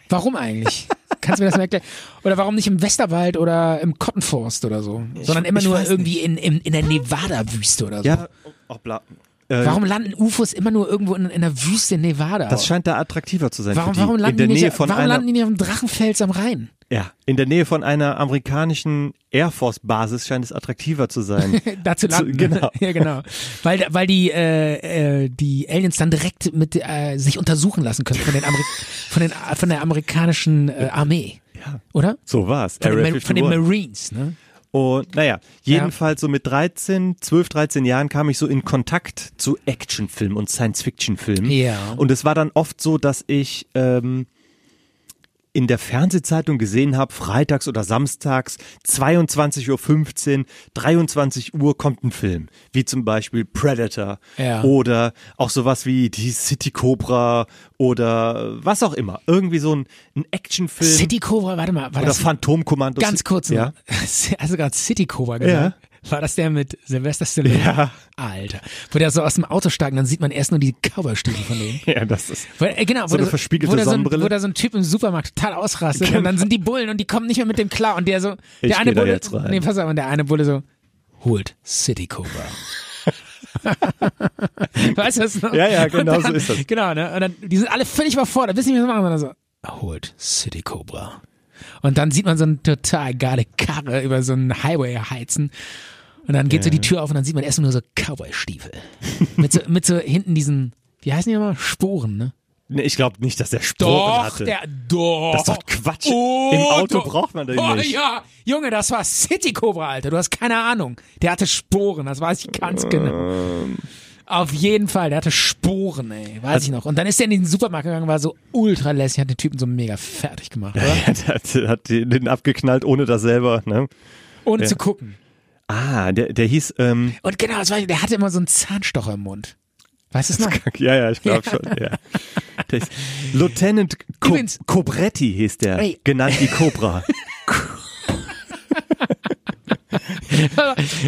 [SPEAKER 2] Warum eigentlich? Kannst du mir das mal erklären? Oder warum nicht im Westerwald oder im Cottonforst oder so? Sondern immer
[SPEAKER 3] ich
[SPEAKER 2] nur
[SPEAKER 3] weiß
[SPEAKER 2] irgendwie in, in, in der Nevada-Wüste oder so.
[SPEAKER 3] Ja, hoppla. Äh,
[SPEAKER 2] Warum landen UFOs immer nur irgendwo in, in der Wüste in Nevada?
[SPEAKER 3] Das scheint da attraktiver zu sein.
[SPEAKER 2] warum,
[SPEAKER 3] für die.
[SPEAKER 2] warum landen
[SPEAKER 3] in der
[SPEAKER 2] die
[SPEAKER 3] Nähe
[SPEAKER 2] nicht,
[SPEAKER 3] von
[SPEAKER 2] warum
[SPEAKER 3] einer,
[SPEAKER 2] landen die nicht auf dem Drachenfels am Rhein?
[SPEAKER 3] Ja, in der Nähe von einer amerikanischen Air Force Basis scheint es attraktiver zu sein.
[SPEAKER 2] Dazu landen.
[SPEAKER 3] Zu- genau.
[SPEAKER 2] ja, genau. Weil, weil die, äh, äh, die Aliens dann direkt mit äh, sich untersuchen lassen können von, den Ameri von, den, von der amerikanischen äh, Armee. Ja. Oder?
[SPEAKER 3] so war's.
[SPEAKER 2] Von,
[SPEAKER 3] Area
[SPEAKER 2] den, Ma- von den
[SPEAKER 3] 51.
[SPEAKER 2] Marines, ne?
[SPEAKER 3] Und naja, jedenfalls so mit 13, 12, 13 Jahren kam ich so in Kontakt zu Actionfilmen und Science-Fiction-Filmen.
[SPEAKER 2] Ja.
[SPEAKER 3] Und es war dann oft so, dass ich ähm, in der Fernsehzeitung gesehen habe, freitags oder samstags, 22.15 Uhr, 23 Uhr kommt ein Film. Wie zum Beispiel Predator
[SPEAKER 2] Ja.
[SPEAKER 3] oder auch sowas wie die City Cobra oder was auch immer. Irgendwie so ein, ein Actionfilm
[SPEAKER 2] City Cobra, warte mal, war
[SPEAKER 3] oder
[SPEAKER 2] das
[SPEAKER 3] Phantomkommando.
[SPEAKER 2] ganz kurz,
[SPEAKER 3] Ja.
[SPEAKER 2] ja? hast du gerade City Cobra gesagt? War das der mit Sylvester Stallone?
[SPEAKER 3] Ja.
[SPEAKER 2] Alter. Wo der so aus dem Auto steigt, und dann sieht man erst nur die Cowboy-Stiefel von dem.
[SPEAKER 3] ja, das ist.
[SPEAKER 2] Weil, äh, genau,
[SPEAKER 3] So
[SPEAKER 2] wo
[SPEAKER 3] eine
[SPEAKER 2] da-
[SPEAKER 3] verspiegelte
[SPEAKER 2] wo da so, ein-
[SPEAKER 3] Sonnenbrille. Genau.
[SPEAKER 2] Wo da so ein Typ im Supermarkt total ausrastet und dann sind die Bullen und die kommen nicht mehr mit dem klar und der so, der
[SPEAKER 3] Ich
[SPEAKER 2] eine
[SPEAKER 3] geh da
[SPEAKER 2] Bulle,
[SPEAKER 3] jetzt rein.
[SPEAKER 2] nee, pass auf, und der eine Bulle so, holt City Cobra. weißt du das noch?
[SPEAKER 3] Ja, ja,
[SPEAKER 2] Und
[SPEAKER 3] genau so
[SPEAKER 2] dann,
[SPEAKER 3] ist das.
[SPEAKER 2] Genau, ne, und dann, die sind alle völlig überfordert, wissen nicht, was sie machen, sondern so, holt City Cobra. Und dann sieht man so eine total geile Karre über so einen Highway heizen. Und dann geht so die Tür auf und dann sieht man erstmal nur so Cowboy-Stiefel. mit, so, mit so hinten diesen, wie heißen die nochmal? Sporen, ne?
[SPEAKER 3] Nee, ich glaube nicht, dass der Sporen
[SPEAKER 2] Doch,
[SPEAKER 3] hatte.
[SPEAKER 2] der, doch.
[SPEAKER 3] Das ist doch Quatsch. Im Auto braucht man den
[SPEAKER 2] oh,
[SPEAKER 3] nicht.
[SPEAKER 2] ja, Junge, das war City Cobra, Alter. Du hast keine Ahnung. Der hatte Sporen, das weiß ich
[SPEAKER 3] Ähm.
[SPEAKER 2] ganz genau. Auf jeden Fall, der hatte Sporen, ey.
[SPEAKER 3] Also
[SPEAKER 2] Weiß ich noch. Und dann ist er in den Supermarkt gegangen, war so ultra lässig, hat den Typen so mega fertig gemacht, oder?
[SPEAKER 3] Ja, der hat, hat die- den abgeknallt, ohne das selber. Ne?
[SPEAKER 2] Ohne zu gucken.
[SPEAKER 3] Ah, der, der hieß, ähm,
[SPEAKER 2] Und genau, das war, der hatte immer so einen Zahnstocher im Mund. Weißt du es noch?
[SPEAKER 3] ja, ja, ich glaube schon, ja. Der hieß, Lieutenant Co
[SPEAKER 2] Übrigens-
[SPEAKER 3] Cobretti hieß der,
[SPEAKER 2] Ey.
[SPEAKER 3] genannt die Cobra.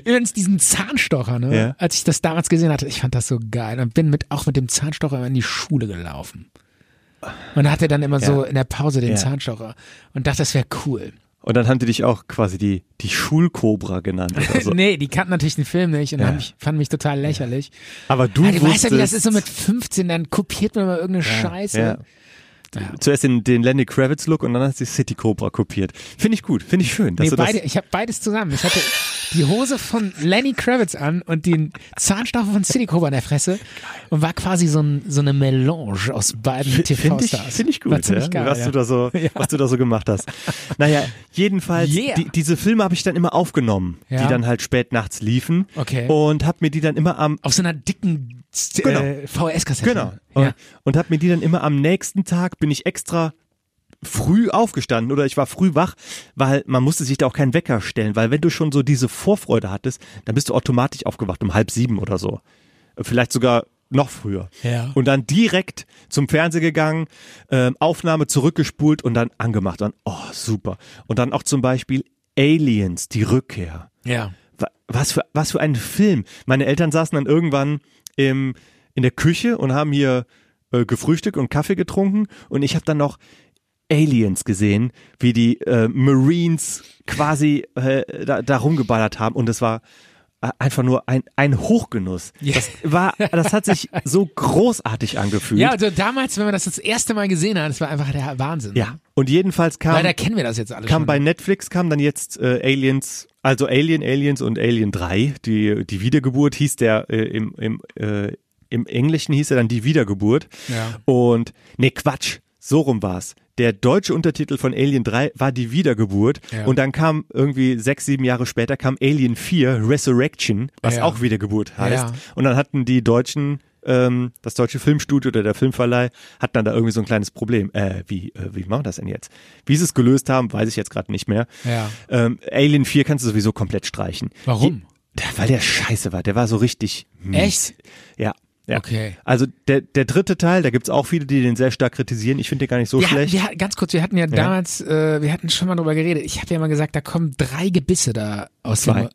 [SPEAKER 2] Übrigens diesen Zahnstocher, ne?
[SPEAKER 3] Ja.
[SPEAKER 2] Als ich das damals gesehen hatte, ich fand das so geil und bin mit, auch mit dem Zahnstocher immer in die Schule gelaufen. Und hatte dann immer so in der Pause den
[SPEAKER 3] Ja.
[SPEAKER 2] Zahnstocher und dachte, das wäre cool.
[SPEAKER 3] Und dann haben die dich auch quasi die, die Schulcobra genannt. Oder so.
[SPEAKER 2] nee, die kannten natürlich den Film nicht und
[SPEAKER 3] Ja.
[SPEAKER 2] haben mich, fanden mich total lächerlich.
[SPEAKER 3] Aber du
[SPEAKER 2] Ja, du weißt ja,
[SPEAKER 3] wusstest
[SPEAKER 2] wie das ist so mit 15, dann kopiert man mal irgendeine Scheiße.
[SPEAKER 3] ja. zuerst den, den Lenny Kravitz Look und dann hast du die City Cobra kopiert. Finde ich gut, finde ich schön. Dass
[SPEAKER 2] Nee,
[SPEAKER 3] du das,
[SPEAKER 2] beide, ich habe beides zusammen. Ich hatte die Hose von Lenny Kravitz an und den Zahnstocher von City Cobra in der Fresse und war quasi so, ein, so eine Melange aus beiden
[SPEAKER 3] Finde ich,
[SPEAKER 2] TV-Stars.
[SPEAKER 3] finde ich gut,
[SPEAKER 2] War
[SPEAKER 3] ja?
[SPEAKER 2] ziemlich geil,
[SPEAKER 3] was,
[SPEAKER 2] ja.
[SPEAKER 3] du da so, was du da so gemacht hast. Naja, jedenfalls,
[SPEAKER 2] Yeah.
[SPEAKER 3] die, diese Filme habe ich dann immer aufgenommen,
[SPEAKER 2] Ja.
[SPEAKER 3] die dann halt spät nachts liefen
[SPEAKER 2] Okay.
[SPEAKER 3] und habe mir die dann immer am,
[SPEAKER 2] Auf so einer dicken
[SPEAKER 3] Genau.
[SPEAKER 2] äh, VHS-Kassette.
[SPEAKER 3] genau,
[SPEAKER 2] Ja.
[SPEAKER 3] und, und habe mir die dann immer am nächsten Tag, bin ich extra früh aufgestanden oder ich war früh wach, weil man musste sich da auch keinen Wecker stellen, weil wenn du schon so diese Vorfreude hattest, dann bist du automatisch aufgewacht um halb sieben oder so. Vielleicht sogar noch früher.
[SPEAKER 2] Ja.
[SPEAKER 3] Und dann direkt zum Fernseher gegangen, ähm, Aufnahme zurückgespult und dann angemacht. Dann, oh, super. Und dann auch zum Beispiel Aliens, die Rückkehr.
[SPEAKER 2] ja.
[SPEAKER 3] Wa- was für, was für ein Film. Meine Eltern saßen dann irgendwann im, in der Küche und haben hier äh, gefrühstückt und Kaffee getrunken und ich habe dann noch Aliens gesehen, wie die äh, Marines quasi äh, da, da rumgeballert haben und es war äh, einfach nur ein, ein Hochgenuss.
[SPEAKER 2] Ja.
[SPEAKER 3] Das war, das hat sich so großartig angefühlt.
[SPEAKER 2] Ja, also damals, wenn man das das erste Mal gesehen hat, das war einfach der Wahnsinn.
[SPEAKER 3] Ja. Und jedenfalls kam,
[SPEAKER 2] Leider kennen wir das jetzt alle
[SPEAKER 3] kam
[SPEAKER 2] schon.
[SPEAKER 3] bei Netflix kam dann jetzt äh, Aliens, also Alien, Aliens und Alien 3, die, die Wiedergeburt hieß der äh, im, im, äh, im Englischen hieß er dann die Wiedergeburt.
[SPEAKER 2] Ja.
[SPEAKER 3] Und nee, Quatsch, so rum war's. Der deutsche Untertitel von Alien 3 war die Wiedergeburt
[SPEAKER 2] Ja.
[SPEAKER 3] und dann kam irgendwie sechs, sieben Jahre später kam Alien 4 Resurrection, was
[SPEAKER 2] Ja.
[SPEAKER 3] auch Wiedergeburt heißt.
[SPEAKER 2] Ja.
[SPEAKER 3] Und dann hatten die Deutschen, ähm, das deutsche Filmstudio oder der Filmverleih, hat dann da irgendwie so ein kleines Problem. Äh, wie, äh, wie machen wir das denn jetzt? Wie sie es gelöst haben, weiß ich jetzt gerade nicht mehr.
[SPEAKER 2] Ja.
[SPEAKER 3] Ähm, Alien 4 kannst du sowieso komplett streichen.
[SPEAKER 2] Warum?
[SPEAKER 3] Die, der, weil der scheiße war. Der war so richtig mies.
[SPEAKER 2] Echt?
[SPEAKER 3] Ja. Ja.
[SPEAKER 2] Okay.
[SPEAKER 3] Also der, der dritte Teil, da gibt's auch viele, die den sehr stark kritisieren. Ich finde den gar nicht so
[SPEAKER 2] wir
[SPEAKER 3] schlecht.
[SPEAKER 2] Hatten, wir, hatten- ganz kurz, wir hatten ja, damals, äh, wir hatten schon mal drüber geredet. Ich habe ja mal gesagt, da kommen drei Gebisse da aus
[SPEAKER 3] Zwei.
[SPEAKER 2] dem.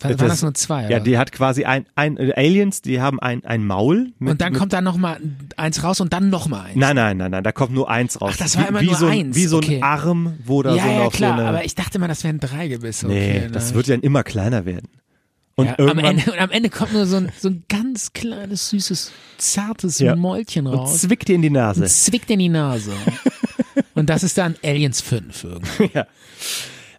[SPEAKER 2] Waren, waren das nur zwei?
[SPEAKER 3] Ja,
[SPEAKER 2] oder?
[SPEAKER 3] die hat quasi ein, ein äh, Aliens, die haben ein, ein Maul. Mit,
[SPEAKER 2] und dann
[SPEAKER 3] mit,
[SPEAKER 2] kommt da nochmal eins raus und dann nochmal eins.
[SPEAKER 3] Nein, nein, nein, nein, da kommt nur eins raus.
[SPEAKER 2] Ach, das war
[SPEAKER 3] wie,
[SPEAKER 2] immer
[SPEAKER 3] wie
[SPEAKER 2] nur
[SPEAKER 3] so ein,
[SPEAKER 2] eins,
[SPEAKER 3] Wie so ein
[SPEAKER 2] okay.
[SPEAKER 3] Arm, wo da
[SPEAKER 2] ja,
[SPEAKER 3] so noch
[SPEAKER 2] ja, klar,
[SPEAKER 3] so eine.
[SPEAKER 2] aber ich dachte immer, das wären drei Gebisse.
[SPEAKER 3] nee,
[SPEAKER 2] Okay,
[SPEAKER 3] das
[SPEAKER 2] ne?
[SPEAKER 3] wird ja immer kleiner werden. Und
[SPEAKER 2] ja, am,
[SPEAKER 3] irgendwann
[SPEAKER 2] Ende, und am Ende kommt nur so ein, so ein ganz kleines, süßes, zartes
[SPEAKER 3] Ja.
[SPEAKER 2] Mäulchen
[SPEAKER 3] und
[SPEAKER 2] raus.
[SPEAKER 3] zwickt dir in die Nase.
[SPEAKER 2] Und zwickt in die Nase. und das ist dann Aliens 5 irgendwie.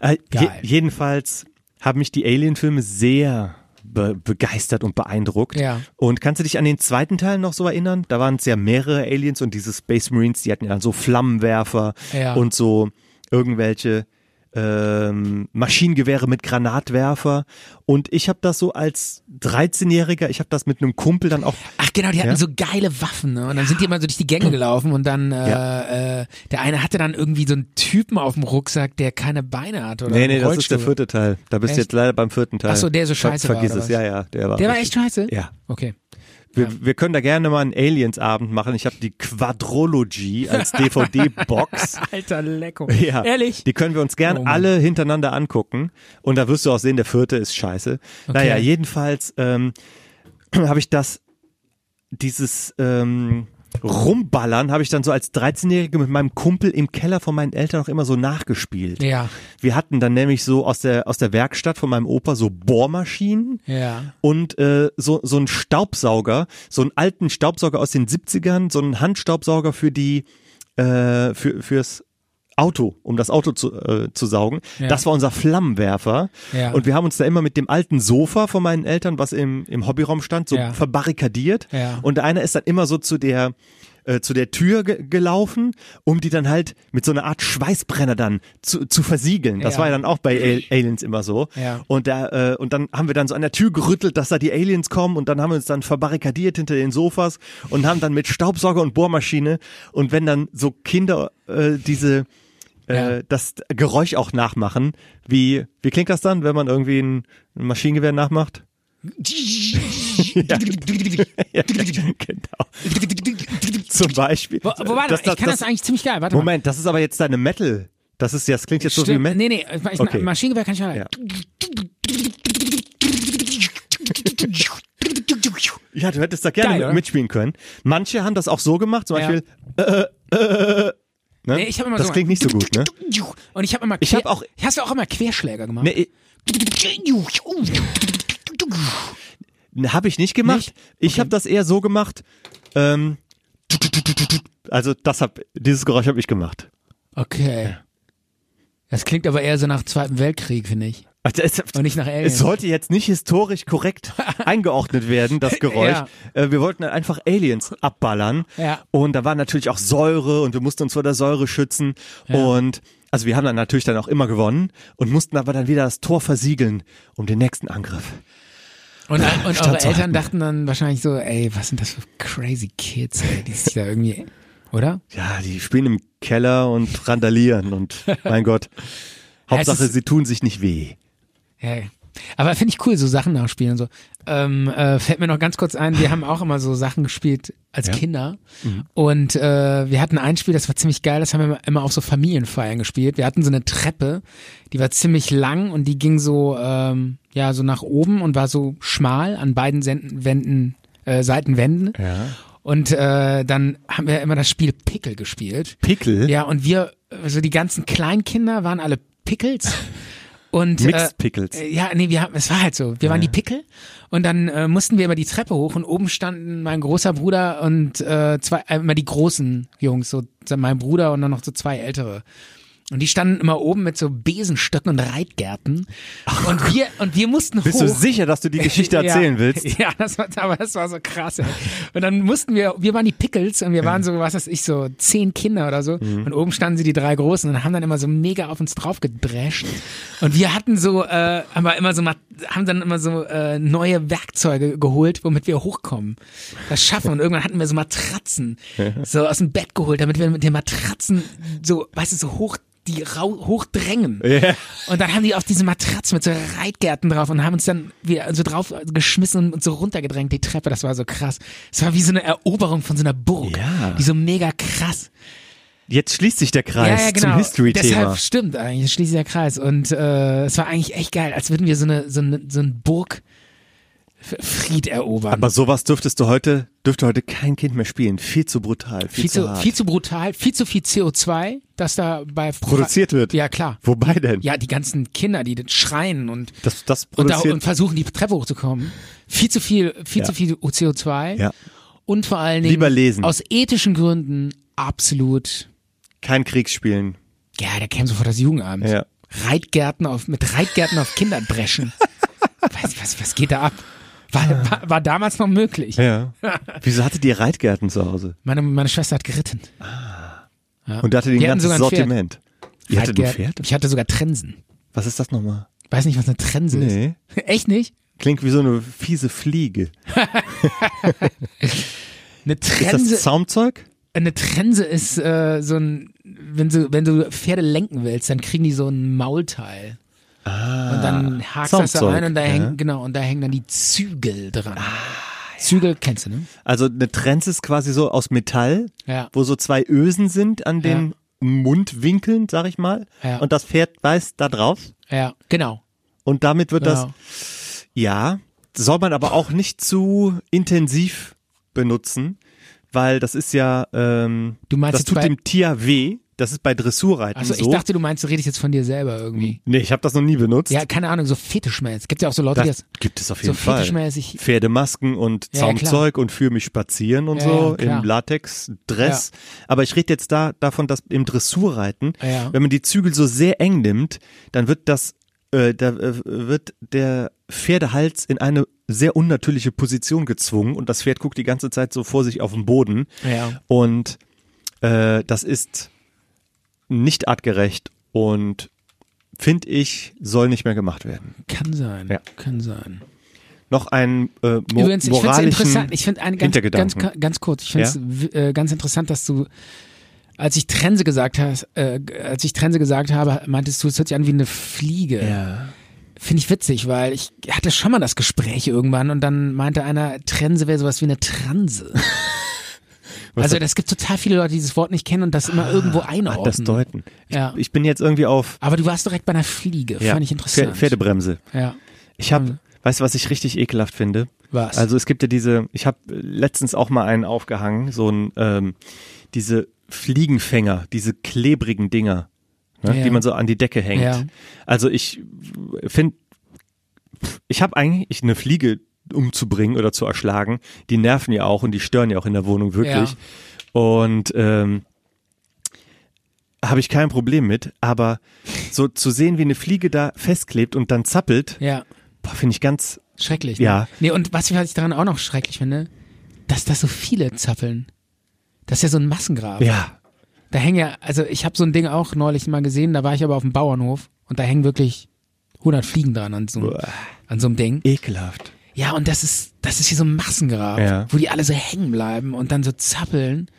[SPEAKER 3] Äh, je,
[SPEAKER 2] Geil.
[SPEAKER 3] jedenfalls haben mich die Alien-Filme sehr be begeistert und beeindruckt.
[SPEAKER 2] Ja.
[SPEAKER 3] Und kannst du dich an den zweiten Teil noch so erinnern? Da waren es ja mehrere Aliens und diese Space Marines, die hatten ja dann so Flammenwerfer
[SPEAKER 2] Ja.
[SPEAKER 3] und so irgendwelche ähm, Maschinengewehre mit Granatwerfer. Und ich habe das so als 13-Jähriger, ich habe das mit einem Kumpel dann auch.
[SPEAKER 2] Ach genau, die hatten
[SPEAKER 3] Ja.
[SPEAKER 2] so geile Waffen, ne? Und dann sind die immer so durch die Gänge gelaufen und dann äh, äh, der eine hatte dann irgendwie so einen Typen auf dem Rucksack, der keine Beine hat oder
[SPEAKER 3] Nee, nee,
[SPEAKER 2] einen
[SPEAKER 3] das ist der
[SPEAKER 2] Rollstuhl.
[SPEAKER 3] vierte Teil. Da bist
[SPEAKER 2] Echt?
[SPEAKER 3] du jetzt leider beim vierten Teil.
[SPEAKER 2] Ach so, der so
[SPEAKER 3] Ver-
[SPEAKER 2] scheiße war,
[SPEAKER 3] Vergiss
[SPEAKER 2] oder
[SPEAKER 3] es,
[SPEAKER 2] was?
[SPEAKER 3] ja, ja, der war.
[SPEAKER 2] Der war
[SPEAKER 3] richtig-
[SPEAKER 2] echt scheiße?
[SPEAKER 3] Ja.
[SPEAKER 2] Okay.
[SPEAKER 3] Wir, wir können da gerne mal einen Aliens-Abend machen. Ich habe die Quadrology als DVD-Box.
[SPEAKER 2] Alter Lecko.
[SPEAKER 3] Ja,
[SPEAKER 2] Ehrlich?
[SPEAKER 3] Die können wir uns gern
[SPEAKER 2] Oh Mann.
[SPEAKER 3] alle hintereinander angucken. Und da wirst du auch sehen, der vierte ist scheiße. Naja, jedenfalls ähm, habe ich das, dieses ähm, Rumballern habe ich dann so als 13-Jährige mit meinem Kumpel im Keller von meinen Eltern auch immer so nachgespielt.
[SPEAKER 2] Ja,
[SPEAKER 3] Wir hatten dann nämlich so aus der, aus der Werkstatt von meinem Opa so Bohrmaschinen
[SPEAKER 2] ja.
[SPEAKER 3] und äh, so, so einen Staubsauger, so einen alten Staubsauger aus den 70ern, so einen Handstaubsauger für die, äh, für, fürs Auto, um das Auto zu, äh, zu saugen.
[SPEAKER 2] Ja.
[SPEAKER 3] Das war unser Flammenwerfer.
[SPEAKER 2] Ja.
[SPEAKER 3] Und wir haben uns da immer mit dem alten Sofa von meinen Eltern, was im, im Hobbyraum stand, so
[SPEAKER 2] Ja.
[SPEAKER 3] verbarrikadiert.
[SPEAKER 2] Ja.
[SPEAKER 3] Und einer ist dann immer so zu der äh, zu der Tür ge gelaufen, um die dann halt mit so einer Art Schweißbrenner dann zu, zu versiegeln. Das
[SPEAKER 2] Ja.
[SPEAKER 3] war ja dann auch bei Al Aliens immer so.
[SPEAKER 2] Ja.
[SPEAKER 3] Und da, äh, und dann haben wir dann so an der Tür gerüttelt, dass da die Aliens kommen und dann haben wir uns dann verbarrikadiert hinter den Sofas und haben dann mit Staubsauger und Bohrmaschine und wenn dann so Kinder äh, diese äh,
[SPEAKER 2] Ja.
[SPEAKER 3] das Geräusch auch nachmachen, wie wie klingt das dann, wenn man irgendwie ein, ein Maschinengewehr nachmacht? ja, genau. Zum Beispiel.
[SPEAKER 2] Wo, wobei,
[SPEAKER 3] Das-
[SPEAKER 2] ich kann das,
[SPEAKER 3] das-
[SPEAKER 2] eigentlich ziemlich geil. Warte mal.
[SPEAKER 3] Moment, das ist aber jetzt deine Metal. Das ist ja, das klingt jetzt so wie
[SPEAKER 2] Stimmt.
[SPEAKER 3] Metal.
[SPEAKER 2] Nee, nee, ich, ich,
[SPEAKER 3] Okay.
[SPEAKER 2] Maschinengewehr kann ich mal.
[SPEAKER 3] Ja. Ja, du hättest da gerne
[SPEAKER 2] Geil,
[SPEAKER 3] mit-
[SPEAKER 2] oder?
[SPEAKER 3] mitspielen können. Manche haben das auch so gemacht, zum
[SPEAKER 2] Ja.
[SPEAKER 3] Beispiel. Äh, äh, äh, ne?
[SPEAKER 2] Nee, ich hab immer
[SPEAKER 3] das
[SPEAKER 2] so
[SPEAKER 3] klingt nicht so gut, ne?
[SPEAKER 2] Und ich habe immer
[SPEAKER 3] Ich hab auch-
[SPEAKER 2] Hast du auch immer Querschläger gemacht?
[SPEAKER 3] Nee, habe ich nicht gemacht.
[SPEAKER 2] Nicht?
[SPEAKER 3] Ich habe das eher so gemacht. Ähm, also das hab, dieses Geräusch habe ich gemacht.
[SPEAKER 2] Okay. Das klingt aber eher so nach Zweiten Weltkrieg, finde ich.
[SPEAKER 3] Also es,
[SPEAKER 2] Und nicht nach Aliens.
[SPEAKER 3] es sollte jetzt nicht historisch korrekt eingeordnet werden, das Geräusch.
[SPEAKER 2] Ja.
[SPEAKER 3] Äh, wir wollten einfach Aliens abballern.
[SPEAKER 2] Ja.
[SPEAKER 3] Und da war natürlich auch Säure und wir mussten uns vor der Säure schützen. Und also wir haben dann natürlich dann auch immer gewonnen und mussten aber dann wieder das Tor versiegeln um den nächsten Angriff.
[SPEAKER 2] Und, und eure
[SPEAKER 3] Stattzuhalten.
[SPEAKER 2] Eltern dachten dann wahrscheinlich so, ey, was sind das für crazy Kids, ey, die sich da irgendwie, oder?
[SPEAKER 3] Ja, die spielen im Keller und randalieren und mein Gott.
[SPEAKER 2] Ja,
[SPEAKER 3] Hauptsache,
[SPEAKER 2] es ist-
[SPEAKER 3] sie tun sich nicht weh.
[SPEAKER 2] Ja, ja. Aber finde ich cool, so Sachen nachspielen. und So. Ähm, äh, fällt mir noch ganz kurz ein, wir haben auch immer so Sachen gespielt als Kinder. Und äh, wir hatten ein Spiel, das war ziemlich geil, das haben wir immer- immer auf so Familienfeiern gespielt. Wir hatten so eine Treppe, die war ziemlich lang und die ging so, ähm, ja, so nach oben und war so schmal an beiden Senden, Wänden, äh, Seitenwänden. Ja. Und äh, dann haben wir immer das Spiel Pickel gespielt.
[SPEAKER 3] Pickel?
[SPEAKER 2] Ja, und wir, also die ganzen Kleinkinder waren alle Pickels. Und,
[SPEAKER 3] Mixed
[SPEAKER 2] äh,
[SPEAKER 3] Pickles.
[SPEAKER 2] äh, Ja, nee, wir haben, es war halt so. Wir waren die Pickel und dann äh, mussten wir immer die Treppe hoch und oben standen mein großer Bruder und äh, zwei, äh, immer die großen Jungs, so mein Bruder und dann noch so zwei ältere. Und die standen immer oben mit so Besenstöcken und Reitgärten. Und wir, und wir mussten
[SPEAKER 3] Bist
[SPEAKER 2] hoch.
[SPEAKER 3] du sicher, dass du die Geschichte erzählen
[SPEAKER 2] ja,
[SPEAKER 3] willst?
[SPEAKER 2] Ja, das war, aber das war so krass. Ey. Und dann mussten wir, wir waren die Pickles und wir waren so, was weiß ich, so zehn Kinder oder so.
[SPEAKER 3] Mhm.
[SPEAKER 2] Und oben standen sie die drei Großen und haben dann immer so mega auf uns drauf gedrescht. Und wir hatten so, äh, aber immer so, ma- haben dann immer so äh, neue Werkzeuge geholt, womit wir hochkommen. Das schaffen. Und irgendwann hatten wir so Matratzen so aus dem Bett geholt, damit wir mit den Matratzen so, weißt du, so hoch die rau hochdrängen. Und dann haben die auf diese Matratze mit so Reitgärten drauf und haben uns dann wieder so drauf äh, geschmissen und uns so runtergedrängt, die Treppe. Das war so krass. Es war wie so eine Eroberung von so einer Burg.
[SPEAKER 3] Ja.
[SPEAKER 2] Die so mega krass.
[SPEAKER 3] Jetzt schließt sich der
[SPEAKER 2] Ja,
[SPEAKER 3] Kreis
[SPEAKER 2] ja, genau.
[SPEAKER 3] zum History-Thema.
[SPEAKER 2] Deshalb stimmt eigentlich, schließt der Kreis. Und äh, es war eigentlich echt geil, als würden wir so eine, so eine so ein Burgfried erobern.
[SPEAKER 3] Aber sowas dürftest du heute, dürfte heute kein Kind mehr spielen. Viel zu brutal, viel,
[SPEAKER 2] viel
[SPEAKER 3] zu,
[SPEAKER 2] zu,
[SPEAKER 3] hart.
[SPEAKER 2] viel zu brutal, viel zu viel CO2, das da bei
[SPEAKER 3] Produziert wird.
[SPEAKER 2] Ja, klar.
[SPEAKER 3] Wobei denn?
[SPEAKER 2] Ja, die ganzen Kinder, die das schreien und,
[SPEAKER 3] Das, das
[SPEAKER 2] und, da,
[SPEAKER 3] produziert.
[SPEAKER 2] und versuchen, die Treppe hochzukommen. Viel zu viel, viel
[SPEAKER 3] Ja.
[SPEAKER 2] zu viel CO2.
[SPEAKER 3] ja,
[SPEAKER 2] Und vor allen Dingen
[SPEAKER 3] Lieber lesen.
[SPEAKER 2] aus ethischen Gründen absolut.
[SPEAKER 3] kein Kriegsspielen.
[SPEAKER 2] Ja, da käme sofort das Jugendamt.
[SPEAKER 3] Ja.
[SPEAKER 2] Reitgärten auf, mit Reitgärten auf Kinder dreschen. was, was, was geht da ab? War, war, war damals noch möglich.
[SPEAKER 3] Ja. Wieso hattet ihr Reitgärten zu Hause?
[SPEAKER 2] Meine, meine Schwester hat geritten.
[SPEAKER 3] Und da hatte die
[SPEAKER 2] Die
[SPEAKER 3] ein
[SPEAKER 2] hatten
[SPEAKER 3] ganzes
[SPEAKER 2] sogar ein Pferd.
[SPEAKER 3] Sortiment. Ihr hattet ein
[SPEAKER 2] Feitger-
[SPEAKER 3] Pferd?
[SPEAKER 2] Ich hatte sogar Trensen.
[SPEAKER 3] Was ist das nochmal?
[SPEAKER 2] Weiß nicht, was eine Trense
[SPEAKER 3] Nee.
[SPEAKER 2] ist. Echt nicht?
[SPEAKER 3] Klingt wie so eine fiese Fliege.
[SPEAKER 2] Eine
[SPEAKER 3] Ist
[SPEAKER 2] Trense
[SPEAKER 3] das Zaumzeug?
[SPEAKER 2] Eine Trense ist äh, so ein, wenn du, wenn du Pferde lenken willst, dann kriegen die so ein Maulteil. Ah, und dann hakst das da
[SPEAKER 3] Zaumzeug,
[SPEAKER 2] rein und da
[SPEAKER 3] ja. Ah,
[SPEAKER 2] hängen, genau, und da hängen dann die Zügel dran. Zügel kennst du, ne?
[SPEAKER 3] Also eine Trense ist quasi so aus Metall,
[SPEAKER 2] Ja.
[SPEAKER 3] wo so zwei Ösen sind an den Mundwinkeln, sag ich mal.
[SPEAKER 2] Ja.
[SPEAKER 3] Und das Pferd beißt da drauf.
[SPEAKER 2] Ja, genau.
[SPEAKER 3] Und damit wird
[SPEAKER 2] genau.
[SPEAKER 3] das, ja, soll man aber auch nicht zu intensiv benutzen, weil das ist ja, ähm,
[SPEAKER 2] Du meinst
[SPEAKER 3] das
[SPEAKER 2] jetzt
[SPEAKER 3] tut
[SPEAKER 2] bei-
[SPEAKER 3] dem Tier weh. Das ist bei Dressurreiten
[SPEAKER 2] Also
[SPEAKER 3] so.
[SPEAKER 2] ich dachte, du meinst, du redest jetzt von dir selber irgendwie.
[SPEAKER 3] nee, ich habe das noch nie benutzt.
[SPEAKER 2] Ja, keine Ahnung, so fetischmäßig. Es gibt ja auch so Leute, die
[SPEAKER 3] Das
[SPEAKER 2] das.
[SPEAKER 3] gibt es auf
[SPEAKER 2] so
[SPEAKER 3] jeden Fall.
[SPEAKER 2] fetischmäßig-
[SPEAKER 3] Pferdemasken und
[SPEAKER 2] Ja, ja, klar.
[SPEAKER 3] Zaumzeug und für mich spazieren und
[SPEAKER 2] Ja, ja,
[SPEAKER 3] so
[SPEAKER 2] klar.
[SPEAKER 3] im Latex-Dress. Aber ich rede jetzt da davon, dass im Dressurreiten,
[SPEAKER 2] Ja.
[SPEAKER 3] wenn man die Zügel so sehr eng nimmt, dann wird das, äh, da äh, wird der Pferdehals in eine sehr unnatürliche Position gezwungen und das Pferd guckt die ganze Zeit so vor sich auf den Boden.
[SPEAKER 2] Ja.
[SPEAKER 3] Und äh, das ist nicht artgerecht und finde ich, soll nicht mehr gemacht werden
[SPEAKER 2] Kann sein.
[SPEAKER 3] Ja.
[SPEAKER 2] Kann sein.
[SPEAKER 3] noch einen äh, mo
[SPEAKER 2] Übrigens, ich finde es
[SPEAKER 3] moralischen
[SPEAKER 2] interessant. Ich finde eine ganz, ganz,
[SPEAKER 3] Hintergedanken.
[SPEAKER 2] ganz kurz. Ich finde es
[SPEAKER 3] Ja?
[SPEAKER 2] äh, ganz interessant, dass du, als ich Trense gesagt hast, äh, als ich Trense gesagt habe, meintest du, es hört sich an wie eine Fliege.
[SPEAKER 3] ja.
[SPEAKER 2] Finde ich witzig, weil ich hatte schon mal das Gespräch irgendwann und dann meinte einer, Trense wäre sowas wie eine Transe. also es gibt total viele Leute, die dieses Wort nicht kennen und das immer irgendwo einordnen.
[SPEAKER 3] Ah, Das deuten. Ich,
[SPEAKER 2] Ja.
[SPEAKER 3] ich bin jetzt irgendwie auf
[SPEAKER 2] Aber du warst direkt bei einer Fliege.
[SPEAKER 3] ja,
[SPEAKER 2] Fand ich interessant.
[SPEAKER 3] Pfer- Pferdebremse.
[SPEAKER 2] Ja.
[SPEAKER 3] Ich habe, weißt du, was ich richtig ekelhaft finde?
[SPEAKER 2] Hm. Was?
[SPEAKER 3] Also es gibt ja diese, ich habe letztens auch mal einen aufgehangen, so ein, ähm, diese Fliegenfänger, diese klebrigen Dinger, ne,
[SPEAKER 2] Ja.
[SPEAKER 3] die man so an die Decke hängt.
[SPEAKER 2] Ja.
[SPEAKER 3] Also ich finde, ich habe eigentlich eine Fliege umzubringen oder zu erschlagen, die nerven ja auch und die stören ja auch in der Wohnung wirklich. Und ähm, habe ich kein Problem mit, aber so zu sehen, wie eine Fliege da festklebt und dann zappelt,
[SPEAKER 2] Ja.
[SPEAKER 3] boah, finde ich ganz
[SPEAKER 2] Schrecklich. Ne?
[SPEAKER 3] Ja.
[SPEAKER 2] Nee, und was ich, was ich daran auch noch schrecklich finde, dass da so viele zappeln. Das ist ja so ein Massengrab.
[SPEAKER 3] ja,
[SPEAKER 2] Da hängen ja, also ich habe so ein Ding auch neulich mal gesehen, da war ich aber auf dem Bauernhof und da hängen wirklich 100 Fliegen dran an so, einem- an so einem Ding.
[SPEAKER 3] ekelhaft.
[SPEAKER 2] Ja, und das ist, das ist hier so ein Massengrab,
[SPEAKER 3] Ja.
[SPEAKER 2] wo die alle so hängen bleiben und dann so zappeln.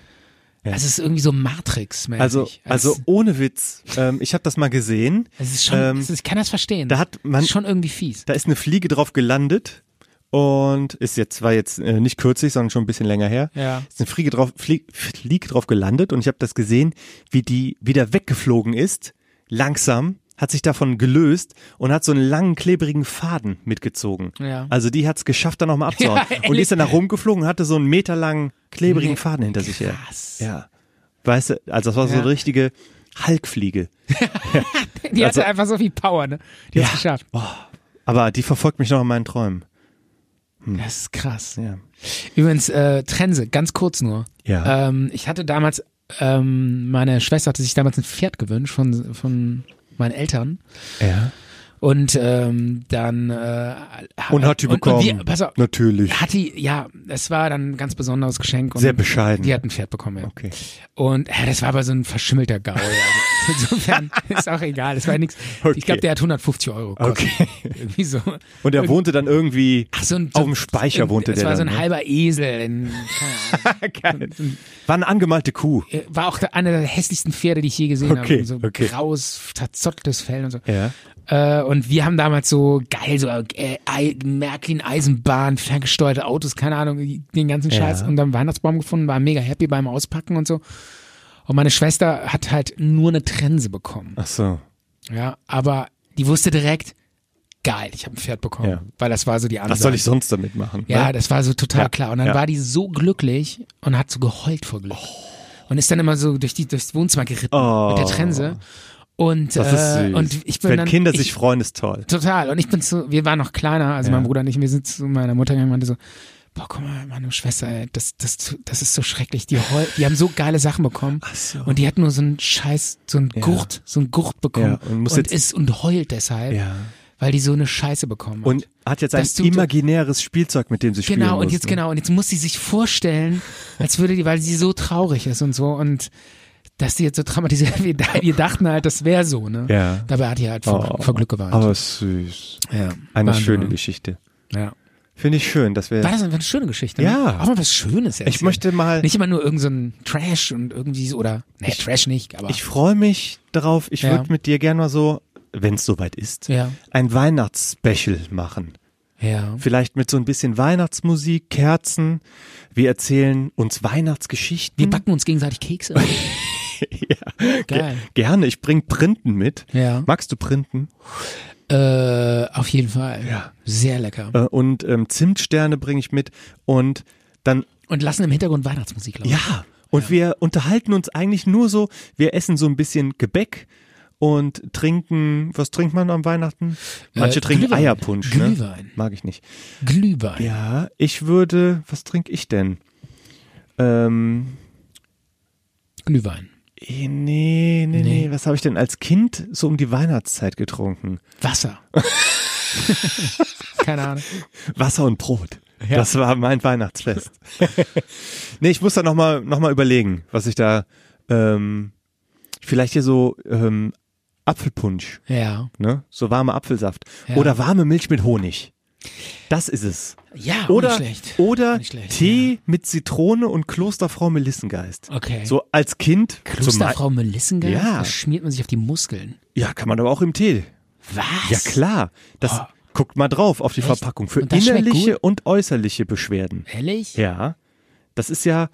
[SPEAKER 3] Ja.
[SPEAKER 2] Das ist irgendwie so Matrix-mäßig.
[SPEAKER 3] Also, also ohne Witz, ähm, ich habe das mal gesehen.
[SPEAKER 2] es ist schon,
[SPEAKER 3] ähm,
[SPEAKER 2] es ist, ich kann das verstehen.
[SPEAKER 3] da hat man-
[SPEAKER 2] ist schon irgendwie fies.
[SPEAKER 3] Da ist eine Fliege drauf gelandet und ist jetzt war jetzt äh, nicht kürzlich, sondern schon ein bisschen länger her.
[SPEAKER 2] Ja.
[SPEAKER 3] Ist eine Fliege drauf Flie Fliege drauf gelandet und ich habe das gesehen, wie die wieder weggeflogen ist, langsam hat sich davon gelöst und hat so einen langen klebrigen Faden mitgezogen.
[SPEAKER 2] Ja.
[SPEAKER 3] Also die hat es geschafft, da nochmal abzuhauen.
[SPEAKER 2] Ja,
[SPEAKER 3] und die
[SPEAKER 2] ehrlich.
[SPEAKER 3] ist dann nach rumgeflogen und hatte so einen meterlangen klebrigen
[SPEAKER 2] Nee,
[SPEAKER 3] Faden hinter sich her.
[SPEAKER 2] krass.
[SPEAKER 3] Ja. Weißt du, also das war so
[SPEAKER 2] Ja.
[SPEAKER 3] eine richtige Hulkfliege.
[SPEAKER 2] Die
[SPEAKER 3] also-
[SPEAKER 2] hatte einfach so viel Power, ne? Die hat's
[SPEAKER 3] Ja.
[SPEAKER 2] geschafft.
[SPEAKER 3] Oh, Aber die verfolgt mich noch in meinen Träumen. Hm.
[SPEAKER 2] Das ist krass.
[SPEAKER 3] Ja.
[SPEAKER 2] Übrigens, äh, Trense, ganz kurz nur.
[SPEAKER 3] Ja.
[SPEAKER 2] Ähm, ich hatte damals, ähm, meine Schwester hatte sich damals ein Pferd gewünscht von, von meinen Eltern.
[SPEAKER 3] Ja.
[SPEAKER 2] Und ähm, dann äh,
[SPEAKER 3] Und hat die bekommen.
[SPEAKER 2] Und die, pass auf,
[SPEAKER 3] Natürlich.
[SPEAKER 2] hat die, ja, es war dann ein ganz besonderes Geschenk. Und
[SPEAKER 3] Sehr bescheiden.
[SPEAKER 2] Die hat ein Pferd bekommen, ja.
[SPEAKER 3] Okay.
[SPEAKER 2] Und äh, das war aber so ein verschimmelter Gaul. Also. Insofern ist auch egal, das war nichts.
[SPEAKER 3] Okay.
[SPEAKER 2] Ich glaube, der hat 150 Euro gekostet.
[SPEAKER 3] Okay.
[SPEAKER 2] Irgendwie so.
[SPEAKER 3] Und er wohnte dann irgendwie
[SPEAKER 2] Ach, so ein, so,
[SPEAKER 3] auf dem Speicher wohnte
[SPEAKER 2] das
[SPEAKER 3] der
[SPEAKER 2] war
[SPEAKER 3] dann.
[SPEAKER 2] so ein
[SPEAKER 3] ne?
[SPEAKER 2] halber Esel. In, keine Ahnung.
[SPEAKER 3] Geil. War eine angemalte Kuh.
[SPEAKER 2] Äh, war auch der- einer der hässlichsten Pferde, die ich je gesehen habe.
[SPEAKER 3] Okay,
[SPEAKER 2] So
[SPEAKER 3] okay.
[SPEAKER 2] graues, verzotteltes Fell und so.
[SPEAKER 3] Ja.
[SPEAKER 2] Äh, und wir haben damals so geil, so äh, Ei- Märklin Eisenbahn, ferngesteuerte Autos, keine Ahnung, den ganzen Scheiß.
[SPEAKER 3] Ja.
[SPEAKER 2] Und dann Weihnachtsbaum gefunden, war mega happy beim Auspacken und so. Und meine Schwester hat halt nur eine Trense bekommen.
[SPEAKER 3] Ach so.
[SPEAKER 2] Ja, aber die wusste direkt, geil, ich habe ein Pferd bekommen.
[SPEAKER 3] Ja.
[SPEAKER 2] Weil das war so die Ansage.
[SPEAKER 3] Was soll ich sonst damit machen?
[SPEAKER 2] Ja,
[SPEAKER 3] ne?
[SPEAKER 2] das war so total
[SPEAKER 3] Ja,
[SPEAKER 2] klar. Und dann
[SPEAKER 3] ja.
[SPEAKER 2] war die so glücklich und hat so geheult vor Glück. Und ist dann immer so durch die, durchs Wohnzimmer geritten
[SPEAKER 3] Oh.
[SPEAKER 2] mit der Trense. Und,
[SPEAKER 3] das ist
[SPEAKER 2] äh,
[SPEAKER 3] süß.
[SPEAKER 2] und ich bin
[SPEAKER 3] Wenn
[SPEAKER 2] dann,
[SPEAKER 3] Kinder
[SPEAKER 2] ich,
[SPEAKER 3] sich freuen, ist toll.
[SPEAKER 2] Total. Und ich bin zu, wir waren noch kleiner, also
[SPEAKER 3] Ja.
[SPEAKER 2] mein Bruder und ich, wir sind zu meiner Mutter gegangen und meinte so, boah, guck mal, meine Schwester, ey, das, das, das ist so schrecklich. Die, heul, die haben so geile Sachen bekommen.
[SPEAKER 3] so.
[SPEAKER 2] Und die hat nur so einen Scheiß, so einen Gurt, so einen Gurt bekommen.
[SPEAKER 3] Ja, und muss jetzt-
[SPEAKER 2] ist und heult deshalb,
[SPEAKER 3] Ja.
[SPEAKER 2] weil die so eine Scheiße bekommen hat.
[SPEAKER 3] Und hat jetzt ein
[SPEAKER 2] Das tut-
[SPEAKER 3] imaginäres Spielzeug, mit dem sie spielen
[SPEAKER 2] Genau, und
[SPEAKER 3] muss,
[SPEAKER 2] jetzt
[SPEAKER 3] ne?
[SPEAKER 2] genau, und jetzt muss sie sich vorstellen, als würde die, weil sie so traurig ist und so und dass die jetzt so dramatisiert werden. Wir dachten halt, das wäre so, ne?
[SPEAKER 3] Ja. Oh.
[SPEAKER 2] Dabei hat die halt vor, vor Glück gewarnt.
[SPEAKER 3] Aber süß.
[SPEAKER 2] ja.
[SPEAKER 3] Eine
[SPEAKER 2] Wahnsinn,
[SPEAKER 3] schöne
[SPEAKER 2] ne?
[SPEAKER 3] Geschichte.
[SPEAKER 2] Ja.
[SPEAKER 3] Finde ich schön, dass wir.
[SPEAKER 2] War das eine schöne Geschichte? Ne?
[SPEAKER 3] Ja.
[SPEAKER 2] Auch mal was Schönes erzählen.
[SPEAKER 3] Ich möchte mal.
[SPEAKER 2] Nicht immer nur irgendein so ein Trash und irgendwie so, oder, ne, Trash nicht, aber.
[SPEAKER 3] Ich freue mich darauf. Ich
[SPEAKER 2] Ja.
[SPEAKER 3] würde mit dir gerne mal so, wenn es soweit ist,
[SPEAKER 2] Ja.
[SPEAKER 3] ein Weihnachtsspecial machen.
[SPEAKER 2] ja.
[SPEAKER 3] Vielleicht mit so ein bisschen Weihnachtsmusik, Kerzen. Wir erzählen uns Weihnachtsgeschichten.
[SPEAKER 2] Wir backen uns gegenseitig Kekse. ja. Geil.
[SPEAKER 3] gerne. Ich bring Printen mit.
[SPEAKER 2] Ja.
[SPEAKER 3] Magst du Printen?
[SPEAKER 2] Äh, auf jeden Fall.
[SPEAKER 3] Ja.
[SPEAKER 2] Sehr lecker.
[SPEAKER 3] Äh, und ähm, Zimtsterne bringe ich mit. Und dann
[SPEAKER 2] Und lassen im Hintergrund Weihnachtsmusik laufen.
[SPEAKER 3] Ja, und wir unterhalten uns eigentlich nur so, wir essen so ein bisschen Gebäck und trinken, was trinkt man am Weihnachten? Manche
[SPEAKER 2] Äh,
[SPEAKER 3] trinken
[SPEAKER 2] Glühwein.
[SPEAKER 3] Eierpunsch, ne?
[SPEAKER 2] Glühwein.
[SPEAKER 3] Mag ich nicht.
[SPEAKER 2] Glühwein.
[SPEAKER 3] Ja, ich würde, was trinke ich denn? Ähm,
[SPEAKER 2] Glühwein.
[SPEAKER 3] eh, nee, nee, nee,
[SPEAKER 2] Nee.
[SPEAKER 3] was habe ich denn als Kind so um die Weihnachtszeit getrunken?
[SPEAKER 2] Wasser. Keine Ahnung.
[SPEAKER 3] Wasser und Brot. Das war mein Weihnachtsfest. nee, ich muss da nochmal noch mal überlegen, was ich da, ähm, vielleicht hier so ähm, Apfelpunsch
[SPEAKER 2] Ja.
[SPEAKER 3] ne? So warmer Apfelsaft.
[SPEAKER 2] Ja.
[SPEAKER 3] Oder warme Milch mit Honig. Das ist es.
[SPEAKER 2] Ja, auch
[SPEAKER 3] Oder,
[SPEAKER 2] nicht schlecht.
[SPEAKER 3] oder
[SPEAKER 2] Nicht schlecht,
[SPEAKER 3] Tee mit Zitrone und Klosterfrau Melissengeist.
[SPEAKER 2] Okay.
[SPEAKER 3] So als Kind.
[SPEAKER 2] Klosterfrau
[SPEAKER 3] zum-
[SPEAKER 2] Melissengeist,
[SPEAKER 3] Ja.
[SPEAKER 2] da schmiert man sich auf die Muskeln.
[SPEAKER 3] Ja, kann man aber auch im Tee.
[SPEAKER 2] Was?
[SPEAKER 3] Ja, klar. Das guckt mal drauf auf die Verpackung. Für
[SPEAKER 2] Ah. Und das schmeckt
[SPEAKER 3] innerliche
[SPEAKER 2] gut?
[SPEAKER 3] und äußerliche Beschwerden.
[SPEAKER 2] Ehrlich?
[SPEAKER 3] Ja. Das ist ja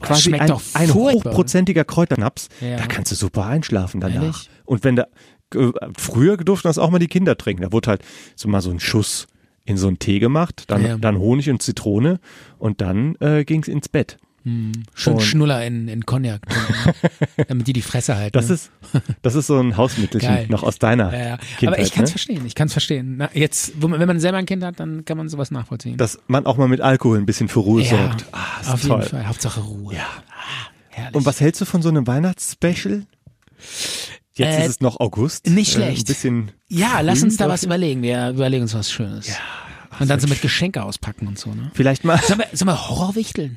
[SPEAKER 3] quasi
[SPEAKER 2] schmeckt
[SPEAKER 3] ein,
[SPEAKER 2] doch
[SPEAKER 3] ein
[SPEAKER 2] furchtbar.
[SPEAKER 3] hochprozentiger Kräuternaps.
[SPEAKER 2] Ja.
[SPEAKER 3] Da kannst du super einschlafen danach.
[SPEAKER 2] Ehrlich?
[SPEAKER 3] Und wenn da äh, früher durften das auch mal die Kinder trinken. Da wurde halt so mal so ein Schuss in so einen Tee gemacht, dann,
[SPEAKER 2] Ja.
[SPEAKER 3] dann Honig und Zitrone und dann äh, ging's ins Bett.
[SPEAKER 2] Hm. Schön
[SPEAKER 3] Und-
[SPEAKER 2] Schnuller in, in Cognac. trinken, damit die die Fresse halten.
[SPEAKER 3] Das
[SPEAKER 2] ne?
[SPEAKER 3] ist das ist so ein Hausmittelchen
[SPEAKER 2] Geil.
[SPEAKER 3] noch aus deiner
[SPEAKER 2] Ja, ja.
[SPEAKER 3] Kindheit.
[SPEAKER 2] Aber ich kann es
[SPEAKER 3] ne?
[SPEAKER 2] verstehen, ich kann es verstehen. Na, jetzt, wo man, wenn man selber ein Kind hat, dann kann man sowas nachvollziehen.
[SPEAKER 3] Dass man auch mal mit Alkohol ein bisschen für Ruhe
[SPEAKER 2] ja,
[SPEAKER 3] sorgt. Ah, ist
[SPEAKER 2] auf
[SPEAKER 3] toll.
[SPEAKER 2] jeden Fall. Hauptsache Ruhe. Ja. Ah, herrlich.
[SPEAKER 3] Und was hältst du von so einem Weihnachtsspecial? Jetzt
[SPEAKER 2] Äh,
[SPEAKER 3] ist es noch August.
[SPEAKER 2] nicht
[SPEAKER 3] Äh, ein
[SPEAKER 2] schlecht.
[SPEAKER 3] bisschen
[SPEAKER 2] ja, lass
[SPEAKER 3] früh
[SPEAKER 2] uns da
[SPEAKER 3] dafür.
[SPEAKER 2] was überlegen. Wir überlegen uns was Schönes. und dann so mit Geschenke auspacken und so, ne?
[SPEAKER 3] Vielleicht mal. Oh,
[SPEAKER 2] Sollen wir, sollen wir Horrorwichteln?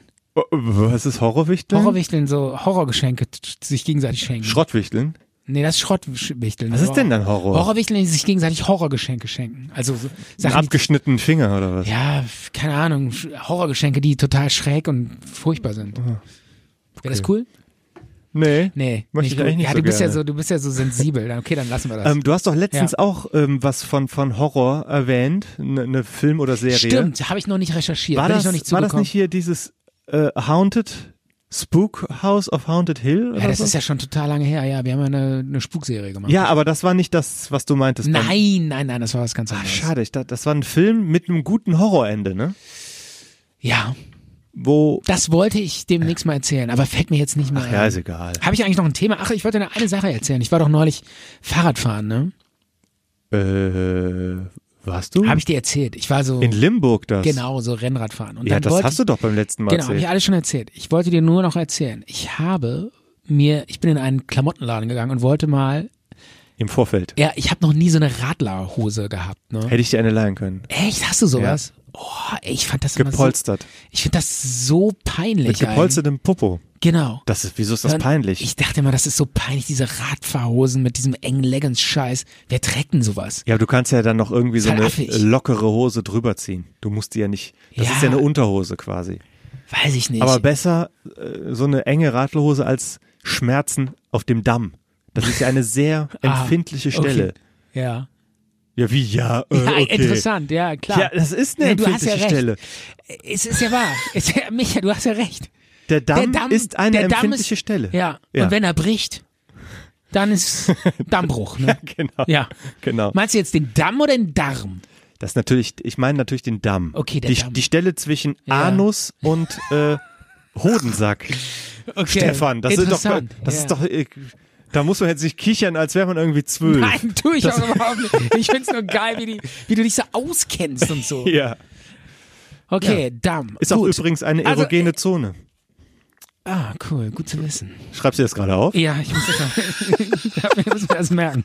[SPEAKER 3] Was ist Horrorwichteln?
[SPEAKER 2] Horrorwichteln, so Horrorgeschenke t- t- sich gegenseitig schenken.
[SPEAKER 3] Schrottwichteln?
[SPEAKER 2] nee, das ist Schrottwichteln.
[SPEAKER 3] Was ist denn dann Horror?
[SPEAKER 2] Horrorwichteln, die sich gegenseitig Horrorgeschenke schenken. Also so
[SPEAKER 3] Einen
[SPEAKER 2] Sachen, die,
[SPEAKER 3] abgeschnittenen Finger oder was?
[SPEAKER 2] ja, keine Ahnung, Sch- Horrorgeschenke, die total schräg und furchtbar sind. Wäre das cool?
[SPEAKER 3] Nee.
[SPEAKER 2] Nee,
[SPEAKER 3] Möchte ich
[SPEAKER 2] gut.
[SPEAKER 3] eigentlich
[SPEAKER 2] Ja,
[SPEAKER 3] nicht so
[SPEAKER 2] du bist ja
[SPEAKER 3] gerne.
[SPEAKER 2] so, du bist ja so sensibel. Dann- Okay, dann lassen wir das.
[SPEAKER 3] Ähm, du hast doch letztens
[SPEAKER 2] Ja.
[SPEAKER 3] auch ähm, was von, von Horror erwähnt, eine ne Film oder Serie.
[SPEAKER 2] Stimmt, habe ich noch nicht recherchiert.
[SPEAKER 3] War
[SPEAKER 2] bin
[SPEAKER 3] das,
[SPEAKER 2] ich noch nicht
[SPEAKER 3] war das
[SPEAKER 2] zugekommen.
[SPEAKER 3] nicht hier dieses äh, Haunted, Spook House of Haunted Hill? Oder
[SPEAKER 2] ja, das
[SPEAKER 3] so?
[SPEAKER 2] ist ja schon total lange her. Ja, wir haben ja eine, eine Spukserie gemacht.
[SPEAKER 3] ja, aber das war nicht das, was du meintest. beim-
[SPEAKER 2] Nein, nein, nein, das war was ganz
[SPEAKER 3] Ach,
[SPEAKER 2] anderes.
[SPEAKER 3] schade, ich dachte, das war ein Film mit einem guten Horrorende, ne?
[SPEAKER 2] Ja,
[SPEAKER 3] Wo.
[SPEAKER 2] das wollte ich demnächst mal erzählen, aber fällt mir jetzt nicht mehr
[SPEAKER 3] Ach
[SPEAKER 2] ein.
[SPEAKER 3] ja, ist egal.
[SPEAKER 2] Habe ich eigentlich noch ein Thema? Ach, ich wollte noch eine Sache erzählen. Ich war doch neulich Fahrradfahren, ne?
[SPEAKER 3] Äh, warst du?
[SPEAKER 2] Habe ich dir erzählt. Ich war so
[SPEAKER 3] In Limburg das.
[SPEAKER 2] genau so Rennradfahren und
[SPEAKER 3] Ja,
[SPEAKER 2] dann
[SPEAKER 3] das
[SPEAKER 2] wollte
[SPEAKER 3] hast du doch beim letzten Mal
[SPEAKER 2] Genau, habe
[SPEAKER 3] erzählt.
[SPEAKER 2] ich alles schon erzählt. Ich wollte dir nur noch erzählen. Ich habe mir, ich bin in einen Klamottenladen gegangen und wollte mal,
[SPEAKER 3] Im Vorfeld.
[SPEAKER 2] ja, ich habe noch nie so eine Radlerhose gehabt, ne?
[SPEAKER 3] Hätte ich dir eine leihen können.
[SPEAKER 2] Echt, hast du sowas? Oh, ey, ich fand das immer
[SPEAKER 3] Gepolstert.
[SPEAKER 2] so, ich finde das so peinlich.
[SPEAKER 3] Mit gepolstertem Popo.
[SPEAKER 2] eigentlich. Genau.
[SPEAKER 3] Das ist, wieso ist das
[SPEAKER 2] Dann-
[SPEAKER 3] peinlich?
[SPEAKER 2] Ich dachte immer, das ist so peinlich, diese Radfahrhosen mit diesem engen Leggings-Scheiß. Wer trägt denn sowas?
[SPEAKER 3] ja, aber du kannst ja dann noch irgendwie so
[SPEAKER 2] Total
[SPEAKER 3] eine
[SPEAKER 2] affig.
[SPEAKER 3] lockere Hose drüber ziehen. Du musst die ja nicht. Das
[SPEAKER 2] Ja.
[SPEAKER 3] ist ja eine Unterhose quasi.
[SPEAKER 2] Weiß ich nicht.
[SPEAKER 3] Aber besser äh, so eine enge Radlerhose als Schmerzen auf dem Damm. Das ist ja eine sehr
[SPEAKER 2] Ah,
[SPEAKER 3] empfindliche Stelle.
[SPEAKER 2] Okay. Ja.
[SPEAKER 3] Ja, wie ja. Äh,
[SPEAKER 2] ja.
[SPEAKER 3] okay.
[SPEAKER 2] Interessant, ja, klar.
[SPEAKER 3] Ja, das ist eine
[SPEAKER 2] Nee, du hast ja
[SPEAKER 3] empfindliche
[SPEAKER 2] recht.
[SPEAKER 3] Stelle.
[SPEAKER 2] Es ist ja wahr. Es, Micha, du hast ja recht.
[SPEAKER 3] Der Damm,
[SPEAKER 2] der Damm
[SPEAKER 3] ist eine
[SPEAKER 2] der Damm
[SPEAKER 3] empfindliche
[SPEAKER 2] ist,
[SPEAKER 3] Stelle.
[SPEAKER 2] Ja.
[SPEAKER 3] Ja.
[SPEAKER 2] Und wenn er bricht, dann ist Dammbruch. Ne?
[SPEAKER 3] Genau.
[SPEAKER 2] Ja.
[SPEAKER 3] Genau.
[SPEAKER 2] Meinst du jetzt den Damm oder den Darm?
[SPEAKER 3] Das ist natürlich, ich meine natürlich den Damm.
[SPEAKER 2] Okay, der
[SPEAKER 3] die,
[SPEAKER 2] Damm.
[SPEAKER 3] die Stelle zwischen
[SPEAKER 2] Ja.
[SPEAKER 3] Anus und äh, Hodensack.
[SPEAKER 2] Okay.
[SPEAKER 3] Stefan, das ist doch,
[SPEAKER 2] Interessant,
[SPEAKER 3] das
[SPEAKER 2] ja.
[SPEAKER 3] ist doch, äh, da muss man jetzt nicht kichern, als wäre man irgendwie zwölf.
[SPEAKER 2] Nein, tue ich
[SPEAKER 3] Das-
[SPEAKER 2] auch überhaupt nicht. Ich find's nur geil, wie, die, wie du dich so auskennst und so.
[SPEAKER 3] Ja,
[SPEAKER 2] Okay, Damm.
[SPEAKER 3] ist auch
[SPEAKER 2] Gut.
[SPEAKER 3] übrigens eine
[SPEAKER 2] Also,
[SPEAKER 3] erogene Zone.
[SPEAKER 2] Ah, cool, gut zu wissen.
[SPEAKER 3] Schreibst du das gerade auf?
[SPEAKER 2] Ja, ich muss das, ich muss mir das merken.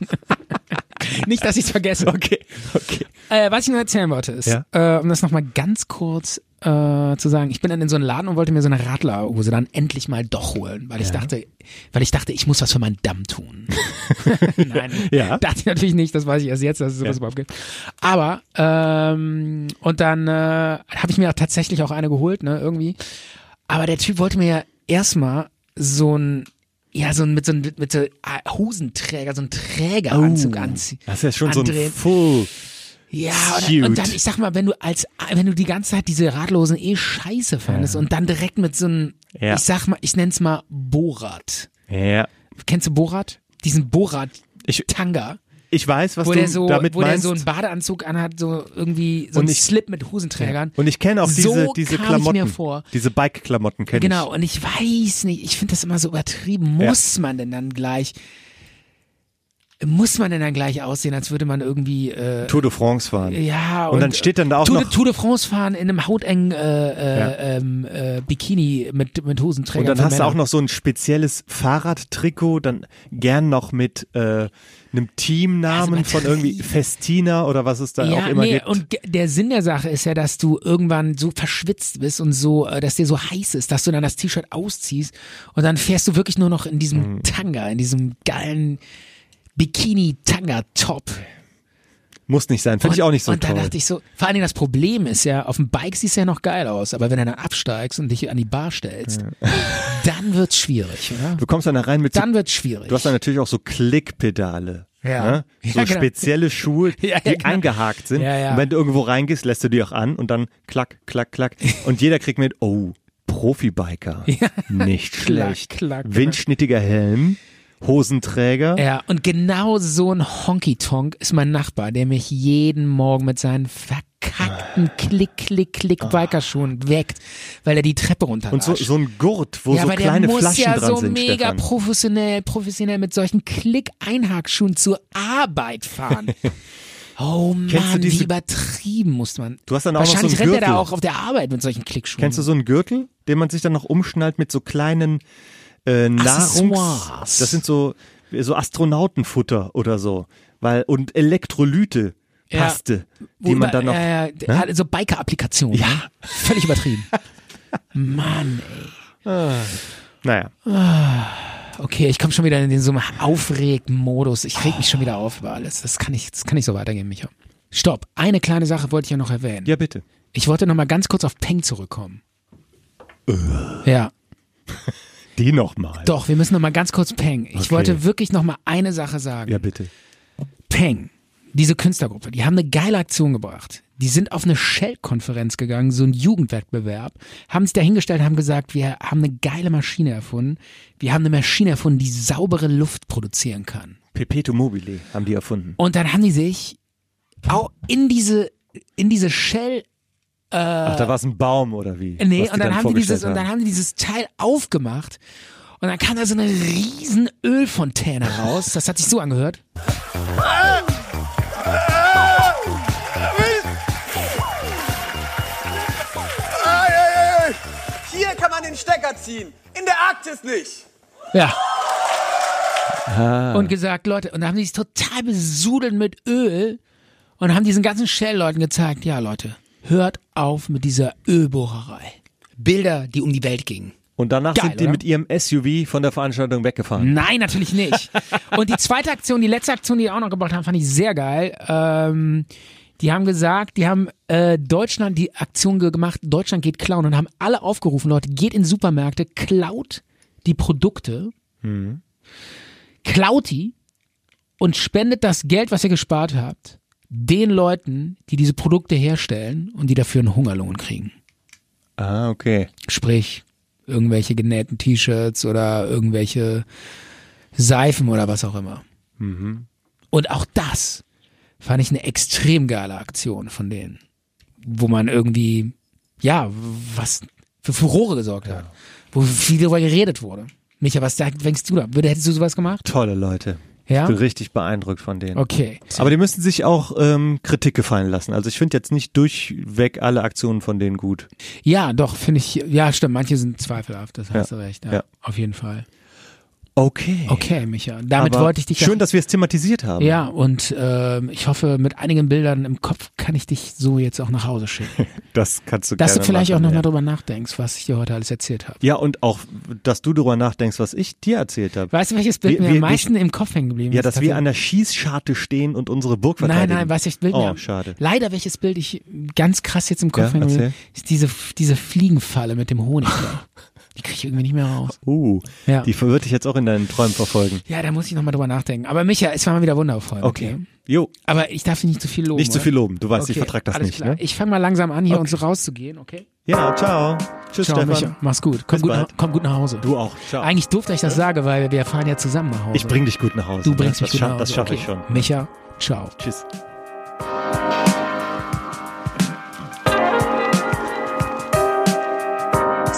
[SPEAKER 2] Nicht, dass ich es vergesse.
[SPEAKER 3] Okay, okay.
[SPEAKER 2] Äh, was ich nur erzählen wollte, ist,
[SPEAKER 3] Ja.
[SPEAKER 2] äh, um das nochmal ganz kurz äh, zu sagen, ich bin dann in so einen Laden und wollte mir so eine Radlerhose dann endlich mal doch holen, weil ich dachte, weil ich dachte, ich muss was für meinen Damm tun. Nein,
[SPEAKER 3] Ja.
[SPEAKER 2] dachte ich natürlich nicht, das weiß ich erst jetzt, dass es sowas überhaupt gibt. Aber, ähm, und dann äh, habe ich mir auch tatsächlich auch eine geholt, ne, irgendwie. Aber der Typ wollte mir ja erstmal so ein, ja, so ein, mit so einem mit so ah, Hosenträger, so ein Trägeranzug anziehen.
[SPEAKER 3] Oh, Das ist ja schon so ein
[SPEAKER 2] andrehen.
[SPEAKER 3] Full.
[SPEAKER 2] Ja,
[SPEAKER 3] Cute.
[SPEAKER 2] oder, und dann, ich sag mal, wenn du als, wenn du die ganze Zeit diese Radlosen eh scheiße fandest und dann direkt mit so einem,
[SPEAKER 3] Ja.
[SPEAKER 2] ich sag mal, ich nenn's mal Borat.
[SPEAKER 3] Ja.
[SPEAKER 2] Kennst du Borat? Diesen
[SPEAKER 3] Ich-
[SPEAKER 2] Borat-Tanga,
[SPEAKER 3] Ich weiß, was
[SPEAKER 2] wo
[SPEAKER 3] du
[SPEAKER 2] der so,
[SPEAKER 3] damit
[SPEAKER 2] wo der
[SPEAKER 3] meinst.
[SPEAKER 2] so einen Badeanzug anhat, so irgendwie so
[SPEAKER 3] Und
[SPEAKER 2] ein
[SPEAKER 3] ich-
[SPEAKER 2] Slip mit Hosenträgern.
[SPEAKER 3] und ich kenne auch diese,
[SPEAKER 2] so
[SPEAKER 3] diese
[SPEAKER 2] kam
[SPEAKER 3] Klamotten.
[SPEAKER 2] Ich mir vor.
[SPEAKER 3] Diese Bike-Klamotten kenne
[SPEAKER 2] Genau, und ich weiß nicht, ich finde das immer so übertrieben.
[SPEAKER 3] Ja.
[SPEAKER 2] Muss man denn dann gleich, muss man denn dann gleich aussehen, als würde man irgendwie, äh,
[SPEAKER 3] ich. Tour de France fahren.
[SPEAKER 2] Ja, äh,
[SPEAKER 3] Und dann steht dann da auch
[SPEAKER 2] Tour,
[SPEAKER 3] noch-
[SPEAKER 2] de, Tour de France fahren in einem hautengen äh, äh, ähm, äh, Bikini mit, mit
[SPEAKER 3] Und
[SPEAKER 2] Hosenträger.
[SPEAKER 3] dann
[SPEAKER 2] für
[SPEAKER 3] hast du
[SPEAKER 2] Männer.
[SPEAKER 3] auch noch so ein spezielles Fahrradtrikot, dann gern noch mit äh, einem Teamnamen
[SPEAKER 2] Also
[SPEAKER 3] von irgendwie
[SPEAKER 2] übertrieben.
[SPEAKER 3] Festina oder was es da
[SPEAKER 2] ja,
[SPEAKER 3] auch immer
[SPEAKER 2] nee,
[SPEAKER 3] gibt.
[SPEAKER 2] Und ge- der Sinn der Sache ist ja, dass du irgendwann so verschwitzt bist und so, äh, dass dir so heiß ist, dass du dann das T-Shirt ausziehst und dann fährst du wirklich nur noch in
[SPEAKER 3] Mhm.
[SPEAKER 2] diesem Tanga, in diesem geilen Bikini-Tanga-Top.
[SPEAKER 3] Muss nicht sein, finde ich
[SPEAKER 2] Und-
[SPEAKER 3] auch nicht so
[SPEAKER 2] Und da
[SPEAKER 3] toll.
[SPEAKER 2] dachte ich so, vor allen Dingen das Problem ist ja, auf dem Bike siehst du ja noch geil aus, aber wenn du dann absteigst und dich an die Bar stellst, dann wird's schwierig, oder?
[SPEAKER 3] du kommst dann da rein mit so,
[SPEAKER 2] Dann wird's schwierig.
[SPEAKER 3] du hast dann natürlich auch so Klickpedale.
[SPEAKER 2] Ja.
[SPEAKER 3] Ne? So
[SPEAKER 2] Ja, genau.
[SPEAKER 3] spezielle Schuhe, die
[SPEAKER 2] Ja, ja, genau.
[SPEAKER 3] angehakt sind.
[SPEAKER 2] Ja, ja.
[SPEAKER 3] Und wenn du irgendwo reingehst, lässt du die auch an und dann klack, klack, klack. Und jeder kriegt mit, oh, Profibiker. Nicht schlecht.
[SPEAKER 2] klack, genau.
[SPEAKER 3] Windschnittiger Helm, Hosenträger.
[SPEAKER 2] ja, und genau so ein Honky Tonk ist mein Nachbar, der mich jeden Morgen mit seinen verkackten
[SPEAKER 3] Ah.
[SPEAKER 2] Klick, Klick, Klick Bikerschuhen weckt, weil er die Treppe runter
[SPEAKER 3] Und so, so ein Gurt, wo
[SPEAKER 2] ja,
[SPEAKER 3] so
[SPEAKER 2] aber der
[SPEAKER 3] kleine
[SPEAKER 2] muss
[SPEAKER 3] Flaschen
[SPEAKER 2] ja
[SPEAKER 3] dran
[SPEAKER 2] so
[SPEAKER 3] sind,
[SPEAKER 2] mega
[SPEAKER 3] Stefan.
[SPEAKER 2] professionell, professionell mit solchen Klick-Einhakschuhen zur Arbeit fahren. Oh
[SPEAKER 3] Kennst du
[SPEAKER 2] Mann,
[SPEAKER 3] diese-
[SPEAKER 2] wie übertrieben muss man.
[SPEAKER 3] Du hast dann auch noch so
[SPEAKER 2] Wahrscheinlich
[SPEAKER 3] einen
[SPEAKER 2] rennt er da
[SPEAKER 3] Gürtel.
[SPEAKER 2] auch auf der Arbeit mit solchen Klickschuhen.
[SPEAKER 3] Kennst du so einen Gürtel, den man sich dann noch umschnallt mit so kleinen äh, Nahrungs...
[SPEAKER 2] Accessoires.
[SPEAKER 3] Das sind so, so Astronautenfutter oder so. Weil, und Elektrolyte.
[SPEAKER 2] Ja.
[SPEAKER 3] Paste,
[SPEAKER 2] Wo
[SPEAKER 3] die man
[SPEAKER 2] über-
[SPEAKER 3] dann noch.
[SPEAKER 2] äh, So Biker-Applikationen. Ja. Völlig übertrieben. Mann,
[SPEAKER 3] Naja.
[SPEAKER 2] ey. Okay, ich komme schon wieder in den so einen Aufreg-Modus. Ich reg mich schon wieder auf über alles. Das kann ich, das kann nicht so weitergehen, Micha. Stopp. Eine kleine Sache wollte ich ja noch erwähnen.
[SPEAKER 3] Ja, bitte.
[SPEAKER 2] Ich wollte noch mal ganz kurz auf Peng zurückkommen. Ja,
[SPEAKER 3] Die nochmal.
[SPEAKER 2] doch, wir müssen noch mal ganz kurz Peng. Ich
[SPEAKER 3] Okay.
[SPEAKER 2] wollte wirklich noch mal eine Sache sagen.
[SPEAKER 3] Ja, bitte.
[SPEAKER 2] Peng, diese Künstlergruppe, die haben eine geile Aktion gebracht. Die sind auf eine Shell-Konferenz gegangen, so ein Jugendwettbewerb, haben sich dahingestellt, haben gesagt, wir haben eine geile Maschine erfunden. Wir haben eine Maschine erfunden, die saubere Luft produzieren kann.
[SPEAKER 3] Pepeto Mobile haben die erfunden.
[SPEAKER 2] Und dann haben die sich auch in diese, in diese Shell
[SPEAKER 3] Ach, da war es ein Baum oder wie?
[SPEAKER 2] Äh. Nee,
[SPEAKER 3] Was
[SPEAKER 2] und dann, haben die
[SPEAKER 3] vorgestellt
[SPEAKER 2] dieses, und dann haben die dieses Teil aufgemacht und dann kam da so eine riesen Ölfontäne raus. Das hat sich so angehört.
[SPEAKER 8] Hier kann man den Stecker ziehen, in der Arktis nicht.
[SPEAKER 2] Ja. Und gesagt, Leute, und dann haben die sich total besudelt mit Öl und haben diesen ganzen Shell-Leuten gezeigt, ja Leute, hört auf mit dieser Ölbohrerei. Bilder, die um die Welt gingen.
[SPEAKER 3] und danach
[SPEAKER 2] Geil,
[SPEAKER 3] sind die
[SPEAKER 2] oder?
[SPEAKER 3] mit ihrem SUV von der Veranstaltung weggefahren.
[SPEAKER 2] Nein, natürlich nicht. Und die zweite Aktion, die letzte Aktion, die die auch noch gebracht haben, fand ich sehr geil. Ähm, die haben gesagt, die haben äh, Deutschland die Aktion ge- gemacht, Deutschland geht klauen und haben alle aufgerufen, Leute, geht in Supermärkte, klaut die Produkte, klaut die und spendet das Geld, was ihr gespart habt, den Leuten, die diese Produkte herstellen und die dafür einen Hungerlohn kriegen.
[SPEAKER 3] Ah, okay.
[SPEAKER 2] Sprich, irgendwelche genähten T-Shirts oder irgendwelche Seifen oder was auch immer.
[SPEAKER 3] Mhm.
[SPEAKER 2] Und auch das fand ich eine extrem geile Aktion von denen, wo man irgendwie, ja, was für Furore gesorgt hat, wo viel darüber geredet wurde. Micha, was denkst du da? Würde, hättest du sowas gemacht?
[SPEAKER 3] Tolle Leute.
[SPEAKER 2] Ja?
[SPEAKER 3] Ich bin richtig beeindruckt von denen.
[SPEAKER 2] Okay.
[SPEAKER 3] Aber die müssen sich auch ähm, Kritik gefallen lassen. Also ich finde jetzt nicht durchweg alle Aktionen von denen gut.
[SPEAKER 2] Ja, doch, finde ich, ja, stimmt, manche sind zweifelhaft, das hast
[SPEAKER 3] Ja.
[SPEAKER 2] du recht, ja,
[SPEAKER 3] Ja.
[SPEAKER 2] auf jeden Fall.
[SPEAKER 3] Okay.
[SPEAKER 2] Okay, Micha. Damit
[SPEAKER 3] Aber
[SPEAKER 2] wollte ich dich ja-
[SPEAKER 3] Schön, dass wir es thematisiert haben.
[SPEAKER 2] Ja, und ähm, ich hoffe, mit einigen Bildern im Kopf kann ich dich so jetzt auch nach Hause schicken.
[SPEAKER 3] Das kannst du
[SPEAKER 2] Dass
[SPEAKER 3] gerne
[SPEAKER 2] du vielleicht
[SPEAKER 3] machen,
[SPEAKER 2] auch nochmal
[SPEAKER 3] ja.
[SPEAKER 2] mal drüber nachdenkst, was ich dir heute alles erzählt habe.
[SPEAKER 3] Ja, und auch, dass du darüber nachdenkst, was ich dir erzählt habe.
[SPEAKER 2] Weißt du, welches Bild
[SPEAKER 3] Wir-
[SPEAKER 2] mir
[SPEAKER 3] wir-
[SPEAKER 2] am meisten im Kopf hängen geblieben
[SPEAKER 3] Ja,
[SPEAKER 2] ist?
[SPEAKER 3] dass wir an der Schießscharte stehen und unsere Burg
[SPEAKER 2] Nein,
[SPEAKER 3] verteidigen.
[SPEAKER 2] nein, weißt du, ich Bild
[SPEAKER 3] Oh,
[SPEAKER 2] mir am-
[SPEAKER 3] schade.
[SPEAKER 2] Leider, welches Bild ich ganz krass jetzt im Kopf
[SPEAKER 3] Ja,
[SPEAKER 2] hängen geblieben
[SPEAKER 3] erzähl.
[SPEAKER 2] ist diese, diese Fliegenfalle mit dem Honig. da. die kriege ich irgendwie nicht mehr raus.
[SPEAKER 3] Uh,
[SPEAKER 2] Ja.
[SPEAKER 3] die würde ich jetzt auch in deinen Träumen verfolgen.
[SPEAKER 2] Ja, da muss ich nochmal drüber nachdenken. Aber Micha, es war mal wieder wundervoll. mit
[SPEAKER 3] Okay.
[SPEAKER 2] dir.
[SPEAKER 3] Jo,
[SPEAKER 2] Aber ich darf dich nicht zu viel loben.
[SPEAKER 3] nicht zu
[SPEAKER 2] oder?
[SPEAKER 3] viel loben. Du weißt, ich
[SPEAKER 2] Okay,
[SPEAKER 3] vertrag das
[SPEAKER 2] alles
[SPEAKER 3] nicht.
[SPEAKER 2] klar.
[SPEAKER 3] Ne?
[SPEAKER 2] Ich fange mal langsam an, hier und so rauszugehen, okay?
[SPEAKER 3] Ja, ciao. Tschüss,
[SPEAKER 2] Ciao,
[SPEAKER 3] Stefan.
[SPEAKER 2] Micha. Mach's gut. Komm
[SPEAKER 3] Bis
[SPEAKER 2] gut, nach,
[SPEAKER 3] bald.
[SPEAKER 2] komm gut nach Hause.
[SPEAKER 3] Du auch. Ciao.
[SPEAKER 2] Eigentlich durfte ich das sagen, weil wir fahren ja zusammen nach Hause.
[SPEAKER 3] ich bring dich gut nach Hause.
[SPEAKER 2] Du
[SPEAKER 3] ne?
[SPEAKER 2] bringst mich gut
[SPEAKER 3] das scha-
[SPEAKER 2] nach Hause.
[SPEAKER 3] Das schaffe
[SPEAKER 2] okay.
[SPEAKER 3] ich schon.
[SPEAKER 2] Micha, ciao.
[SPEAKER 3] Tschüss.